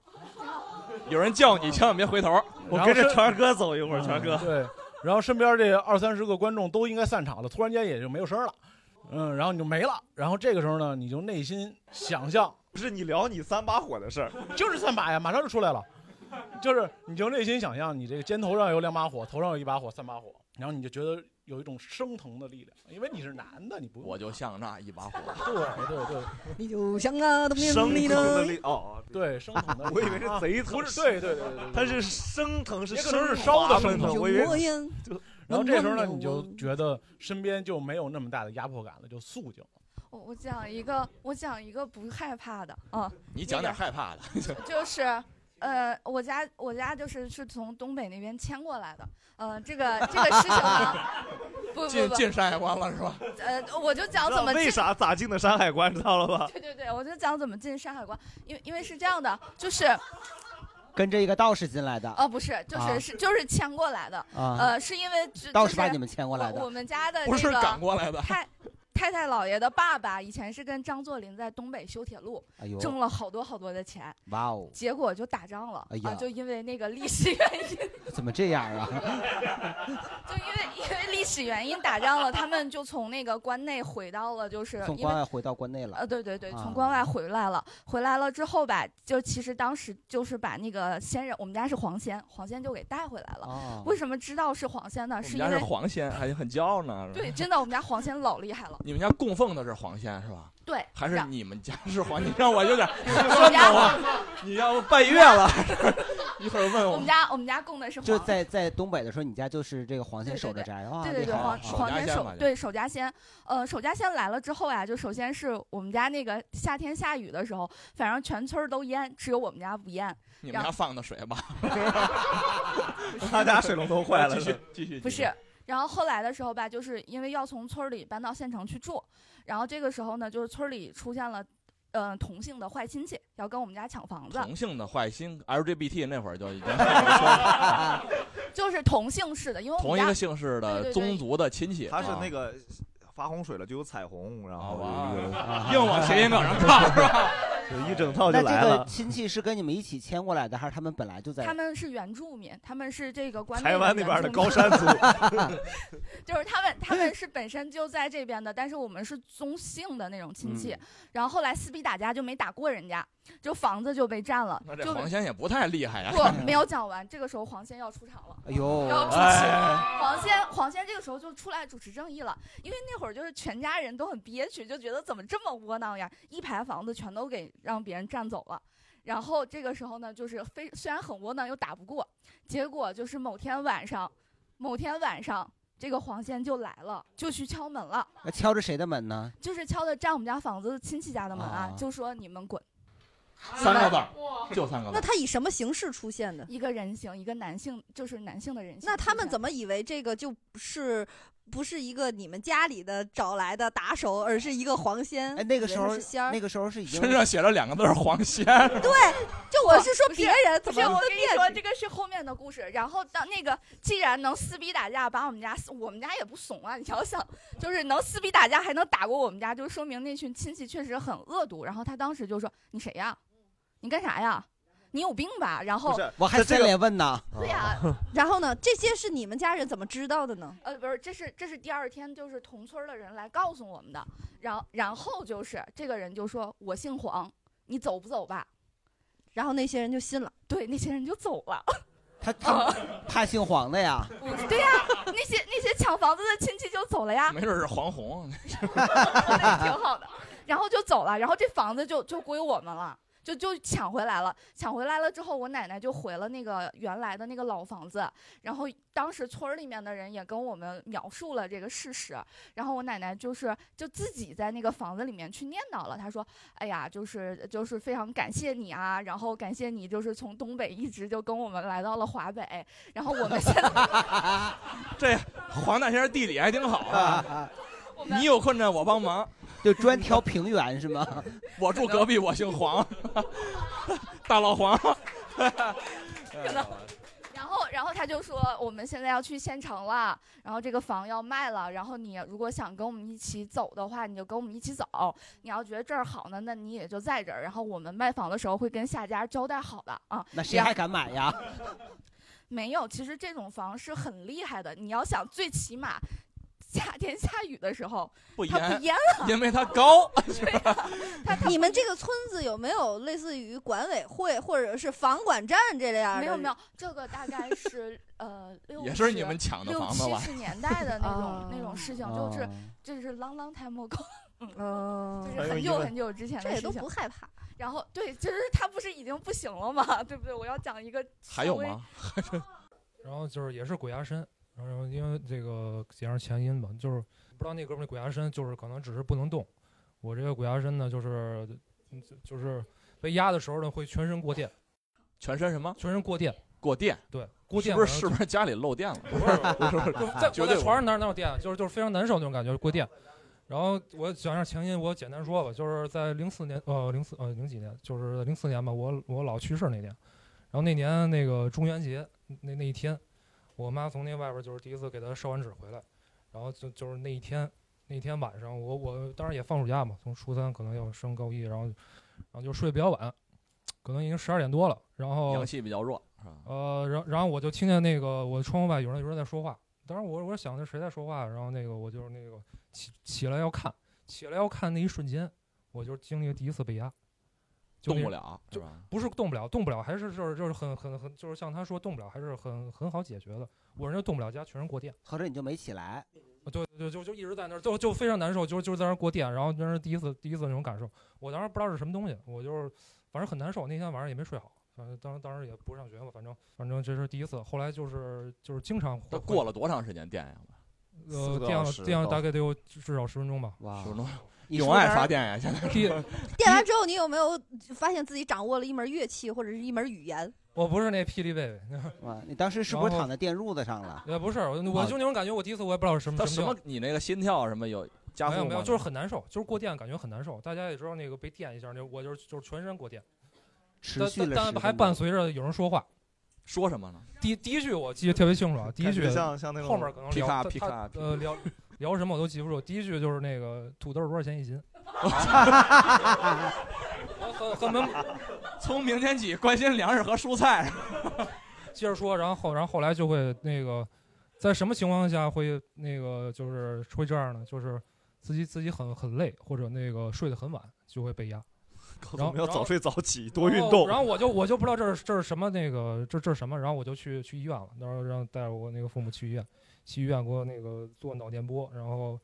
有人叫你，千万别回头。
然后身嗯对，然后身边这二三十个观众都应该散场了，突然间也就没有声儿了，嗯，然后你就没了。然后这个时候呢，你就内心想象，
不是你聊你三把火的事儿，
就是三把呀，马上就出来了，就是你就内心想象，你这个肩头上有两把火，头上有一把火，三把火，然后你就觉得有一种升腾的力量，因为你是男的，你不用。
我就像那一把火，
对对对，
你就像啊，
升
命里
腾的
呢
力？
哦，
对，升腾的，
我以为啊是贼腾
不是，对对对对，对
它是升腾，是
也可能是
升
烧
华
的升
腾
腾，
我以为
有魔音
就
然后这时候呢，你就觉得身边就没有那么大的压迫感了，就肃静了。
我我讲一个，我讲一个不害怕的啊，
你讲点害怕的，
就是。呃，我家我家就是是从东北那边迁过来的，呃，这个这个事情 呢，不不
进
不，
进山海关了是吧？
呃，我就
啊
讲怎么
为
进
啥咋进的山海关，知道了吧？
对对对，我就讲怎么进山海关，因为因为是这样的，就是
跟着一个道士进来的。
呃不是，就是、
啊
是就是迁过来的，
啊
呃是因为就
道
就
士把
是
你们迁过来的
我我 们家的、这个、
不是赶过来的
太太太姥爷的爸爸以前是跟张作霖在东北修铁路，
哎呦
挣了好多好多的钱，
哇哦，
结果就打仗了、
哎呀
啊，就因为那个历史原因，
怎么这样啊？
因为历史原因打仗了，他们就从那个关内回到了，就是
从
因为
关外回到关内了。
呃，对对对，从
啊
关外回来了，回来了之后吧，就其实当时就是把那个仙人，我们家是黄仙，黄仙就给带回来了。
哦
为什么知道是黄仙呢？
我
是因
们家是
为
黄仙，还很骄傲呢。
对，，真的我们家黄仙老厉害了。
你们家供奉的是黄仙是吧？
对，
还是
然
你们家是黄仙？让我有点
我们
瘆
家
得我，你要不拜月 了？一会儿问
我
我
们。家我们家供的是黄
就在在东北的时候，你家就是这个黄线守着宅啊，
对对对，
厉害
黄
啊
哦黄仙守对守家仙，呃，守家仙来了之后呀，就首先是我们家那个夏天下雨的时候，反正全村儿都淹，只有我们家不淹。
你们
然
家
后
放的水 吧？
他家水龙头坏了
继续
是
继续。
不
继续
是，然后后来的时候吧，就是因为要从村里搬到县城去住，然后这个时候呢，就是村里出现了，嗯、同性的坏亲戚要跟我们家抢房子，
同性的坏心 LGBT 那会儿就已经
就是同姓氏的，因为我们
同一
家
个姓氏 的
对对对
宗族的亲 戚，
他
啊
是那个发洪水了就有彩虹，然后
哦
啊 硬往谐音梗上 靠是吧？
有一整套就
那
来
这个
了。
亲戚是跟你们一起迁过来的，还是他们本来就在
他们是原住民，他们是这个关内
台湾那
原
边的
住
高
民
山族，
就是他们他们是本身就在这边的，但是我们是宗姓的那种亲戚，
嗯
然后后来撕逼打架就没打过人家，就房子就被占了
那，
就
这黄仙也不太厉害呀。
不没有讲完，这个时候黄仙要出场了。
哎呦，
要主
哎
持，黄仙，黄仙这个时候就出来主持正义了，因为那会儿就是全家人都很憋屈，就觉得怎么这么窝囊呀，一排房子全都给让别人占走了。然后这个时候呢，就是非虽然很窝囊又打不过，结果就是某天晚上，某天晚上这个黄仙就来了，就去敲门了，
那敲着谁的门呢？
就是敲的占我们家房子亲戚家的门啊
啊，
就说你们滚。
三个字儿，就三个字儿。
以什么形式出现的？一个人形，一个男性，就是男性的人形出现。
那他们怎么以为这个就不是不是一个你们家里的找来的打手，而是一个黄仙？
哎，那个时
以为
候
他是仙儿，
那个时候是已 经
身上写着两个字儿黄仙。
对，
就 我是说
不
别人
不
怎
是
么
我
会
跟你
变
说，
成
这个是后面的故事。然后当那个既然能撕逼打架，把我们家撕我们家也不怂啊，你想想，就是能撕逼打架还能打过我们家，就说明那群亲戚确实很恶毒。然后他当时就说：“你谁呀？你干啥呀？你有病吧？”然后
不是我还
这
三
个
连问呢。
对呀、
然后呢？这些是你们家人怎么知道的呢？
呃，不是，这是这是第二天，就是同村儿的人来告诉我们的。然后然后就是这个人就说：“我姓黄，你走不走吧？”
然后那些人就信了，
对，那些人就走了。
他他他姓黄的呀，
对呀、那些那些抢房子的亲戚就走了呀，
没准儿是黄宏，
挺好的，然后就走了，然后这房子就就归我们了。就就抢回来了，抢回来了之后，我奶奶就回了那个原来的那个老房子，然后当时村儿里面的人也跟我们描述了这个事实，然后我奶奶就是就自己在那个房子里面去念叨了，她说：“哎呀，就是就是非常感谢你啊，然后感谢你就是从东北一直就跟我们来到了华北，然后我们现在
这黄大仙儿地理还挺好 啊。你有困难我帮忙，
就专挑平原是吗？
我住隔壁，我姓黄， 大 老黄。
然后，然后他就说我们现在要去县城了，然后这个房要卖了，然后你如果想跟我们一起走的话，你就跟我们一起走。你要觉得这儿好呢，那你也就在这儿。然后我们卖房的时候会跟下家交代好的啊。
那谁
然
还敢买呀？
没有？其实这种房是很厉害的，你要想最起码。夏天下雨的时候，
不
它
严
不淹了，
因为它高。
你们这个村子有没有类似于管委会或者是房管站这类样的？
没有没有，这个大概是呃六
也是你们抢的房子吧
六七十年代的那 种那种事情，就是
哦
这是 long long time ago，
嗯，
就是很久很久之前的
这也
事
都
情。
不害怕。
然后对，就是他不是已经不 行了吗？对不对？我要讲一个稍微？？
然后就是也是鬼压身，然后因为这个解释前因吧，就是不知道那哥们儿鬼压身，就是可能只是不能动。我这个鬼压身呢，就是嗯就是被压的时候呢，会全身过电。
全身什么？
全身过电。
过电，
对，过电
是不是
完了
是不是家里漏电了？
不是
不是，
就 在
绝
我
对
在
不是
床上哪有哪有电啊，就是就是非常难受那种感觉，过电。然后我讲一下前因，我简单说吧，就是在零四年，呃，零四呃零几年，就是零四年吧，我我姥去世那年，然后那年那个中元节那那一天，我妈从那外边就是第一次给她烧完纸回来，然后就就是那一天那天晚上，我我当然也放暑假嘛，从初三可能要升高一，然后然后就睡得比较晚，可能已经十二点多了，然后
阳气比较弱，是吧？
呃，然然后我就听见那个我窗户外有人有人在说话，当时我我想着谁在说话，然后那个我就是那个起起来要看，起来要看那一瞬间，我就经历了第一次被压，就
动
那
不了，是
就
吧？
不是动不了，动不了还是就是就是很很很就是像他说动不了还是很很好解决的，我人就动不了，家全是过电，
合着你就没起来，
对对就就一直在那儿，就就非常难受，就就在那儿过电，然后那是第一次第一次那种感受，我当时不知道是什么东西，我就是反正很难受，那天晚上也没睡好，反正当当时也不上学嘛，反正反正这是第一次，后来就是就是经常
他
会
过了多长时间电呀？
呃电了电了大概得有至少十分钟吧，
哇 十分钟永爱发电呀，现在
第
电完之后，你有没有发现自己掌握了一门乐器或者是一门语 言？
我不是那霹雳贝贝，
哇，你当时是不是
然后
躺在电褥子上了？
也呃不是，
啊
我我就那种感觉，我第一次我也不知道是什么
他
什
什
么
么？你那个心跳什么有加
叫，没
速
有
吗？
没有，就是很难受，就是过电感觉很难受。大家也知道那个被电一下，那我就是就是全身过电，
持
但
续了
但
10
但还
分钟
伴随着有人说话。
说什么呢？
第第一句我记得特别清楚啊，第一句
感觉像像那种
后面可能
皮
聊
卡
他
皮
他
卡
呃聊聊什么我都记不住。第一句就是那个土豆多少钱 一斤？很很门，
从明天起 关心粮食和蔬菜。
接着说，然后后然后后来就会那个，在什么情况下会那个就是会这样呢？就是自己自己很很累，或者那个睡得很晚，就会被压。
诉
然
我
后
们要
然后
早睡早起多
然
运
后
动
然后我就我就不知道这是这是什么那个这这是什么，然后我就去去医院了，然后让带着我那个父母去医院，去医院给我那个做脑电波，然后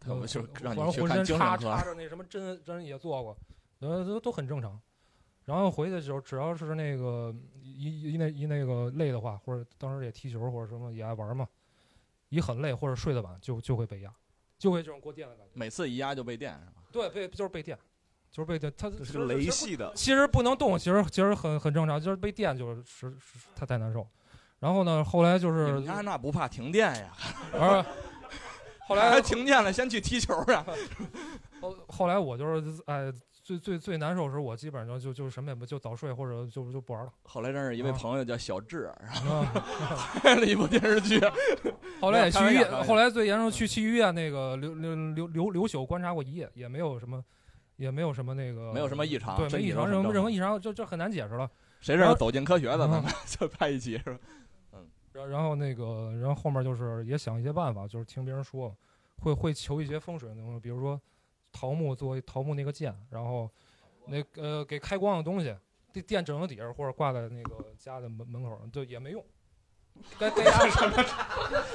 他们就
呃
让你
然后
去
浑
看
身
精
插
神科
插着那什么针针也做过，呃都都很正常。然后回去的时候，只要是那个一一那一那个累的话，或者当时也踢球或者什么也爱玩嘛，一很累或者睡得晚就就会被压，就会这种过电的感觉。
每次一压就被电，是吧？
对，被就是被电，就是被电，它
是雷系的
其实不能动，其实其实很很正常，就是被电就是是是太太难受。然后呢，后来就是
你看那不怕停电 呀？
而后来
还 停电了，先去踢球啊！
后来我就是哎，最最最难受的时候，我基本上就就什么也不就早睡或者就就不玩了。
后来认识一位朋友叫小智，然后
啊
拍了一部电视剧。
后来也去医
没有开玩笑开
院
玩，笑
后来最严重去去医院那个留留留留留宿观察过一夜，也没有什么，也没有什么那个
没有什么异常
对，
这
没
你
异
说
常，
很
任何
正
任何异常，这这很难解释了。
谁
然
让
后
走进科学的？咱
嗯
们 就拍一集是吧？嗯，
然然后那个，然后后面就是也想一些办法，就是听别人说，会会求一些风水的东西，比如说桃木作为桃木那个剑，然后那个、呃给开光的东西，垫垫枕头底下或者挂在那个家的门门口，对也没用，该该 压什么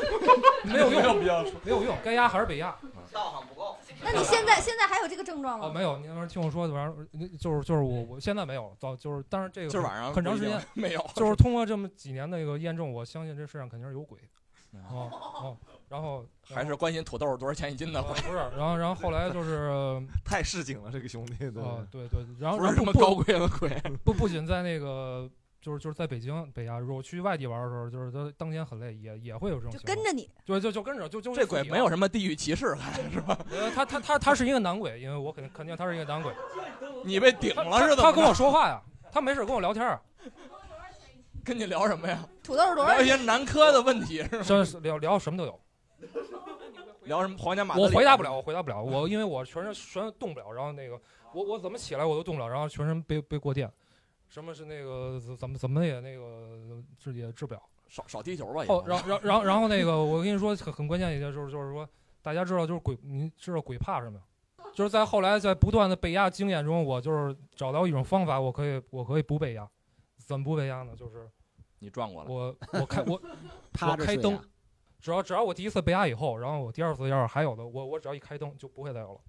没有用，
没有
用，该压还是得压。
道行不够。
那你现在现在还有这个症状吗？
哦，没有，您听我说，反正就是就是我我现在没有，早就是，但是这个
今儿
很
晚上
很长
不
时
一定
间
没有
就是通过这么几年的一个验证，我相信这世上肯定是有鬼，哦哦，然后
嗯还是关心土豆是多少钱一斤的？
啊不是，然后然后后来就是
太市井了，这个兄弟对
啊，对对，然后
不是
然后
什么
不
高贵的鬼
不不仅在那个。就是就是在北京北啊亚，如果去外地玩的时候，就是他当天很累，也也会有这种情况。
跟着你，
对，就就跟着，就就
这鬼没有什么地域歧 视，还是吧？
呃，啊他他他他是一个男鬼，因为我肯定肯定他是一个男鬼。
你被顶了是怎么
他
着
他跟我说话呀，他没事跟我聊天儿，
跟你聊什么呀？
土豆是多少
聊一些男科的问题是
吧？聊聊什么都有。
聊什么皇家马德里？啊
我回答不了，我回答不了，我因为我全身全身动不了，然后那个我我怎么起来我都动不了，然后全身被被过电，什么是那个怎么怎么也那个治也治不了。
少少踢球吧。以后，
后哦 然后然后然后然后那个我跟你说很很关键一件就是就是说大家知道就是鬼，您知道鬼怕什么呀？就是在后来在不断的被压经验中，我就是找到一种方法，我可以我可以不被压，怎么不被压呢？就是
你转过来，
我我 开我
趴
我
着
开
睡呀
啊
灯，只要只要我第一次被压以后，然后我第二次要是还有的，我我只要一开灯就不会再有了。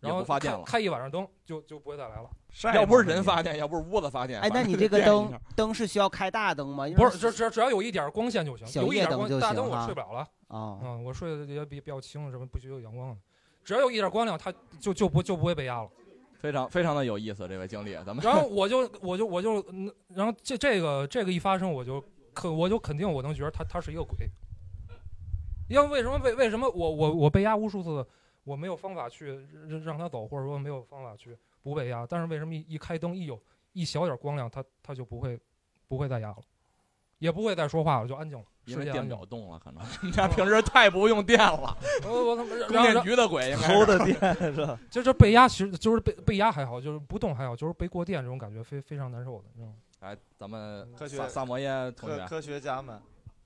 然后
不发电
开
了
开一晚上灯就就不会再来了。
要不是人发电，要不是屋子发电。
哎，那
反正
你
就
这个
电一
灯
下
灯是需要开大灯吗？因为
不是，只只只要有一点光线就行，
小
有一
夜
点
灯
光
就
大
行
灯我
哈
睡不了了。
哦
嗯，我睡得也比比较轻，什么不许有阳光 了，只要有一点光亮，它就就不就不会被压了。
非常非常的有意思，这位经理，咱们
然 后我就我就我就，嗯然后这这个这个一发生，我就肯我就肯定我能觉得他他是一个鬼。因为为什么为为什么我我我被压无数次，我没有方法去让让他走，或者说没有方法去不被压，但是为什么一一开灯一有一小点光亮，他他就不会不会再压了，也不会再说话了，就安静了。
因为
世界
电
安静
表动了，可能 你家平时太不用电了。
我我他妈
供电局的鬼应该是
偷的电是吧？
就是被压，其实就是被被压还好，就是不动还好，就是被过电这种感觉非非常难受的，你知道吗？
哎，咱 们
科学
萨萨摩耶同
科
学，
科学家们，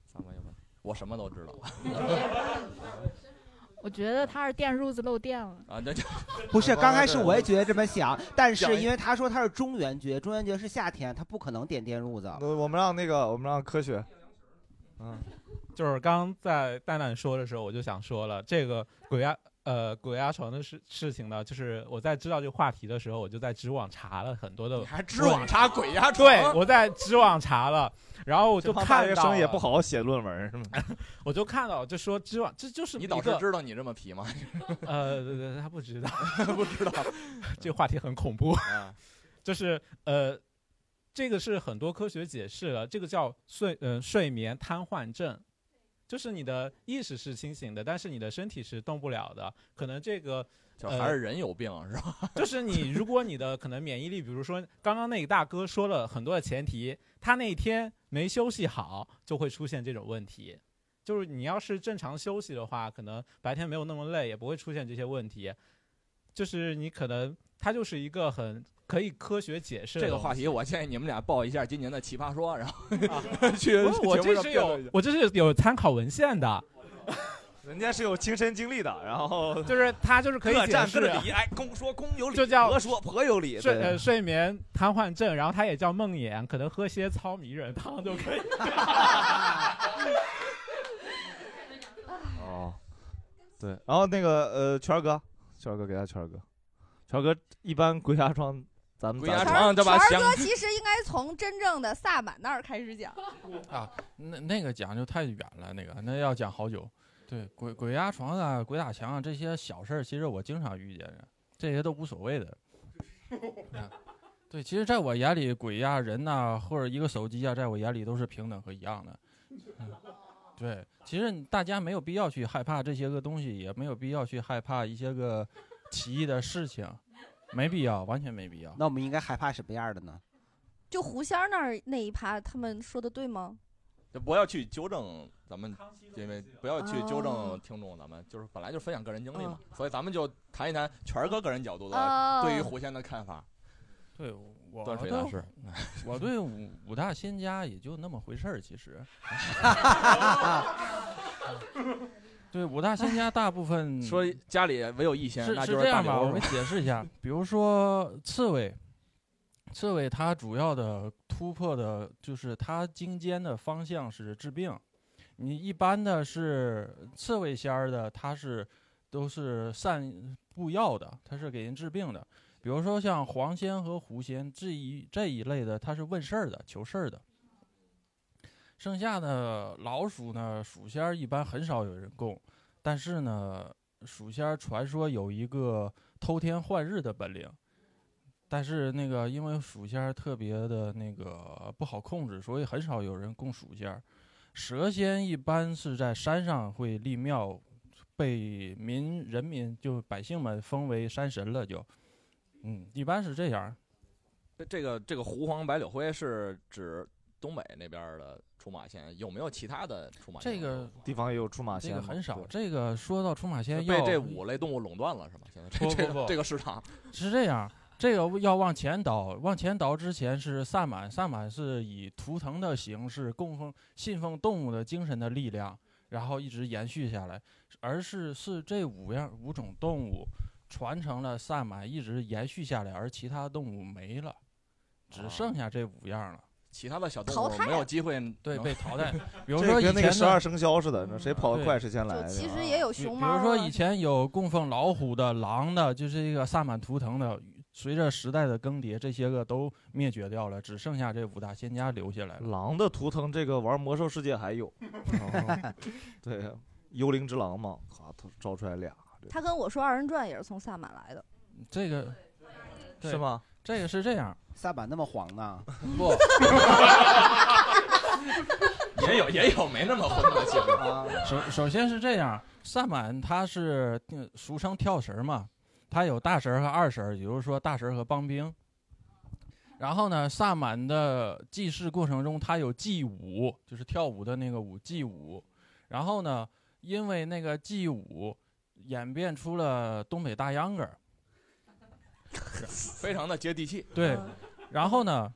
萨摩耶们，我什么都 知道。
我觉得他是电褥子漏电了。
啊，这就
不是，刚开始我也觉得这 么想，但
讲
是
一
因为他说他是中元节，中元节是夏天，他不可能点电褥子。
那我们让那个，我们让科学，嗯，
就是刚在蛋蛋说的时候，我就想说了，这个鬼压呃鬼压床的事事情呢，就是我在知道这个话题的时候，我就在知网查了很多的，
还知网查鬼压床
对，我在知网查了，然后我就
这帮大
看
学
到
生也
了
不好好写论文是吗？
我就看到，就说知网，这就是
你导
一个
师知道你这么皮吗？
呃，对对，他不知道，
不知道，
这个话题很恐怖
啊，
就是呃，这个是很多科学解释了，这个叫睡呃睡眠瘫痪症，就是你的意识是清醒的，但是你的身体是动不了的，可能这个。
就
呃
还是人有病是吧？
就是你，如果你的可能免疫力，比如说刚刚那个大哥说了很多的前提，他那一天没休息好，就会出现这种问题。就是你要是正常休息的话，可能白天没有那么累，也不会出现这些问题。就是你可能它就是一个很可以科学解释的
这个
东西
话题，我建议你们俩报一下今年的《奇葩说》，然
啊
后去
不是我
节目
这
上
是
辩论
有
一下
我这是有参考文献的，
人家是有亲身经历的，然后
就是他就是可以
各
解
站各
释
的理，哎，公说公有理，
就叫
婆说婆有理，
睡
对
呃睡眠瘫痪症，然后它也叫梦魇，可能喝些糙米忍汤就 可以。
哦，对，然后那个呃，圈儿哥，圈儿哥给他圈儿哥，圈儿哥一般鬼压床，咱们
鬼压
咱
床这把
权儿哥其实应该从真正的萨满那儿开始讲。
啊，那那个讲就太远了，那个那要讲好久。对，鬼鬼压床啊，鬼打墙啊，这些小事儿，其实我经常遇见的，这些都无所谓的。啊对，其实在我眼里，鬼呀、人呐、或者一个手机啊，在我眼里都是平等和一样的。嗯对，其实你大家没有必要去害怕这些个东西，也没有必要去害怕一些个奇异的事情，没必要，完全没必要。
那我们应该害怕什么样的呢？
就狐仙儿那儿那一趴，他们说的对吗？
就不要去纠正咱们，因为不要去纠
哦
正听众，咱们就是本来就分享个人经历嘛，所以咱们就谈一谈全儿哥个人角度
哦
的对于狐仙的看法。
对 我嗯
断水
对
大师，
我对武武大仙家也就那么回事儿，其 实。
啊
对武大仙家大部分
说家里唯有一仙，
是
那
是
就是
这样
大
吧？
刘
我们解释一下，比如说刺猬，刺猬它主要的突破的就是它经尖的方向是治病。你一般的是刺猬仙儿的，它是都是散布药的，它是给人治病的。比如说像黄仙和狐仙这一这一类的，它是问事儿的、求事儿的。剩下的老鼠呢，鼠仙儿一般很少有人供，但是呢，鼠仙儿传说有一个偷天换日的本领，但是那个因为鼠仙儿特别的那个不好控制，所以很少有人供鼠仙儿。蛇仙一般是在山上会立庙，被民人民就百姓们封为山神了，就，嗯，一般是这样。
这这个这个狐黄白柳灰是指东北那边儿的出马仙，有没有其他的出马仙？
这个
地方也有出马仙
这
嘛，
个很少
对。
这个说到出马仙，
被
要
这五类动物垄断了是吗？现在
不
这这
不
个
不
这个市场，
是这样，这个要往前倒，往前倒之前是萨满，萨满是以图腾的形式供奉、信奉动物的精神的力量，然后一直延续下来，而是是这五样五种动物传承了
啊
萨满，一直延续下来，而其他动物没了，只剩下这五样了。
其他的小动
淘
物
汰
没有机会
对
能。
被淘汰 比如
这
说以
跟那个
前
十
的
二生肖似的，那谁跑得
对
快谁先来。
其实也有
比
熊
比
猫啊。
如说以前有供奉老虎的、狼的，就是一个萨满图腾的。随着时代的更迭，这些个都灭绝掉了，只剩下这五大仙家留下来了。
狼的图腾，这个玩魔兽世界还 有，哦对，幽灵之狼嘛，咔招出来俩，这
他跟我说二人转也是从萨满来的，
这个对
是吗？
这个是这样，
萨满那么黄呢？
不，
也有也有没那么混的情
啊
况。
首首先是这样，萨满它是呃俗称跳绳嘛，它有大绳和二绳，也就是说大绳和棒冰。然后呢，萨满的祭祀过程中，它有祭舞，就是跳舞的那个舞，祭舞。然后呢，因为那个祭舞演变出了东北大秧歌儿，
非常的接地气。嗯
对，然后呢，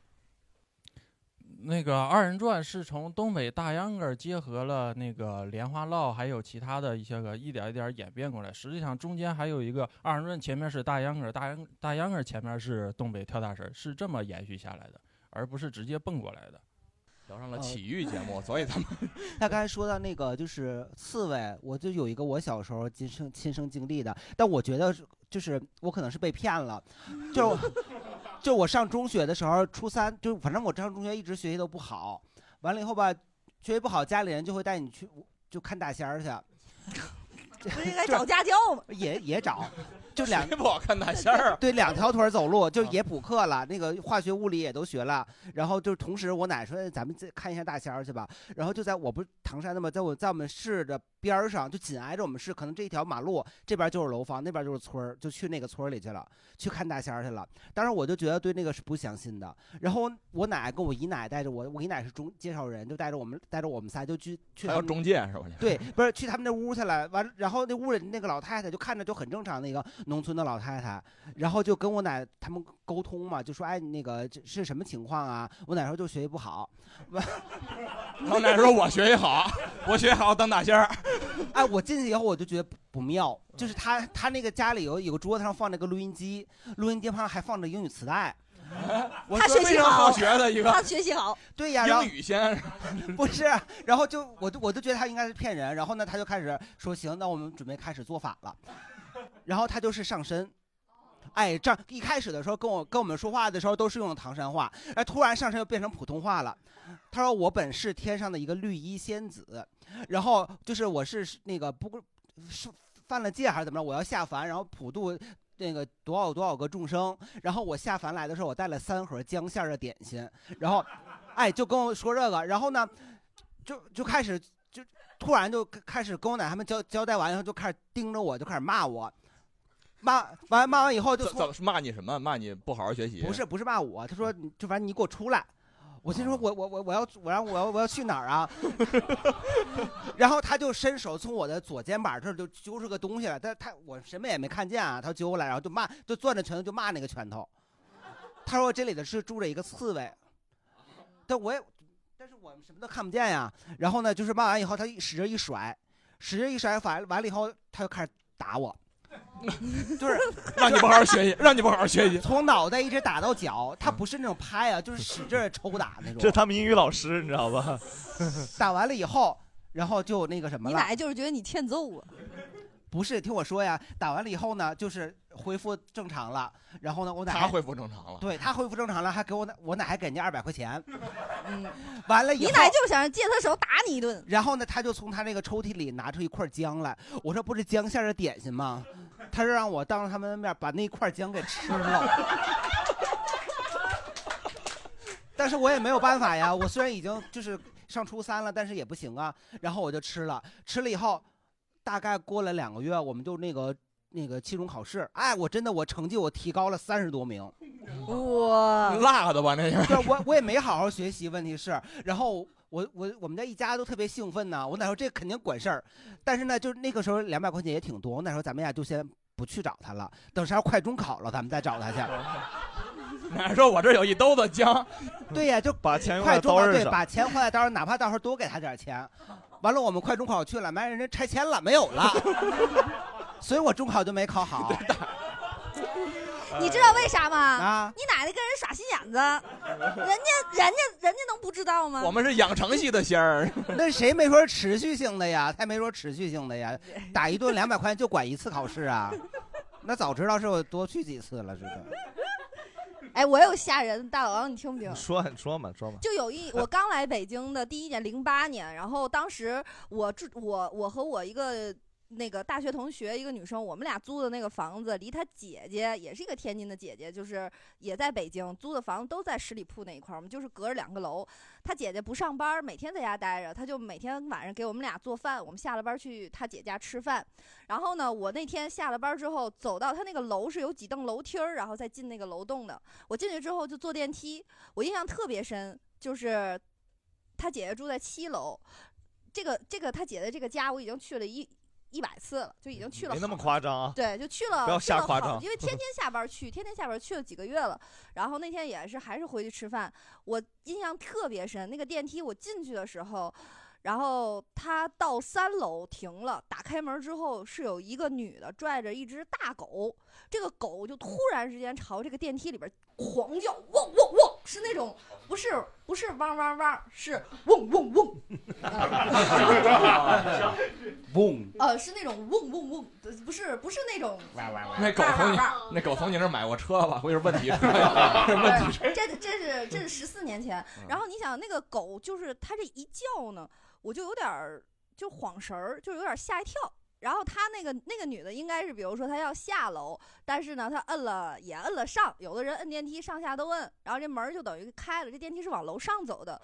那个二人转是从东北大秧歌儿结合了那个莲花落，还有其他的一些个一点一点演变过来。实际上中间还有一个二人转，前面是大秧歌儿，大秧大秧歌儿前面是东北跳大神儿，是这么延续下来的，而不是直接蹦过来的。
聊上了体育节目，所以咱们
他刚才说到那个就是刺猬，我就有一个我小时候亲身亲身经历的，但我觉得是就是我可能是被骗了，就就我上中学的时候，初三就反正我上中学一直学习都不好，完了以后吧，学习不好，家里人就会带你去就看大仙儿去，
不是应该找家教吗？
也也找，就两
谁不好看大仙 儿啊啊
对，两条腿儿走路，就也补课了，那个化学、物理也都学了。然后就是同时，我奶说哎咱们再看一下大仙儿去吧。然后就在我不是唐山的嘛，在我在我们市的边儿上，就紧挨着我们市，可能这一条马路这边就是楼房，那边就是村儿，就去那个村儿里去了，去看大仙儿去了。当时我就觉得对那个是不相信的。然后我奶跟我姨奶带着我，我姨奶是中介绍人，就带着我们带着我们仨就去去
还
他
有
们
中介是吧？
对，不是去他们那屋去了，完了，然后那屋里那个老太太就看着就很正常的一个农村的老太太，然后就跟我奶他们沟通嘛，就说哎那个这是什么情况啊？我奶说就学习不好，完，
老奶说我学习好，我学习好当大仙儿。
哎，我进去以后我就觉得不不妙，就是他他那个家里有有个桌子上放着个录音机，录音机旁还放着英语 磁带。我
他
说
学习好，他学习好，
对呀，然后
英语先
不是，然后就我就我就觉得他应该是骗人，然后呢，他就开始说行，那我们准备开始做法了，然后他就是上身。哎，这样一开始的时候跟我跟我们说话的时候都是用的唐山话，哎，突然上身又变成普通话了。他说我本是天上的一个绿衣仙子，然后就是我是那个不是犯了戒还是怎么着，我要下凡，然后普渡那个多少多少个众生。然后我下凡来的时候，我带了三盒姜馅儿的点心，然后，哎，就跟我说这个，然后呢，就就开始就突然就开始跟我奶他们交交代完，然后就开始盯着我，就开始骂我，骂完骂完以哦后就
怎
从
怎骂你什么？骂你不好好学习？
不是，不是骂我，他
嗯
说你就反正你给我出来。我
哦
心说我我我我要我让我要我要去哪儿啊？ 然后他就伸手从我的左肩膀这儿就揪出个东西来，但是他我什么也没看见啊，他揪过来，然后就骂，就攥着拳头就骂那个拳头。他说这里头是住着一个刺猬，但我也但是我们什么都看不见呀。然后呢，就是骂完以后，他一使劲一甩，使劲一甩，完完了以后他就开始打我。 就是
让你不好好学习让你不好好学习
从脑袋一直打到脚，
嗯
他不是那种拍啊，就是使劲儿抽打那种。
这他们英语老师，你知道吧？
打完了以后，然后就那个什么
你
了。
奶就是觉得你欠揍啊了。
不是，听我说呀，打完了以后呢，就是恢复正常了。然后呢，我奶
他恢复正常了。
对他恢复正常了，还给我奶，我奶还给人家二百 块钱。 完了以后，
你奶嗯就是想借他手打你一顿。
然后呢，他就从他那个抽屉里拿出一块姜来，我说不是姜馅儿的点心吗？他说让我当着他们的面把那块姜给吃了。但是我也没有办法呀，我虽然已经就是上初三了，但是也不行啊。然后我就吃了，吃了以后，大概过了两个月，我们就那个那个期中考试，哎，我真的我成绩我提高了三十多名。
哇
辣的吧那是
对，我我也没好好学习，问题是，然后我我我们家一家都特别兴奋呢。我奶说这肯定管事儿，但是呢，就是那个时候两百块钱也挺多。我奶说咱们俩就先不去找他了，等啥时候快中考了，咱们再找 他去。
奶说：“我这有一兜子姜。
对呀、就
把钱用
快
在
中
刀
考
刃
对，
上。
把钱花在刀上，哪怕到时候多给他点钱。完了，我们快中考去了，没人家拆迁了，没有了， 所以我中考就没 考好。
你知道为啥吗？
啊
你奶奶跟人耍心眼子，人家人家人家能不知道吗？
我们是养成系的仙儿，
那谁没说持续性的呀？他没说持续性的呀，打一顿两百块钱就管一次考试啊？那早知道是我多去几次了，是的。
哎，我有吓人，大老王你听不听？
说说嘛说嘛，
就有一我刚来北京的第一年，零八年，然后当时我住我我和我一个那个大学同学，一个女生，我们俩租的那个房子，离她姐姐也是一个天津的姐姐，就是也在北京租的房子，都在十里铺那一块儿，我们就是隔着两个楼。她姐姐不上班，每天在家待着，她就每天晚上给我们俩做饭，我们下了班去她姐家吃饭。然后呢，我那天下了班之后，走到她那个楼是有几栋楼梯儿，然后再进那个楼栋的。我进去之后就坐电梯，我印象特别深，就是她姐姐住在七楼，这个这个她姐姐这个家我已经去了一。一百次了，就已经去了好，
没那么夸张啊
对，就去了，
不要
去了
瞎夸
好
张
因为 天天下班去，天天下班去了几个月了。然后那天也是还是回去吃饭，我印象特别深。那个电梯我进去的时候，然后他到三楼停了，打开门之后是有一个女的拽着一只大狗，这个狗就突然之间朝这个电梯里边狂叫，汪汪汪，是那种不是不是汪汪汪，是 嗡嗡嗡。
嗡，
嗯
呃，是那种嗡嗡嗡，呃不是不是那种
那狗从你那狗从你那儿买过车吧？会是问题车呀？是 嗯问题车。
这这是这是十四年前，然后你想那个狗就是它这一叫呢，我就有点儿就晃神儿，就有点儿吓一跳。然后他那个那个女的应该是，比如说她要下楼，但是呢，她摁了也摁了上，有的人摁电梯上下都摁，然后这门儿就等于开了，这电梯是往楼上走
哦
的。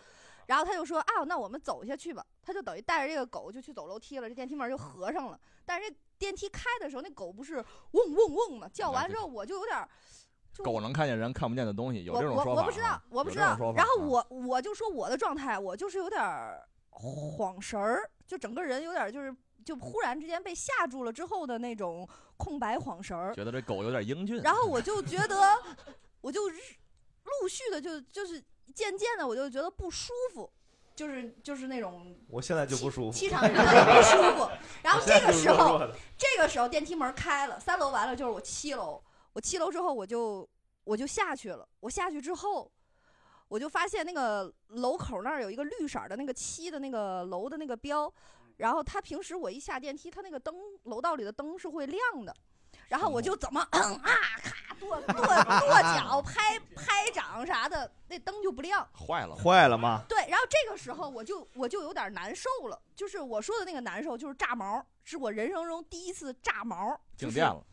然后他就说啊，那我们走下去吧。他就等于带着这个狗就去走楼梯了，这电梯门就合上了。但是这电梯开的时候，那狗不是嗡嗡嗡嘛，叫完之后我就有点儿
狗能看见人看不见的东西，有
我
这种
我
说法啊。
我不知道，我不
有
知
这种
道
说。法啊
然后我我就说我的状态，我就是有点儿晃神儿，就整个人有点儿就是就忽然之间被吓住了之后的那种空白晃神儿。
觉得这狗有点英俊。
然后我就觉得，我就日陆续的就就是渐渐的我就觉得不舒服，就是就是那种
我现在就不舒服，
气场上不舒服。然后这个时
我现在就
候
弱弱的，
这个时候电梯门开了，三楼完了就是我七楼，我七楼之后我就我就下去了，我下去之后。我就发现那个楼口那儿有一个绿色儿的那个漆的那个楼的那个标，
嗯
然后它平时我一下电梯，它那个灯楼道里的灯是会亮的，然后我
哦
就怎么啊咔跺跺跺脚拍拍掌啥的，那灯就不亮。
坏了，
坏了吗？
对，然后这个时候我就我就有点难受了，就是我说的那个难受，就是炸毛，是我人生中第一次炸毛，
静电了。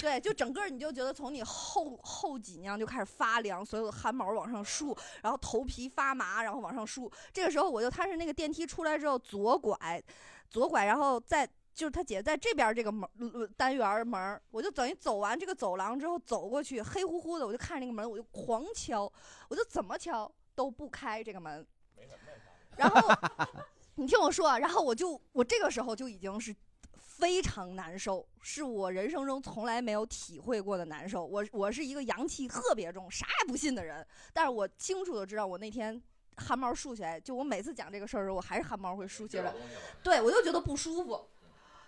对，就整个你就觉得从你后后脊梁就开始发凉，所有的汗毛往上竖，然后头皮发麻，然后往上竖。这个时候我就，他是那个电梯出来之后左拐，左拐，然后再就是他姐在这边儿这个门儿单元儿门儿，我就等于走完这个走廊之后走过去，黑乎乎的，我就看着那个门，我就狂敲，我就怎么敲都不开这个门。你听我说啊，然后我就我这个时候就已经是非常难受，是我人生中从来没有体会过的难受。我我是一个阳气特别重，啥也不信的人，但是我清楚的知道我那天。汗毛竖起来，就我每次讲这个事儿的时候，我还是汗毛会竖起来，对我就觉得不舒服。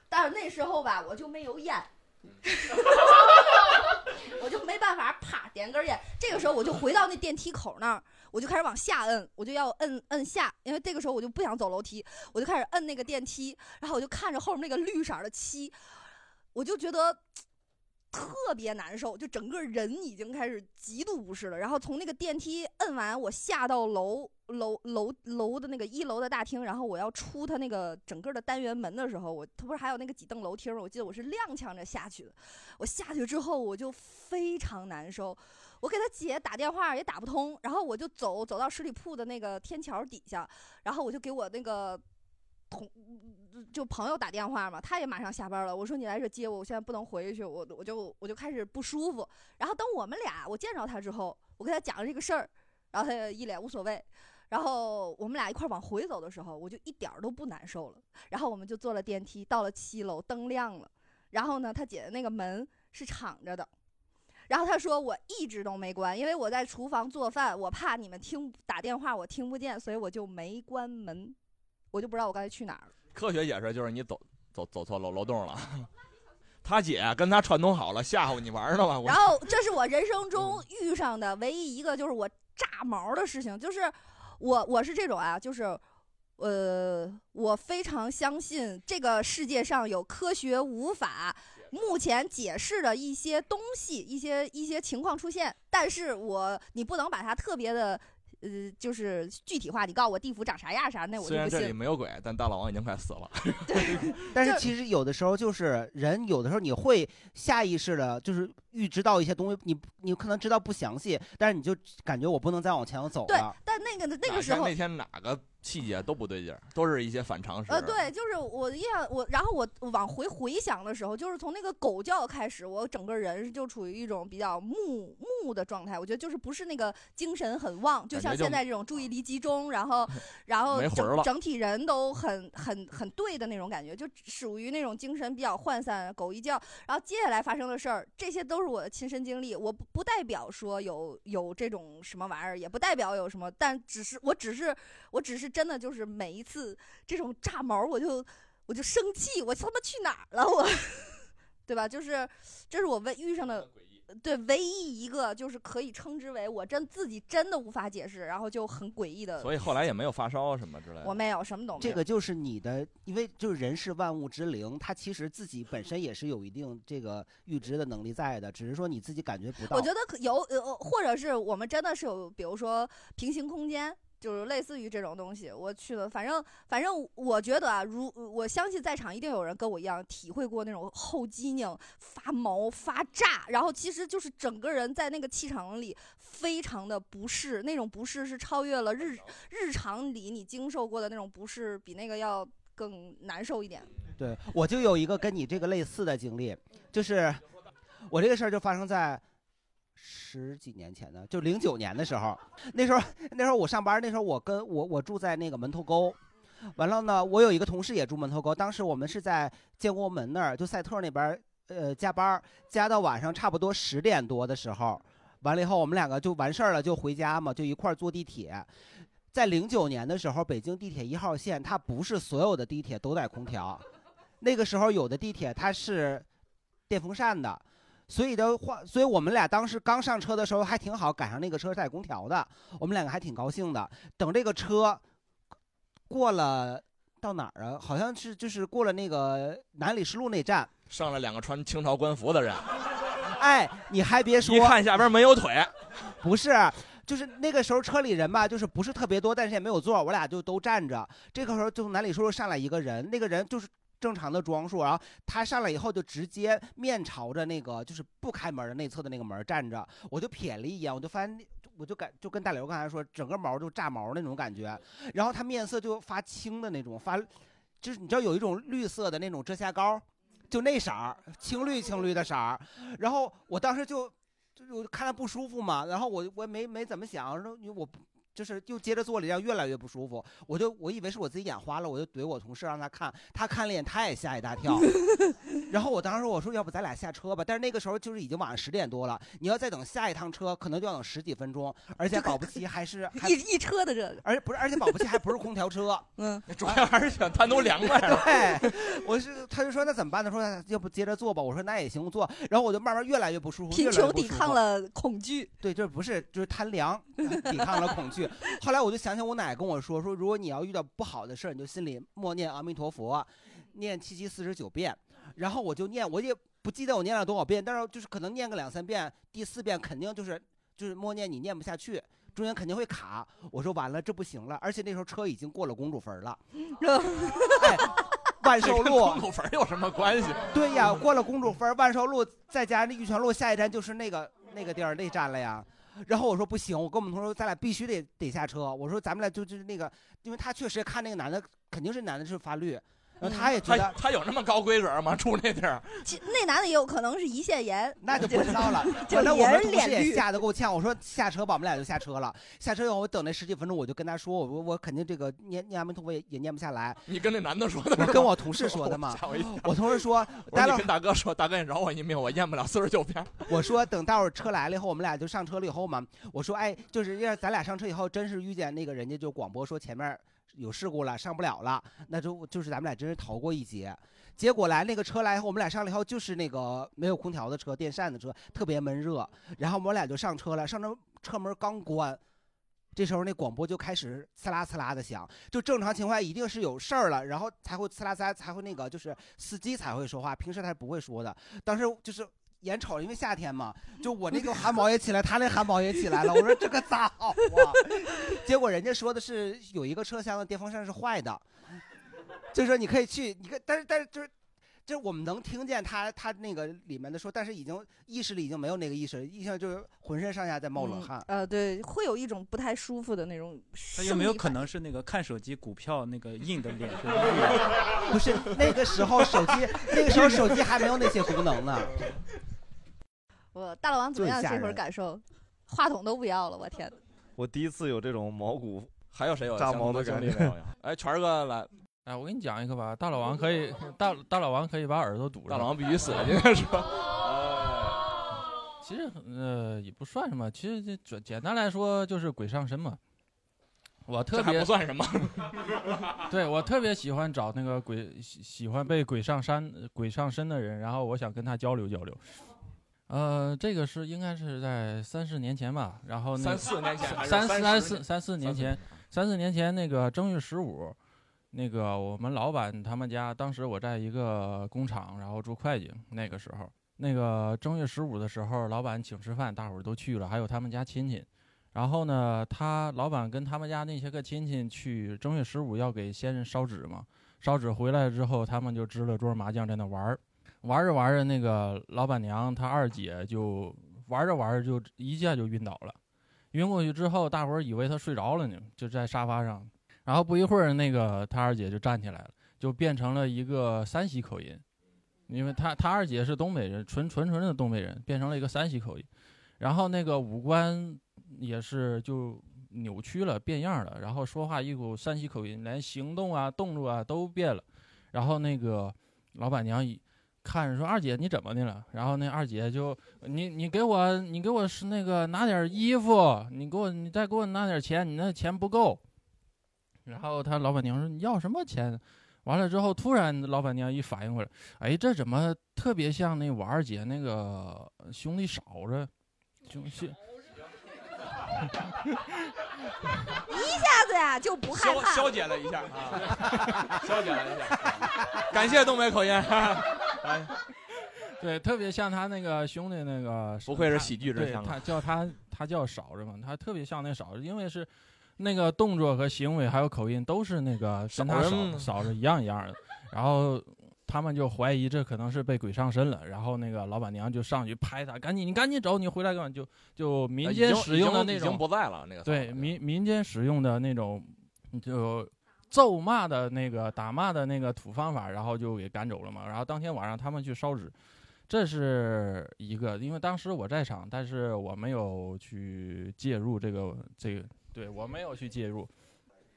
但是那时候吧，我就没有烟，我就没办法，啪点根烟。这个时候我就回到那电梯口那儿，我就开始往下摁，我就要摁摁下，因为这个时候我就不想走楼梯，我就开始摁那个电梯，然后我就看着后面那个绿色儿的漆，我就觉得特别难受，就整个人已经开始极度不适了。然后从那个电梯摁完，我下到楼楼楼楼的那个一楼的大厅，然后我要出他那个整个的单元门的时候，我他不是还有那个几栋楼梯吗？我记得我是踉跄着下去的。我下去之后，我就非常难受。我给他姐打电话也打不通，然后我就走走到十里铺的那个天桥底下，然后我就给我那个同就朋友打电话嘛，他也马上下班了。我说你来这接我，我现在不能回去，我我就我就开始不舒服。然后等我们俩我见着他之后，我跟他讲了这个事儿，然后他也一脸无所谓。然后我们俩一块儿往回走的时候，我就一点儿都不难受了。然后我们就坐了电梯，到了七楼，灯亮了。然后呢，他姐的那个门是敞着的。然后他说我一直都没关，因为我在厨房做饭，我怕你们听打电话我听不见，所以我就没关门，我就不知道我刚才去哪儿了。
科学解释就是你走走走错楼楼栋了。 他姐跟他串通好了吓唬你玩儿呢吧？我嗯
然后这是我人生中遇上的唯一一个，就是我炸毛的事情，就是我我是这种啊，就是。呃，我非常相信这个世界上有科学无法目前解释的一些东西、一些一些情况出现，但是我你不能把它特别的，呃，就是具体化。你告诉我地府长啥样啥，那哎我就
虽然
不
这里
信。
没有鬼，但大老王已经快死了。
但是其实有的时候就是人，有的时候你会下意识的，就是预知到一些东西，你你可能知道不详细，但是你就感觉我不能再往前走
对
了。，
但那个 那
哪
个时
天
候
那，天哪个细节都不对劲儿，都是一些反常识。啊
呃，对，就是我的印象，我然后我往回回想的时候，就是从那个狗叫开始，我整个人就处于一种比较木木的状态。我觉得就是不是那个精神很旺，就
感觉
像
就
现在这种注意力集中，然后然后
没魂儿
整
了
整体人都很很很对的那种感觉，就属于那种精神比较涣散。狗一叫，然后接下来发生的事儿，这些都是我的亲身经历。我不不代表说有有这种什么玩意儿，也不代表有什么，但只是我只是我只是真的就是每一次这种炸毛，我就我就生气，我他妈去哪儿了我， 对吧？就是这是我唯遇上的。对，唯一一个就是可以称之为我真自己真的无法解释，然后就很诡异的。
所以后来也没有发烧什么之类的。
我没有什么都没有。
这个就是你的，因为就是人是万物之灵，它其实自己本身也是有一定这个预知的能力在的，只是说你自己感觉不到。
我觉得可有呃，或者是我们真的是有，比如说平行空间，就是类似于这种东西。我去了，反正反正我觉得啊，如我相信在场一定有人跟我一样体会过那种后脊梁发毛发炸，然后其实就是整个人在那个气场里非常的不适，那种不适是超越了日日常里你经受过的那种不适，比那个要更难受一点。
对，我就有一个跟你这个类似的经历，就是我这个事儿就发生在十几年前的，就零九年的时候。那时候那时候我上班，那时候我跟我我住在那个门头沟，完了呢，我有一个同事也住门头沟，当时我们是在建国门那儿，就赛特那边儿呃加班儿，加到晚上差不多十点多的时候。完了以后，我们两个就完事儿了，就回家嘛，就一块儿坐地铁。在零九年的时候，北京地铁一号线，它不是所有的地铁都带空调，那个时候有的地铁它是电风扇的，所以的话，所以我们俩当时刚上车的时候还挺好，赶上那个车带空调的，我们两个还挺高兴的。等这个车过了到哪儿啊？好像是就是过了那个南礼士路那站，
上来两个穿清朝官服的人，
哎，你还别说，
一看下边没有腿，
不是，就是那个时候车里人吧，就是不是特别多，但是也没有座，我俩就都站着。这个时候就南里叔叔上来一个人，那个人就是。正常的装束，然后他上来以后就直接面朝着那个就是不开门的内侧的那个门站着，我就瞥了一眼，我就发现那，我就感就跟大刘刚才说，整个毛就炸毛那种感觉，然后他面色就发青的那种，发就是你知道有一种绿色的那种遮瑕膏，就那色儿，青绿青绿的色儿，然后我当时就就是我看他不舒服嘛，然后我我也没没怎么想，然后我不就是又接着做了一样，越来越不舒服，我就我以为是我自己眼花了，我就怼我同事让他看，他看了一眼，他也吓一 大跳，然后我当时我说要不咱俩下车吧，但是那个时候就是已经晚上十点多了，你要再等下一趟车，可能就要等十几分钟，而且保不齐 还是还
一一车的这个，
而且不是，而且保不齐还不是空调车，
嗯，
主要还是想贪都凉快了。
对， 我是他就说那怎么办呢？说那要不接着做吧。我说那也行，我做。然后我就慢慢越来越不舒服，
贫
越来越
穷
不
抵
舒服
抗。了恐惧。
对，这不是就是贪凉，抵抗了恐惧。后来我就想想我奶跟我说，说如果你要遇到不好的事儿，你就心里默念阿弥陀佛，念七七四十九遍。然后我就念，我也不记得我念了多少遍，但是就是可能念个两三遍，第四遍肯定就是就是默念你念不下去，中间肯定会卡。我说完了，这不行了，而且那时候车已经过了公主坟了。 哎万寿
这
路
跟公主坟有什么关系？
对呀，过了公主坟、万寿路，再加那玉泉路，下一站就是那个那个地儿那站了呀。然后我说不行，我跟我们同事说，咱俩必须得得下车。我说咱们俩就就是那个，因为他确实看那个男的，肯定是男的是发绿，然后他也觉
他
得
他有那么高规准吗？住那地儿，
其那男的也有可能是胰腺炎，。
那就不知道了
就
完了，我们
脸
同事
脸
也
绿
吓得够呛。我说下车吧，我们俩就下车了。下车以后，我等那十几分钟，我就跟他说，我我我肯定这个念念阿弥陀佛也也念不下来。
你跟那男的说的是吗，
我跟我同事说的嘛
吓我一跳。
我同事说，
我说
待
你
会儿
跟大哥说，大哥你饶我一命，我验不了四十九篇。
我说等待会儿车来了以后，我们俩就上车了以后嘛，我说哎，就是要是咱俩上车以后，真是遇见那个人家就广播说前面有事故了，上不了了，那就就是咱们俩真是逃过一劫。结果来那个车来以后，我们俩上了以后就是那个没有空调的车，电扇的车，特别闷热。然后我们俩就上车了，上车车门刚关，这时候那广播就开始刺啦刺啦的响，就正常情况下一定是有事儿了，然后才会刺啦刺啦，才会那个就是司机才会说话，平时他是不会说的。当时就是眼瞅着，因为夏天嘛，就我那个 汗毛也起来，他那汗毛也起来了，我说这可咋好啊？ 结果人家说的是有一个车厢的电风扇是坏的，就是说你可以去，你看，但是但是就是。就是我们能听见他他那个里面的说，但是已经意识里已经没有那个意识了，意识就是浑身上下在冒冷汗。
嗯呃，对，会有一种不太舒服的那种
他
生理反应。
有没有可能是那个看手机股票那个印的脸上？
不是那个时候手机，那个时候手机还没有那些功能呢。
我大老王怎么样？
就是吓
这会儿
人
感受，话筒都不要了，我天！
我第一次有这种毛骨，
还有谁有
炸
相
毛
同的
经
经
历
历没有呀？ 哎，全儿哥来，
哎，我给你讲一个吧，大老王可以，大大老王可以把耳朵堵上。哎
大老王必须死今天 说。
其实呃也不算什么，其实这简简单来说就是鬼上身嘛。我特
这还
别
不算什么
对我特别喜欢找那个鬼喜喜欢被鬼上山鬼上身的人，然后我想跟他交流交流。呃，这个是应该是在三四年前吧，然后那
三
个
四年前还是
三
三十
三
年
四三四年前，三四年前那个正月十五，那个我们老板他们家，当时我在一个工厂，然后做会计，那个时候，那个正月十五的时候，老板请吃饭，大伙儿都去了，还有他们家亲戚。然后呢，他老板跟他们家那些个亲戚去正月十五要给先人烧纸嘛，烧纸回来之后，他们就支了桌麻将在那玩儿，玩着玩着，那个老板娘她二姐就玩着玩着就一下就晕倒了，晕过去之后，大伙儿以为她睡着了呢，就在沙发上，然后不一会儿，那个她二姐就站起来了，就变成了一个山西口音，因为她她二姐是东北人，纯纯纯的东北人，变成了一个山西口音，然后那个五官也是就扭曲了，变样了，然后说话一股山西口音，连行动啊、动作啊都变了。然后那个老板娘一看着说：“二姐，你怎么的了？”然后那二姐就：“你你给我你给我是那个拿点衣服，你给我你再给我拿点钱，你那钱不够。”然后他老板娘说：“你要什么钱？”完了之后，突然老板娘一反应过来，哎，这怎么特别像那我二姐那个兄弟嫂子，兄兄。
一下子呀就不害
消
怕
消
了。
解了一下啊，消解 了一下，感谢东北口音。 哎
对，特别像他那个兄弟那个，
不愧是喜剧之
对
乡啊
他叫他他叫嫂子嘛，他特别像那嫂子，因为是那个动作和行为还有口音都是那个跟
嫂
他嫂
人嘛
嫂子一样一样的，然后。他们就怀疑这可能是被鬼上身了，然后那个老板娘就上去拍他，赶紧你赶紧走，你回来干嘛？就就民间
呃已经
使用的
已经
那
已
种
经不在了那个嫂子
对民民间使用的那种就咒骂的那个打骂的那个土方法，然后就给赶走了嘛。然后当天晚上他们去烧纸，这是一个，因为当时我在场，但是我没有去介入这个这个，对我没有去介入。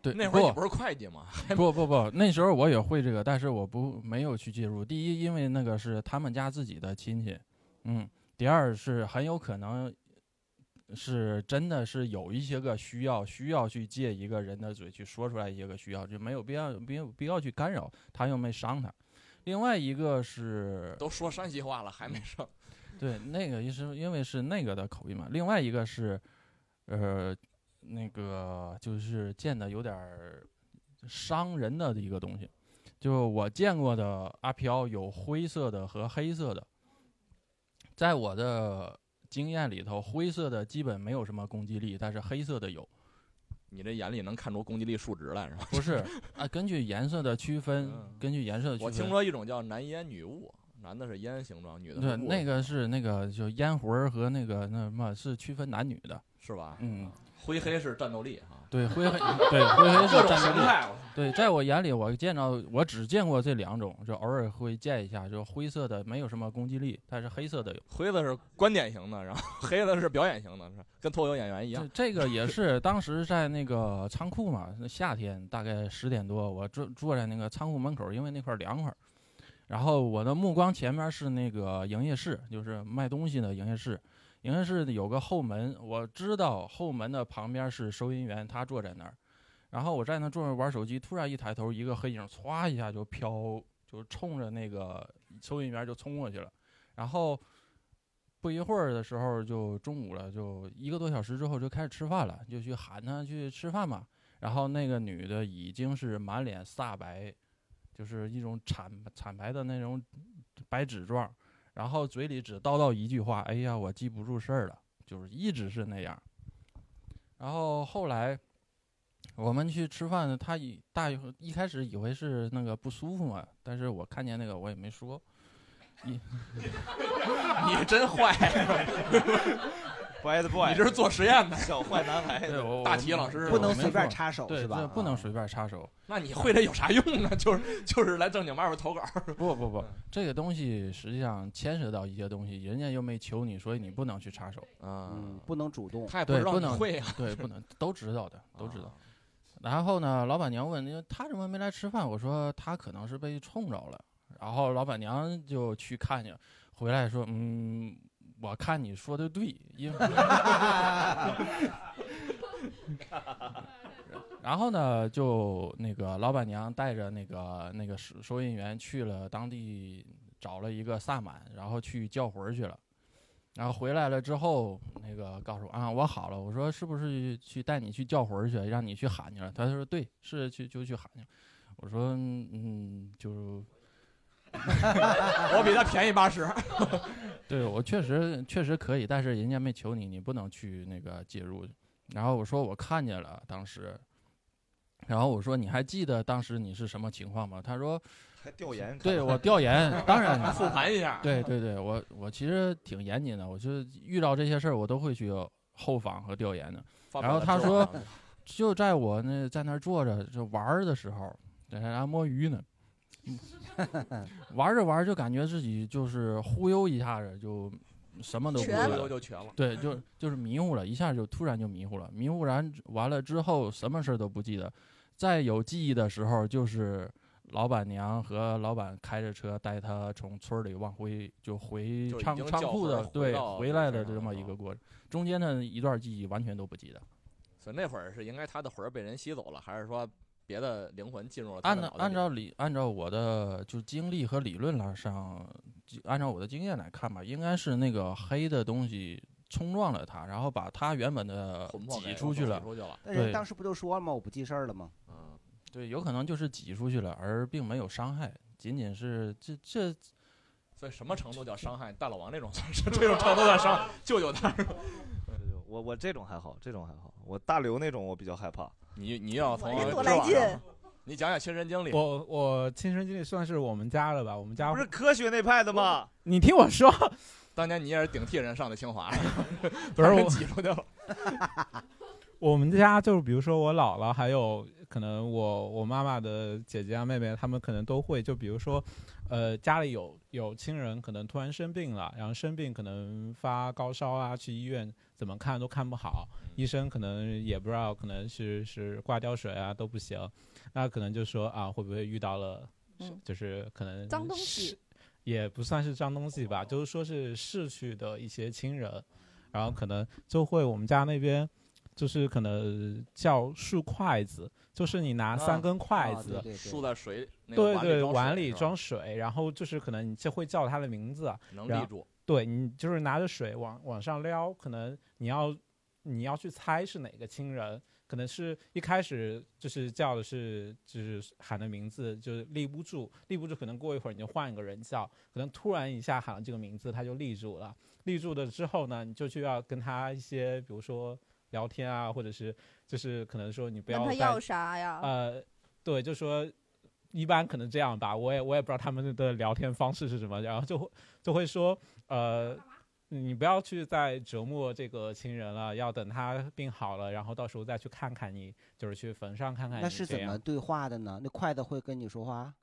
对，
那会儿你不
不
是会计吗？
不不不，那时候我也会这个，但是我不没有去介入。第一，因为那个是他们家自己的亲戚，嗯；第二是很有可能是真的是有一些个需要，需要去借一个人的嘴去说出来一些个需要，就没有必要没有必要去干扰他，又没伤他。另外一个是
都说山西话了，还
嗯
没上。
对，那个也是因为是那个的口音嘛。另外一个是，呃，那个就是见的有点儿伤人的一个东西，就我见过的阿飘有灰色的和黑色的，在我的经验里头，灰色的基本没有什么攻击力，但是黑色的有。
你这眼里能看出攻击力数值来是吧？嗯
不是啊，根据颜色的区分，根据颜色的区
我
分，
听说一种叫男烟女雾，男的是烟形状，女的
对，
是雾
那个是那个就烟魂儿和那个那什么是区分男女的，
是吧？啊
嗯，
灰黑是战斗力啊。
对，灰黑，对灰黑
各
是
种
战
形
斗
态
力。对，在我眼里，我见到我只见过这两种，就偶尔会见一下，就灰色的没有什么攻击力，但是黑色的有。
灰的是观点型的，然后 黑的是表演型的，是吧跟脱口演员一样。
这个也是当时在那个仓库嘛，那夏天大概十点多，我坐坐在那个仓库门口，因为那块儿凉快儿。然后我的目光前面是那个营业室，就是卖东西的营业室。营业室有个后门，我知道后门的旁边是收银员，他坐在那儿。然后我在那坐着玩手机，突然一抬头，一个黑影唰一下就飘，就冲着那个收银员就冲过去了。然后不一会儿的时候就中午了，就一个多小时之后就开始吃饭了，就去喊她去吃饭吧。然后那个女的已经是满脸煞白，就是一种惨惨白的那种白纸状，然后嘴里只叨叨一句话：“哎呀，我记不住事儿了。”就是一直是那样。然后后来我们去吃饭，她以大一会一开始以为是那个不舒服嘛，但是我看见那个我也没说。 你 你真坏
Bad boy
你这是做实验的
小坏男孩
对，我
大体老师
我
不能
我没
随便
说
插手
对
是吧
这不
啊
能随便插手。那你会这有啥用呢？ 就是就是来正经外边投稿。嗯不不不，这个东西实际上牵扯到一些东西，人家又没求你，所以你不能去插手啊，
嗯不能主动，
对不能对，不能都知道的，都知道。然后呢，老板娘问，因为他怎么没来吃饭？我说他可能是被冲着了。然后老板娘就去看去，回来说，嗯，我看你说的对，因为然后呢，就那个老板娘带着那个那个收收银员去了当地找了一个萨满，然后去叫魂儿去了。然后回来了之后，那个告诉我啊，我好了。我说是不是去带你去叫魂儿去，让你去喊去了？他说对，是去就去喊去。我说嗯，就是。
我比他便宜80
对我确实确实可以，但是人家没求你，你不能去那个介入。然后我说我看见了，当时，然后我说你还记得当时你是什么情况吗？他说
还调研
对我调研， 当然
复盘一下
对对对，我我其实挺严谨的，我就遇到这些事儿我都会去后访和调研的。
发表
然后
了
他
之后
说
呢，
就在我那在那儿坐着就玩儿的时候，在那儿摸鱼呢。 玩着玩着就感觉自己就是忽悠一下子就什么都不会
全
了
忽悠就全了
对，就就是迷糊了，一下就突然就迷糊了，迷糊然完了之后什么事儿都不记得，再有记忆的时候就是老板娘和老板开着车带他从村儿里往回就回
就已
仓
经
仓
叫
库
回
的
回
对
到
回
这
来
事
的
儿
这
了啊
么一个过程，中间的一段记忆完全都不记得。
所以那会儿是应该他的魂儿被人吸走了，还是说别的灵魂进入了他
按
的
照
脑子
按
里？
照理按照我的就经历和理论来上，就按照我的经验来看吧，应该是那个黑的东西冲撞了他，然后把他原本的
魂魄给
挤出去了
挤出去了。但人
对
当时不就说了吗？我不记事儿了吗？
嗯
对，有可能就是挤出去了，而并没有伤害，仅仅是这这
所以什么程度叫伤害？大老王这种算是这种程度的伤，救救他！
我我这种还好，这种还好，我大刘那种我比较害怕。
你你要从
我这多
知
啊
网
来劲
上 你讲讲亲身经历。
我我亲身经历算是我们家了吧，我们家
不是科学那派的吗？
你听我说，
当年你也是顶替人上的清华，
不是
把人
我
挤出去了。
我们家就是，比如说我姥姥，还有可能我我妈妈的姐姐啊、妹妹，她们可能都会。就比如说，呃，家里有有亲人可能突然生病了，然后生病可能发高烧啊，去医院怎么看都看不好，医生可能也不知道，可能是是挂吊水啊都不行，那可能就说啊，会不会遇到了，
嗯
就是可能
脏东西。
也不算是脏东西吧，就是说是逝去的一些亲人，然后可能就会我们家那边就是可能叫竖筷子，就是你
嗯
拿啊
啊
三根筷子，
竖在水那个
对
碗里
对，
装水
碗里
是吧
装水，然后就是可能你就会叫他的名字，啊
能
然
立
后
住。
对你就是拿着水往往上撩，可能你要你要去猜是哪个亲人，可能是一开始就是叫的是就是喊的名字，就是立不住，立不住，可能过一会儿你就换一个人叫，可能突然一下喊了这个名字，他就立住了。立住了之后呢，你就需要跟他一些，比如说聊天啊，或者是就是可能说你不
问
要
他
再
要啥呀
啊
呃，对，就说一般可能这样吧，我也我也不知道他们的聊天方式是什么，然后就会就会说，呃，你不要去再折磨这个亲人了，要等他病好了，然后到时候再去看看你，就是去坟上看看你。
那是怎么？对话的呢？那筷子会跟你说话？，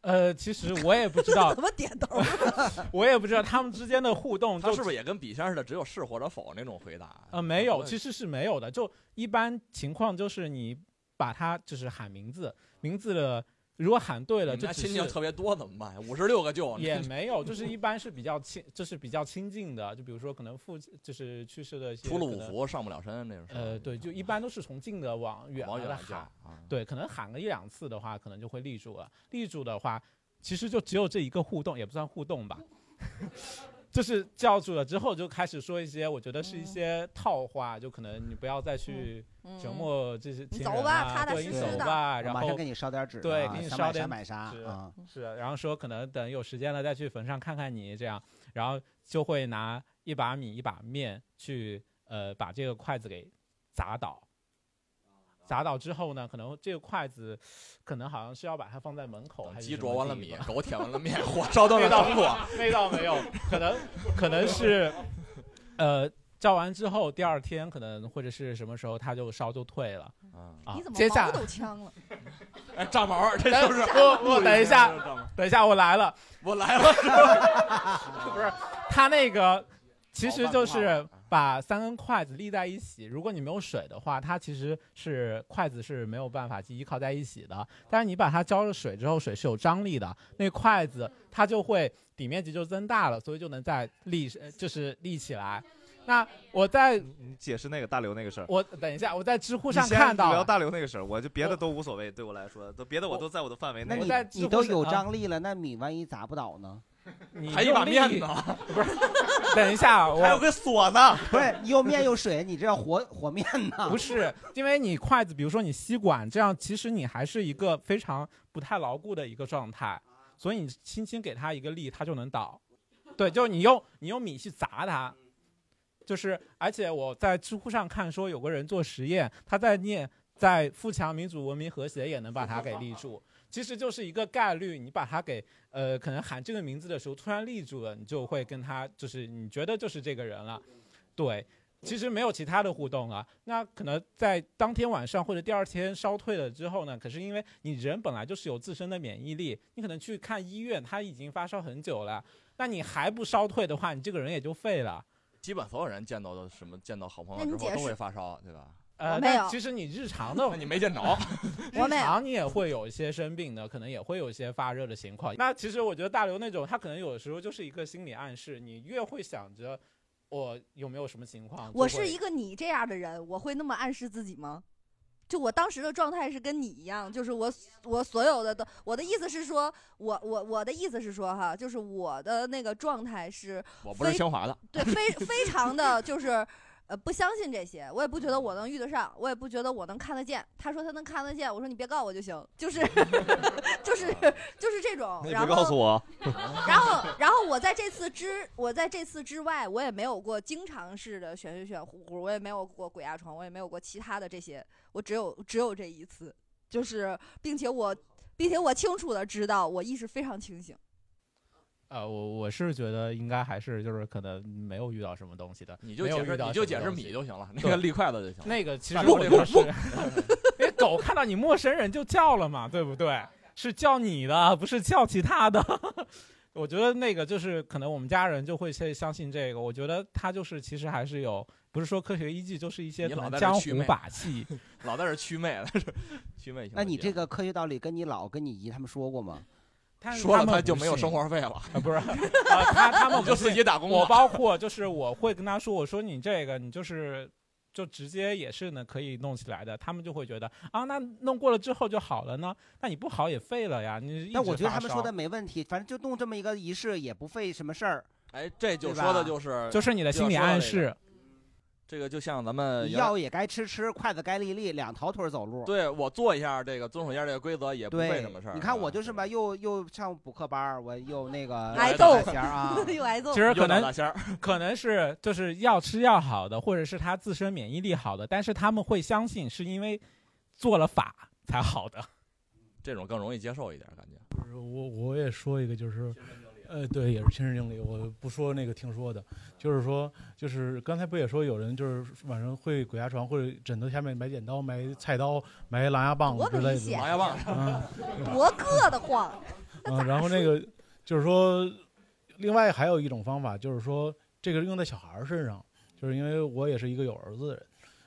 呃，其实我也不知道
么点头？啊
我也不知道他们之间的互动，
他是不是也跟笔仙似的，只有是或者否那种回答？
呃，没有，
问
其实是没有的。就一般情况就是你把他就是喊名字，名字的如果喊对
你
嗯
了，
们
就
家
只
亲
是
戚特别多怎么办呀？五十六个舅
也没有，就是一般是比较亲，就是比较亲近的，就比如说可能父亲就是去世的一些
出了
可
五
能
福上不了身那种。
呃，对，就一般都是从近的往远
往
了
远
的
了叫
喊
啊，
对，可能喊个一两次的话，可能就会 立住了。立住的话，其实就只有这一个互动，也不算互动吧，就是叫住了之后，就开始说一些我觉得是一些套话，就可能你不要再去
嗯嗯
折磨这些亲人啊、
走吧踏踏
对
实
你
实
走
的
吧，
我
然
马
后
上给你烧点纸
对，
啊
给你
想
烧
买
点
啥买啥
纸
啊
是，然后说可能等有时间了再去坟上看看你这样，然后就会拿一把米一把面去呃把这个筷子给砸倒。砸倒之后呢，可能这个筷子，可能好像是要把它放在门口，还是
鸡
什
啄
么
完了
地
米
方
狗舔完了 面火烧到了
那倒
成果
那倒没有，可能可能是， 呃，叫完之后第二天可能或者是什么时候它就烧就退了。啊
你怎，么
接下
毛都呛了？
哎，炸毛儿，这
等
就是哦
我我等一下，等一下，我来了，
我来了是吧
不是，他那个其实就是把三根筷子立在一起，如果你没有水的话，它其实是筷子是没有办法去依靠在一起的。但是你把它浇了水之后，水是有张力的，那筷子它就会底面积就增大了，所以就能再立，呃就是立起来。那我在
你解释那个大刘那个事儿。
我等一下，我在知乎
嗯你
上
先
看到
聊
了
大刘那个事儿，我就别的都无所谓，对我来说，都别的我都在我的范围
那
内。
你你都有张力了，那米万一砸不倒呢？
啊你
还一把面呢
不是，等一下，啊我
还有个锁呢。
不是，你又 面又水，你这要和和面呢？
不是，因为你筷子，比如说你吸管这样，其实你还是一个非常不太牢固的一个状
啊
态，所以你轻轻给它一个力，它就能倒。对，就是你用你用米去砸它，
嗯
就是而且我在知乎上看说有个人做实验，他在念在富强、民主、文明、和谐也能把它给立 住，其实就是一个概率，你把它给呃可能喊这个名字的时候突然立住了，你就会跟他就是你觉得就是这个人了，对。其实没有其他的互动啊，那可能在当天晚上或者第二天烧退了之后呢，可是因为你人本来就是有自身的免疫力，你可能去看医院，他已经发烧很久了，那你还不烧退的话，你这个人也就废了。
基本所有人见到的什么见到好朋
那
友
你
之后
解
都会
释
发烧， 啊对吧？我
呃，
没
但
有
其实你日 常的
你没 见着
日常你也会有一些生病的，可能也会有一些发热的情况。那其实我觉得大刘那种，他可能有的时候就是一个心理暗示，你越会想着我有没有什么情况，
我
啊就会
是一个你这样的人，我会那么暗示自己吗？就我当时的状态是跟你一样，就是我我所有的都，我的意思是说，我我我的意思是说哈，就是我的那个状态是非，
我不是清华的，
对，非非常的就是。呃，不相信这些，我也不觉得我能遇得上，我也不觉得我能看得见。他说他能看得见，我说你别告我就行，就是 就是就是这种。
那你
然
别
后
告诉我。
然后，然后我在这次之我在这次之外，我也没有过经常式的玄学玄乎乎，我也没有过鬼压床，我也没有过其他的这些，我只有只有这一次，就是并且我并且我清楚的知道我意识非常清醒。，
呃，我我是觉得应该还是就是可能没有遇到什么东西的，
你就
没有
解释
遇到
你
什
就
么
解释
东西
米就行了那
对
个立筷子就行了
那个其
反
实
正
我
这
觉
个
得是， 因为狗看到你陌生人就叫了嘛，对不对？是叫你的，不是叫其他的。 我觉得那个就是可能我们家人就会先相信这个，我觉得它就是其实还是有，不是说科学依据，就是一些
你
可
老
能
在这
江湖
祛魅
把戏。
老在这祛魅了，是 祛魅性的
那你
节
这
目
个科学道理跟你姥跟你姨他们说过吗？
但是
说了
他们
他就
不
没有
信
生活费了，
不是？ 啊，他他们
你就
不是
自己打工吧
我包括就是我会跟他说，我说你这个你就是就直接也是呢可以弄起来的，他们就会觉得啊，那弄过了之后就好了呢，那你不好也废了呀。你
但我觉得他们说的没问题，反正就弄这么一个仪式也不费什么事儿。
哎，这就
对吧
说的就是
就是你的心理暗示。
这个就像咱们呃
你
原来
药也该吃吃，筷子该立立，两条腿走路。
对我做一下这个，遵守一下这个规则，也不
对，
费什么事儿。
你看我就是吧，又又上补课班儿，我又那个
挨
又打
揍
大仙儿啊
又挨揍
其实可能
大仙儿
可能是就是要吃药好的，或者是他自身免疫力好的，但是他们会相信是因为做了法才好的。
这种更容易接受一点，感觉。
就是我我也说一个，就是，呃，对，也是亲身经历。我不说那个听说的，就是说，就是刚才不也说有人就是晚上会鬼压床，或者枕头下面埋剪刀、埋菜刀、埋狼牙棒
多
哦之
危
类的。
险！
嗯，
多硌 得慌。
嗯，然后那个就是说，另外还有一种方法，就是说这个用在小孩儿身上，就是因为我也是一个有儿子的人，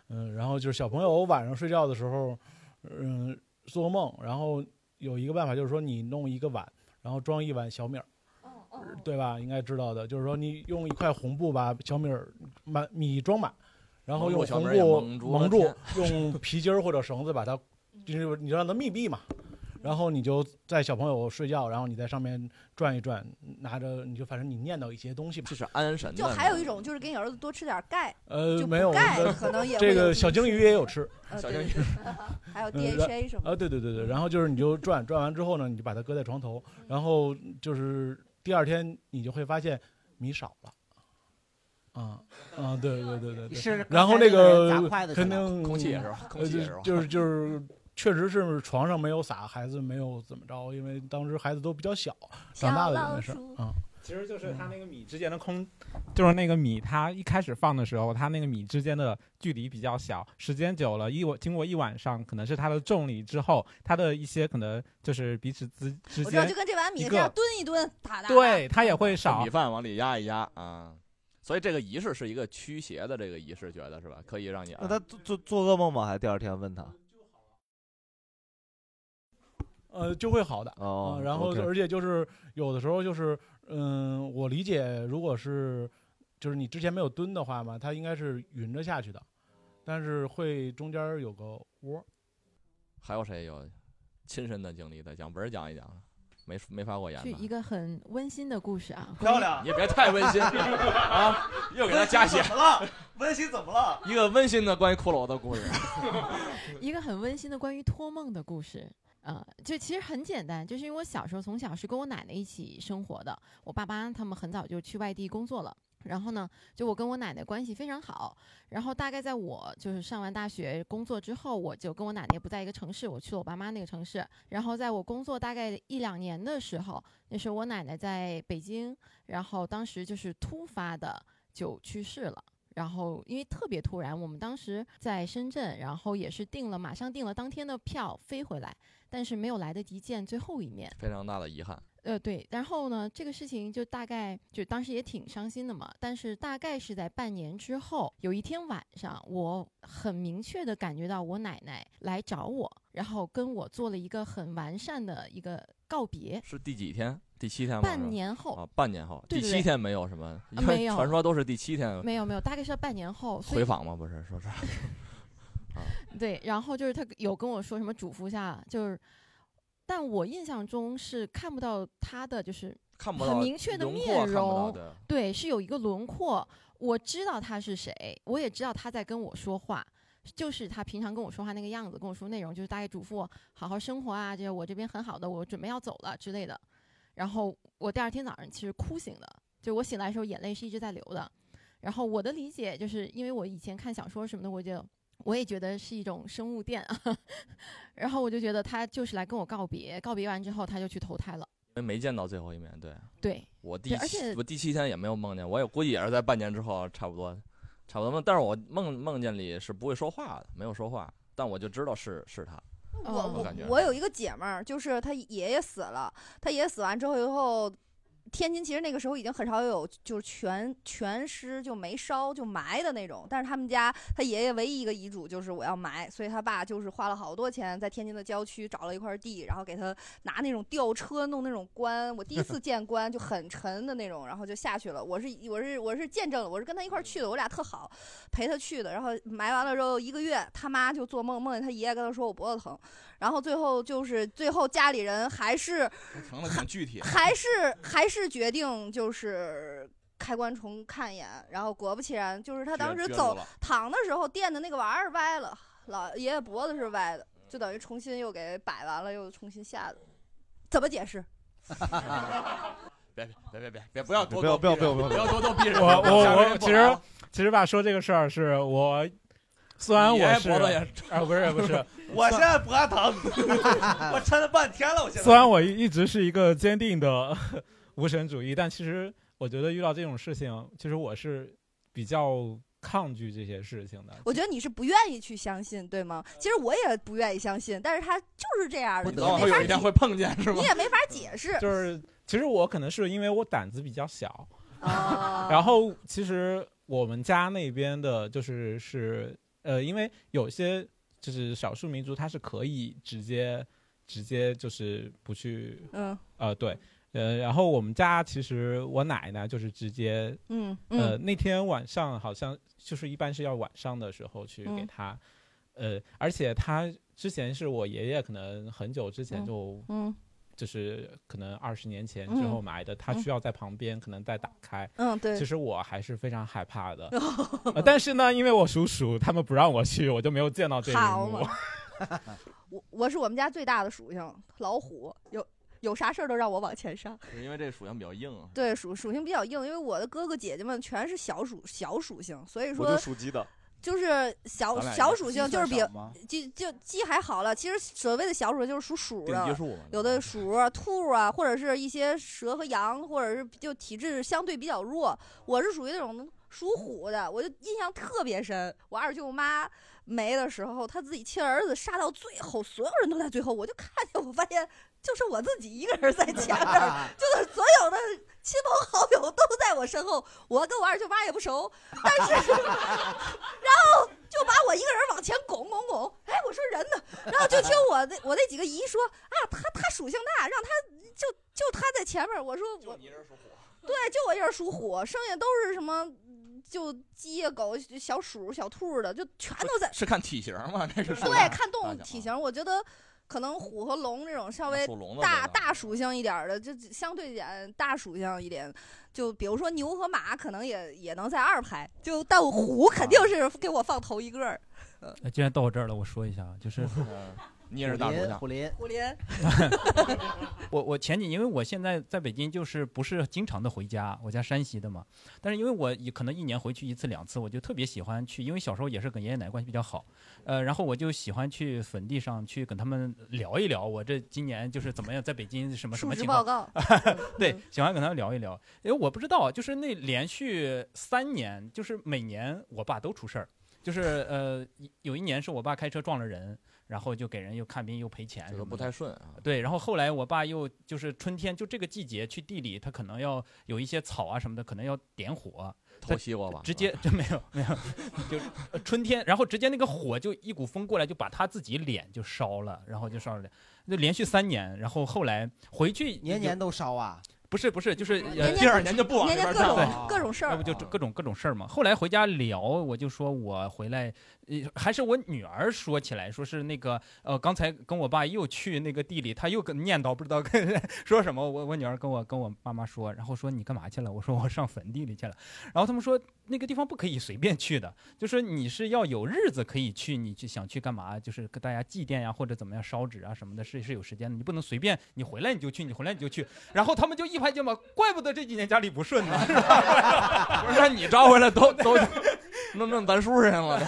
嗯，然后就是小朋友晚上睡觉的时候，嗯，做梦，然后有一个办法就是说你弄一个碗，然后装一碗小米儿。对吧？应该知道的，就是说你用一块红布把小米儿满米装满，然后用
蒙住小
红
米儿也
布
蒙住了
蒙住
天，
用皮筋儿或者绳子把它，就是你让它密闭嘛，然后你就在小朋友睡觉，然后你在上面转一转，拿着你就反正你念叨一些东西吧，
就是安神
就还有一种就是给你儿子多吃点钙，
呃
就补
没有
钙
我们
可能也
这
会有
个
益
小鲸鱼也有吃，
呃对对对 还有
嗯
DHA
然
什么
啊，
的。
对对对对，然后就是你就转转完之后呢，你就把它搁在床头，
嗯
然后就是第二天你就会发现米少了。啊啊，对对对对
你
对，
是
然后
刚
那
才那个
个
人砸筷子去
肯
了
定
空气也是吧空
呃
气也
就是
吧
就是就是，确实是床上没有撒，孩子没有怎么着，因为当时孩子都比较小，长大了也没事儿啊。
其实就是它那个米之间的空，就是那个米，它一开始放的时候，它那个米之间的距离比较小，时间久了，一晚经过一晚上，可能是它的重力之后，它的一些可能就是彼此之之
我知道，
间，
就跟这碗米
一
这样
个
蹲一蹲，打打。
对，它也会少
米。饭往里压一压啊。所以这个仪式是一个驱邪的这个仪式，觉得是吧？可以让你
嗯
那他做做做噩梦吗？还第二天问他？
呃，就会好的。
哦
啊然后
OK
而且就是有的时候就是，嗯，我理解，如果是就是你之前没有蹲的话嘛，它应该是匀着下去的，但是会中间儿有个窝儿。
还有谁有亲身的经历的？讲文儿讲一讲，没没发过言
是
吧？
一个很温馨的故事啊，
漂亮
你别太 温 馨啊，又给他加血
温馨怎么了？温馨怎么了？
一个温馨的关于骷髅的故事。
一个很温馨的关于托梦的故事。啊、就其实很简单，就是因为我小时候从小是跟我奶奶一起生活的，我爸妈他们很早就去外地工作了，然后呢，就我跟我奶奶关系非常好，然后大概在我就是上完大学工作之后，我就跟我奶奶不在一个城市，我去了我爸妈那个城市，然后在我工作大概一两年的时候，那时候我奶奶在北京，然后当时就是突发的就去世了。然后因为特别突然，我们当时在深圳，然后也是订了，马上订了当天的票飞回来，但是没有来得及见最后一面。
非常大的遗憾。
呃，对，然后呢，这个事情就大概就当时也挺伤心的嘛，但是大概是在半年之后，有一天晚上，我很明确的感觉到我奶奶来找我，然后跟我做了一个很完善的一个告别。
是第几天？第七天吗？
半
是吧
年后
啊，半年后，
对
第
对
七
对
天没有什么，因
没
为
有
传说都是第七天
没有没有，大概是在半年后，所以
嗯回访嘛，不是说 是
对，然后就是他有跟我说什么嘱咐下，就是，但我印象中是看不到他的，就是
看
很
不到
明确的
轮廓
面
看不到
容
的，
对，是有一个轮廓，我知道他是谁，我也知道他在跟我说话。就是他平常跟我说话那个样子，跟我说内容，就是大概嘱咐我好好生活啊，这我这边很好的，我准备要走了之类的。然后我第二天早上其实哭醒的，就我醒来的时候眼泪是一直在流的。然后我的理解就是因为我以前看小说什么的，我就我也觉得是一种生物电啊。然后我就觉得他就是来跟我告别，告别完之后他就去投胎了。
因为没见到最后一面。对，啊
对，
我第
对而
七
且
我第七天也没有梦见，我也估计也是在半年之后，差不多，差不多梦。但是我梦梦见里是不会说话的，没有说话，但我就知道是是他。
我
我
我
感觉
我有一个姐们儿，就是她爷爷死了，她爷爷死完之后以后。天津其实那个时候已经很少有就是全全尸就没烧就埋的那种，但是他们家他爷爷唯一一个遗嘱就是我要埋，所以他爸就是花了好多钱在天津的郊区找了一块地，然后给他拿那种吊车弄那种棺，我第一次见棺就很沉的那种，然后就下去了。我是我是我是见证了，我是跟他一块儿去的，我俩特好，陪他去的。然后埋完了之后一个月，他妈就做梦梦见他爷爷跟他说我脖子疼，然后最后就是最后家里人还是
成了挺具体
还是还是决定就是开棺重看一眼，然后果不其然，就是他当
撅
时
撅住
走
了
躺的时候垫的那个玩意儿歪了，老爷爷脖子是歪的，就等于重新又给摆完了，又重新下的，怎么解释？
别别别别别别不要多
不
多
要不要
逼
不
人
要
不要多多逼人。
我
下
我
边
我
不来
其实
了
其实吧，说这个事儿是我，虽然
你
我
哎
是
脖子也，
啊不是不 是
我现在不爱疼，我抻了半天了，我现在。
虽然我一一直是一个坚定的 无神主义，但其实我觉得遇到这种事情，其实我是比较抗拒这些事情的。
我觉得你是不愿意去相信，对吗？其实我也不愿意相信，但是他就是这样的，你也没法解，
会碰见是
你也没法解释。
就是其实我可能是因为我胆子比较小，
哦 啊
然后其实我们家那边的就是是呃，因为有些就是少数民族他是可以直接直接就是不去，
嗯，
呃对。呃，然后我们家其实我奶奶就是直接，
嗯
呃，
嗯
那天晚上好像就是一般是要晚上的时候去
嗯
给她，呃，而且她之前是我爷爷，可能很久之前就，
嗯嗯
就是可能二十年前之后
嗯
买的，他需要在旁边可能再打开。
嗯对
其实我还是非常害怕 的，呃但是呢，因为我叔叔他们不让我去，我就没有见
啊
到这一
好
幕
嘛。 我我是我们家最大的属性，老虎，有有啥事儿都让我往前上。
嗯
就是因为这属性比较硬，啊
对，属属性比较硬，因为我的哥哥姐姐们全是小属小属性，所以
我
说
就属 鸡的。
就是小
咱俩
小
也
属
鸡
性，就
算
是比
少吗
鸡就鸡还好了。其实所谓的小属性就是属鼠
顶级
的
数嘛，
有的鼠啊、兔啊，或者是一些蛇和羊，或者是就体质相对比较弱。我是属于那种属虎的，我就印象特别深。我二舅妈没的时候，她自己亲儿子杀到最后，所有人都在最后，我就看见，我发现就剩我自己一个人在前面儿， 就是所有的亲朋好友都在我身后。我跟我二舅妈也不熟，但是然后就把我一个人往前拱拱拱，哎，我说人呢？然后就听我那我那几个姨说啊，他他属性大，让他就就他在前面。 我说我对，就我一人属虎，剩下都是什么就鸡呀、狗、小鼠、小兔的，就全都在。
是看体型吗？这是说
对，
的
看动
大
物
小
体型，我觉得可能虎和龙这种稍微
属龙的
大
比较
大属性一点儿的，就相对点大属性一点。就比如说牛和马，可能也也能在二排，就但
哦
我虎肯定是给我放头一个儿。
呃既然到我这儿了，我说一下，啊就是
嗯你也是大
虎
属
林
相，
虎林，
虎林，
我我前几，因为我现在在北京，就是不是经常的回家，我家山西的嘛。但是因为我也可能一年回去一次两次，我就特别喜欢去，因为小时候也是跟爷爷奶奶关系比较好，呃，然后我就喜欢去坟地上去跟他们聊一聊，我这今年就是怎么样在北京什么什么
述职
情
报
况。
告。
对，
嗯
喜欢跟他们聊一聊。因为我不知道，就是那连续三年，就是每年我爸都出事儿，就是呃，一有一年是我爸开车撞了人，然后就给人又看病又赔钱，
这个不太顺啊。
对，然后后来我爸又就是春天就这个季节去地里，他可能要有一些草啊什么的，可能要点火。
偷
他
西瓜吧
直接 真没有没有，就是呃春天，然后直接那个火就一股风过来，就把他自己脸就烧了，然后就烧了脸，就连续三年，然后后来回去
年年都烧啊。
不是不是，就是
年
呃
年第二年就不往年年这边各种站了各
种事
儿，要不就各种各种事儿嘛。后来回家聊，我就说我回来，呃，还是我女儿说起来，说是那个呃，刚才跟我爸又去那个地里，他又跟念叨不知道跟说什么。我我女儿跟我跟我妈妈说，然后说你干嘛去了？我说我上坟地里去了。然后他们说那个地方不可以随便去的，就说你是要有日子可以去，你去想去干嘛，就是跟大家祭奠呀、或者怎么样烧纸啊什么的，是是有时间的，你不能随便你回来你就去，你回来你就去。然后他们就一拍肩膀，怪不得这几年家里不顺呢，是 吧？不是
那你招回 来都都弄弄咱叔身上了。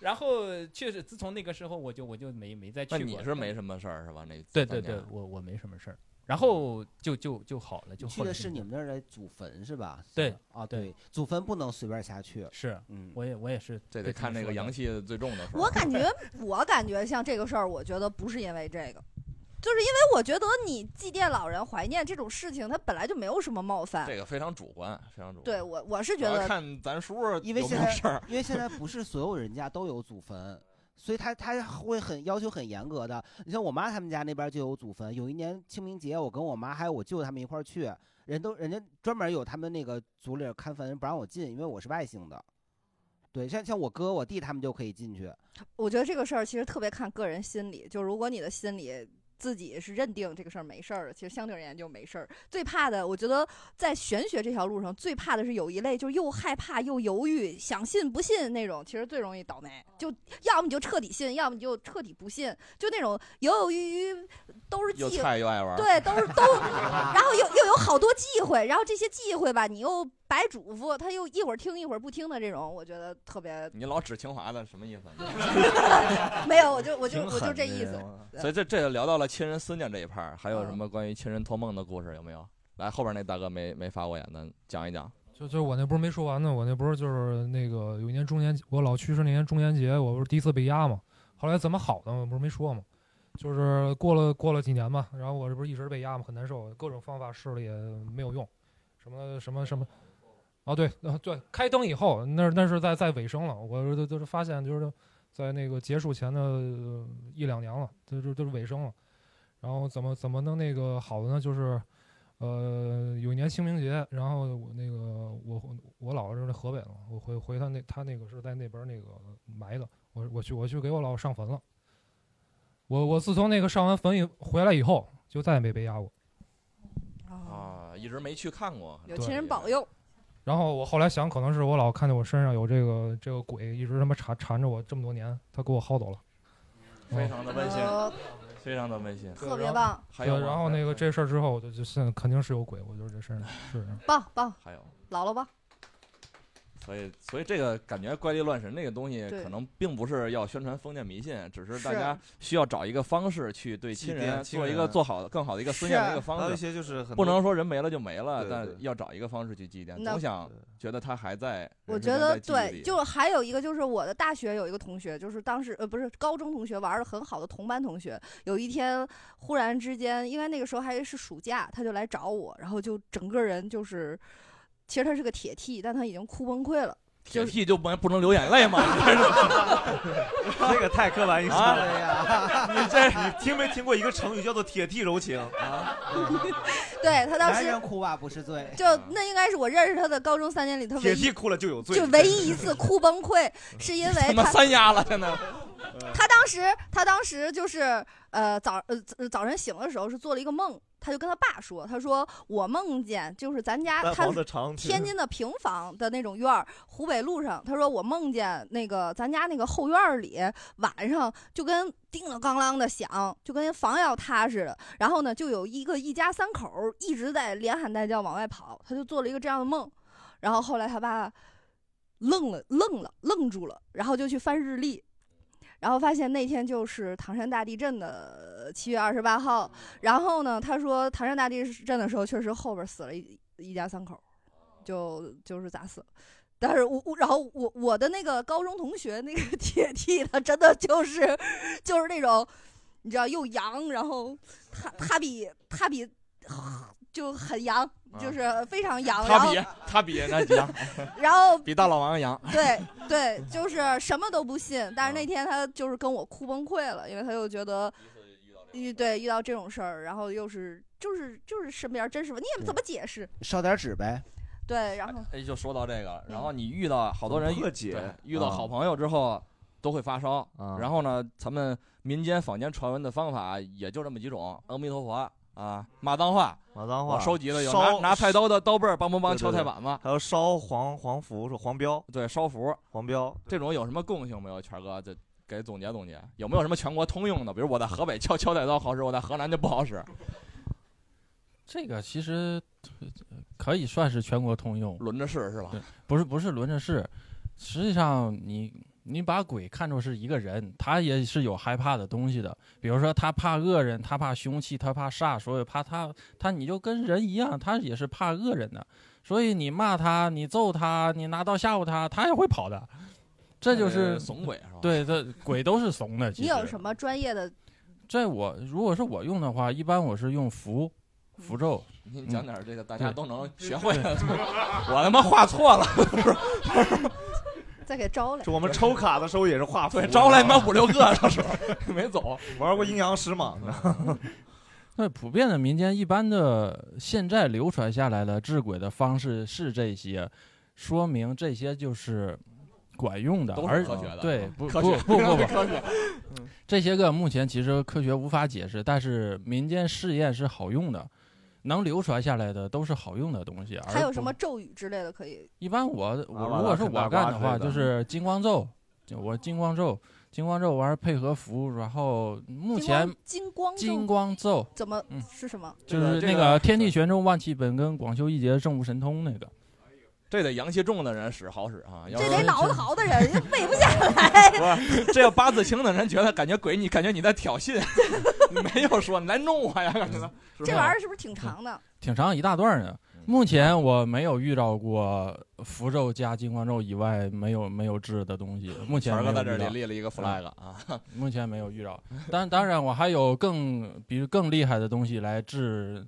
然后确实，自从那个时候，我就我就没没再去
那
过。
你是没什么事儿是吧？那
对对对，我我没什么事儿，然后就就就好了，就
去
后来
的
就是
你们那儿的祖坟是吧？
对
啊，对，祖坟不能随便瞎去。
是，
嗯，
我也我也是，
这得看那个阳气最重的时候。
我感觉，我感觉像这个事儿，我觉得不是因为这个，就是因为我觉得你祭奠老人、怀念这种事情，它本来就没有什么冒犯。
这个非常主观，非常主观。
对我，我是
主
觉
要
得
看咱叔儿
因为
有
现
没有事
在
儿，
因为现在不是所有人家都有祖坟，所以他他会很要求很严格的。你像我妈他们家那边就有祖坟，有一年清明节，我跟我妈还有我舅他们一块儿去，人都人家专门有他们那个族里看坟，不让我进，因为我是外姓的。对，像像我哥我弟他们就可以进去。
我觉得这个事儿其实特别看个人心理，就如果你的心理自己是认定这个事儿没事儿的，其实相对而言就没事儿。最怕的，我觉得在玄学这条路上，最怕的是有一类就是又害怕又犹豫，想信不信那种，其实最容易倒霉。就要么你就彻底信，要么你就彻底不信，就那种犹犹豫豫，都是
又
忌
菜又爱玩儿
对，都是都，然后又又有好多忌讳，然后这些忌讳吧，你又白嘱咐，他又一会儿听一会儿不听的这种，我觉得特别
你老指清华的什么意思？
没有，我就我就
挺
我就
狠的
这意思。嗯
我所以这这就聊到了亲人思念这一 part，儿还有什么关于亲人托梦的故事有没有？来，后边那大哥没没发过言的，讲一讲。
就就我那不是没说完呢，我那不是就是那个有一年中元，我老去世那年中元节，我不是第一次被压嘛，后来怎么好的我不是没说嘛，就是过了过了几年吧，然后我这不是一直被压嘛，很难受，各种方法试了也没有用，什么什么什么，啊对啊对，开灯以后那那是在在尾声了，我就就是发现就是在那个结束前的呃一两年了，就就就是尾声了，然后怎么怎么能那个好的呢？就是。呃，有一年清明节，然后我那个我我姥姥是在河北的嘛，我回回他那他那个是在那边儿那个埋的，我我去我去给我姥姥上坟了，我我自从那个上完坟以回来以后，就再也没被压过。
啊，一直没去看过。
哦有亲人保佑，
然后我后来想，可能是我老看见我身上有这个这个鬼，一直他妈缠缠着我这么多年，他给我薅走了。
非常的温馨
呃
哦，
非常的温馨，
特别棒
还有
对
吗，
然后那个这事儿之后，我就就现在肯定是有鬼，我就是这身上是这样。
棒棒，
还有，
姥姥吧，
所以所以这个感觉怪力乱神那个东西，
对
可能并不是要宣传封建迷信，只是大
是
家需要找一个方式去对
祭
亲
奠
人
亲
做一个
人
做好的更好的一个尊严
啊
的一个
还
方
有
式。
一些就是很
不
多
能说人没了就没了，
对
但
对
要找一个方式去祭奠，
那
总想觉得他还在。
我
人
觉
仍
得
在记忆
对，
里
就还有一个就是我的大学有一个同学，就是当时呃不是高中同学玩的很好的同班同学，有一天忽然之间，因为那个时候还是暑假，他就来找我，然后就整个人就是，其实他是个铁 T，但他已经哭崩溃了。
铁屁就不不能流眼 泪吗？
那个太刻板印象
啊
哎
了 呀！你这你听没听过一个成语叫做“铁蹄柔情”啊？
对 他当
男
时
人哭吧不是罪，
就那应该是我认识他的高中三年里，他 唯
铁
一
蹄哭了就有罪，
就唯一一次哭崩溃，是因为
他妈
他
三丫了，真的。
嗯
他当时，他当时就是呃早呃早早晨醒的时候是做了一个梦，他就跟他爸说，他说我梦见就是咱家
淡
他
黄的长裙
天津的平房的那种院儿，湖北路上，他说我梦见那个咱家那个后院儿里晚上就跟叮了咣啷的响，就跟防要塌似的。然后呢，就有一个一家三口儿一直在连喊带叫往外跑，他就做了一个这样的梦，然后后来他爸。愣了，愣了，愣住了，然后就去翻日历，然后发现那天就是唐山大地震的七月二十八
嗯
号。然后呢，他说唐山大地震的时候，确实后边死了一一家三口，就就是砸死了。但是我我然后我我的那个高中同学那个 铁弟，他真的就是就是那种，你知道又洋，然后他他比他比 就很洋，就是非常洋，然
啊他
后
比他比那羊，
然后
比大老王羊。
对对，就是什么都不信。但
啊
是那天他就是跟我哭崩溃了，因为他又觉得啊遇对遇到这种事儿，然后又是就是就是身边真实吧，你也怎么解释？
烧点纸呗。
对，然后
哎，就说到这
嗯
个了，然后你遇到好多人
怎么
遇
破解嗯
对遇到
啊
好朋友之后都会发烧，然后呢，咱们民间坊间传闻的方法也就这么几种：阿弥陀佛啊，骂脏话，
骂脏话
我收集了有拿
烧
拿菜刀的刀背儿梆梆梆
对
敲
对
菜
对
板子，
还有烧黄黄符是黄标，
对，烧符
黄标，
这种有什么共性没有？权哥，这给总结总结，有没有什么全国通用的？比如我在河北敲敲菜刀好使，我在河南就不好使。
这个其实呃可以算是全国通用，
轮着试是吧？
不是不是轮着试，实际上你你把鬼看作是一个人，他也是有害怕的东西的。比如说他怕恶人，他怕凶器，他怕煞，所以怕他他你就跟人一样，他也是怕恶人的。所以你骂他，你揍他，你拿刀吓唬他，他也会跑的。这就
呃
是
怂鬼是吧
对，这鬼都是怂的。其
你
实
有什么专业的？
这我如果是我用的话，一般我是用符符咒。
你
嗯
讲点儿这个大家
对
都能学会 的
对
我他妈画错了
再给招来。
就我们抽卡的时候也是画符，
对招来妈五六个那时候没走，
玩过阴阳师吗？
那普遍的民间一般的现在流传下来的治鬼的方式是这些，说明这些就是管用的，
都是
而
科学的
对
啊
不
科
不
学
不不不
科学嗯
这些个目前其实科学无法解释，但是民间试验是好用的，能流传下来的都是好用的东西。而
还有什
不
么咒语之类的可以？
一般我
啊
我
完
如果
了
是
啃大
我
瓜
干
之
的
类
话，
的
就是金光咒，就我金光咒，金光咒完了配合符，然后 目
金光
前
金光
金光咒嗯
怎么是什么？
就是
这个
那
这个
个天地玄重万气本跟广修一节正悟神通那个。
这得阳气重的人使好使啊，要
这
是
得脑子好的人，人家背不下
不是 这要八字轻的人觉得感觉鬼你感觉你在挑衅， 没有说你来弄我呀，感觉到是吧
这玩意儿嗯是不 是挺长的？
挺长一大段呢。
嗯
目前我没有遇到过符咒加金光咒以外没有没有治的东西。目前
权哥
没
在
有
这
遇到
里立了一个 flag 啊
嗯目前没有遇到。当当然我还有更比如更厉害的东西来治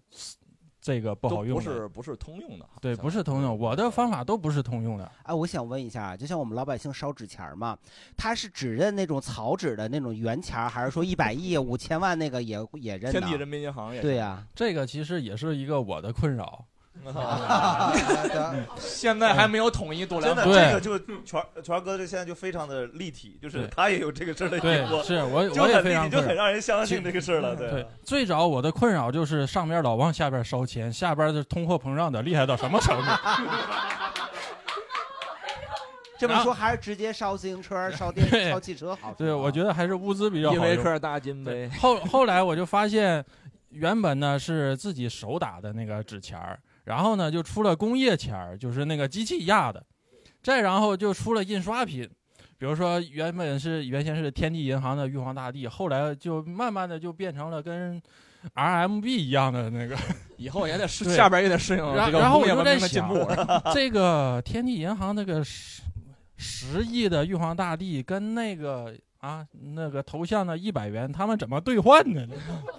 这个 不
都
好用
不
的。
是不是通用的，
对，不是通用，我的方法都不是通用的。
哎，我想问一下，就像我们老百姓烧纸钱儿嘛，他是只认那种草纸的那种圆钱儿，还是说一百亿、五千万那个也也认呢？
天地人民银行也
对
是
呀、
这个其实也是一个我的困扰。
嗯现在还没有统一度量
真的，
衡
这个就全全哥这现在就非常的立体，就是
对
他也有这个事儿的
对
经过，
是我
就
我也
很
非
立体，
常
就
困
很
扰
让人相信这个事儿了，
啊
对
对。
最早我的困扰就是上边老往下边烧钱，下边的通货膨胀的厉害到什么程度？
这么说还是直接烧自 行车、烧电、
对
烧汽车好。
对，我觉得还是物资比较好
依
用。
维柯大金杯
对后后来我就发现，原本呢是自己手打的那个纸钱儿，然后呢就出了工业钱儿，就是那个机器压的，再然后就出了印刷品。比如说，原本是原先是天地银行的玉皇大帝，后来就慢慢的就变成了跟 RMB 一样的那个，
以后也得适
对
下边也得适应
然
这个
然后
工
我
业
就
文
在
明的进
想
步，
这个天地银行那个十十亿的玉皇大帝跟那个啊那个头像的一百元，他们怎么兑换呢？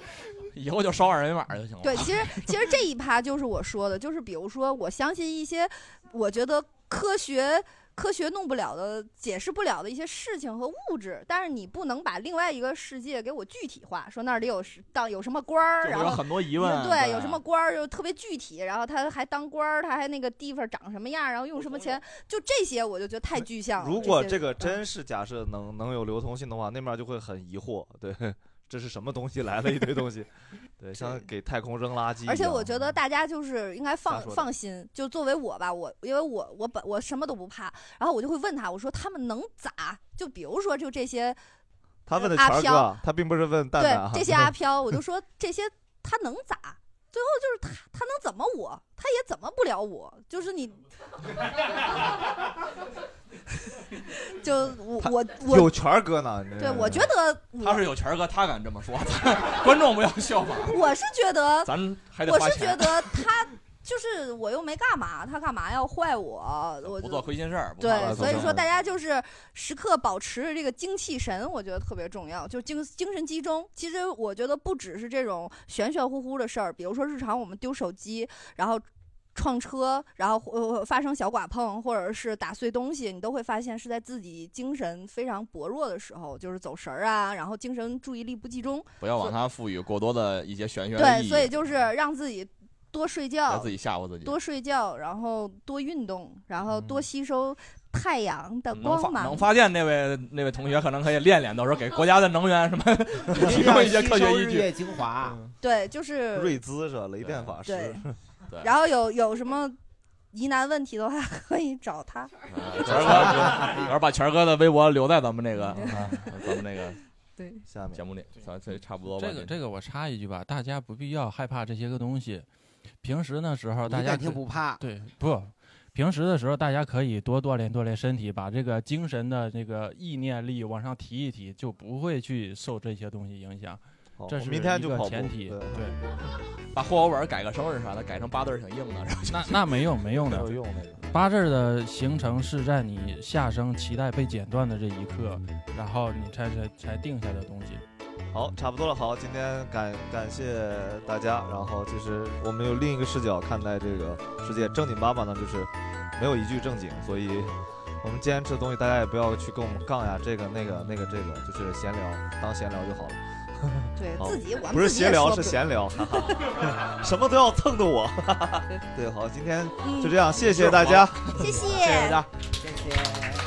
以后就烧二维码就行了。
对，其实其实这一趴就是我说的，就是比如说，我相信一些我觉得科学科学弄不了的、解释不了的一些事情和物质，但是你不能把另外一个世界给我具体化，说那里有是当有什么官儿，
就
然
有
后嗯
很多疑问
对，
对
有什么官儿就特别具体，然后他还当官儿，他还那个地方长什么样，然后用什么钱，就这些我就觉得太具象了。
如果
啊些
这个真是假设能能有流通性的话，那面就会很疑惑，对，这是什么东西来了一堆 东西，对，像给太空扔垃圾一样。
而且我觉得大家就是应该放
瞎说的
放心，就作为我吧，我因为我我本我什么都不怕，然后我就会问他，我说他们能咋？就比如说就这些呃
他问的
阿
全是
飘
哥，他并不是问蛋蛋啊。
对这些 阿飘，我就说这些他能咋？最后就是他他能怎么我，他也怎么不了我，就 是你。就我我我
有权哥呢？你这
对，我觉得
他是有权儿哥，他敢这么说， 观众不要效仿。
我是觉得
咱还得
我
花
是
钱
觉得他就是我又没干嘛，他干嘛要坏我？我
不
就
做亏心事儿，不怕
对，
做
所以
亏
说
心
大
事儿
家就是时刻保持着这个精气神，我觉得特别重要，就精精神集中。其实我觉得不只是这种玄玄乎乎的事儿，比如说日常我们丢手机，然后。撞车，然后呃发生小剐碰，或者是打碎东西，你都会发现是在自己精神非常薄弱的时候，就是走神儿啊，然后精神注意力不集中。
不要往它赋予过多的一些玄学的
对，
意义，
所以就是让自己多睡
别
觉，
自己吓唬自己。嗯
多睡觉，然后多运动，然后多吸收太阳的
能发
光
能
芒。
发电那位那位同学可能可以练练，到时候给国家的能源什么 提供一些科学依
日月
据。
精
啊
华，
对，就是
瑞兹是吧？雷电 法师
对。
对
然后有有什么疑难问题的话， 可以 找他。
啊权儿哥，然后把权儿哥的微博留在咱们那个，啊咱们那个
嗯 对
下面节目里，咱这差不多吧。
这个这个我插一句吧，大家不必要害怕这些个东西。平时的时候，
你
大家
敢听
可
不怕？
对，不，平时的时候大家可以多锻炼锻炼身体，把这个精神的这个意念力往上提一提，就不会去受这些东西影响。这
哦我
是
明天
一
就
个
跑步
前提，
对
对。
把户口本改个生日啥的，改成八字儿挺硬的。然后就
那那没用，没用的。
没有用那个
八字儿的形成是在你下生脐带被剪断的这一刻，然后你才才才定下的东西。
好，差不多了。好，今天感感谢大家。然后，其实我们有另一个视角看待这个世界。正经八百呢，就是没有一句正经，所以我们今天吃的东西，大家也不要去跟我们杠呀，这个、那个、那个、这个，就是闲聊，当闲聊就好了。
对
好
自己我们
不是
自己也
闲聊，
说
是
不
闲 聊，哈哈什么都要蹭着我。 哈哈对，好，今天就这样，谢谢大家，
嗯谢谢
谢谢大家。
谢谢。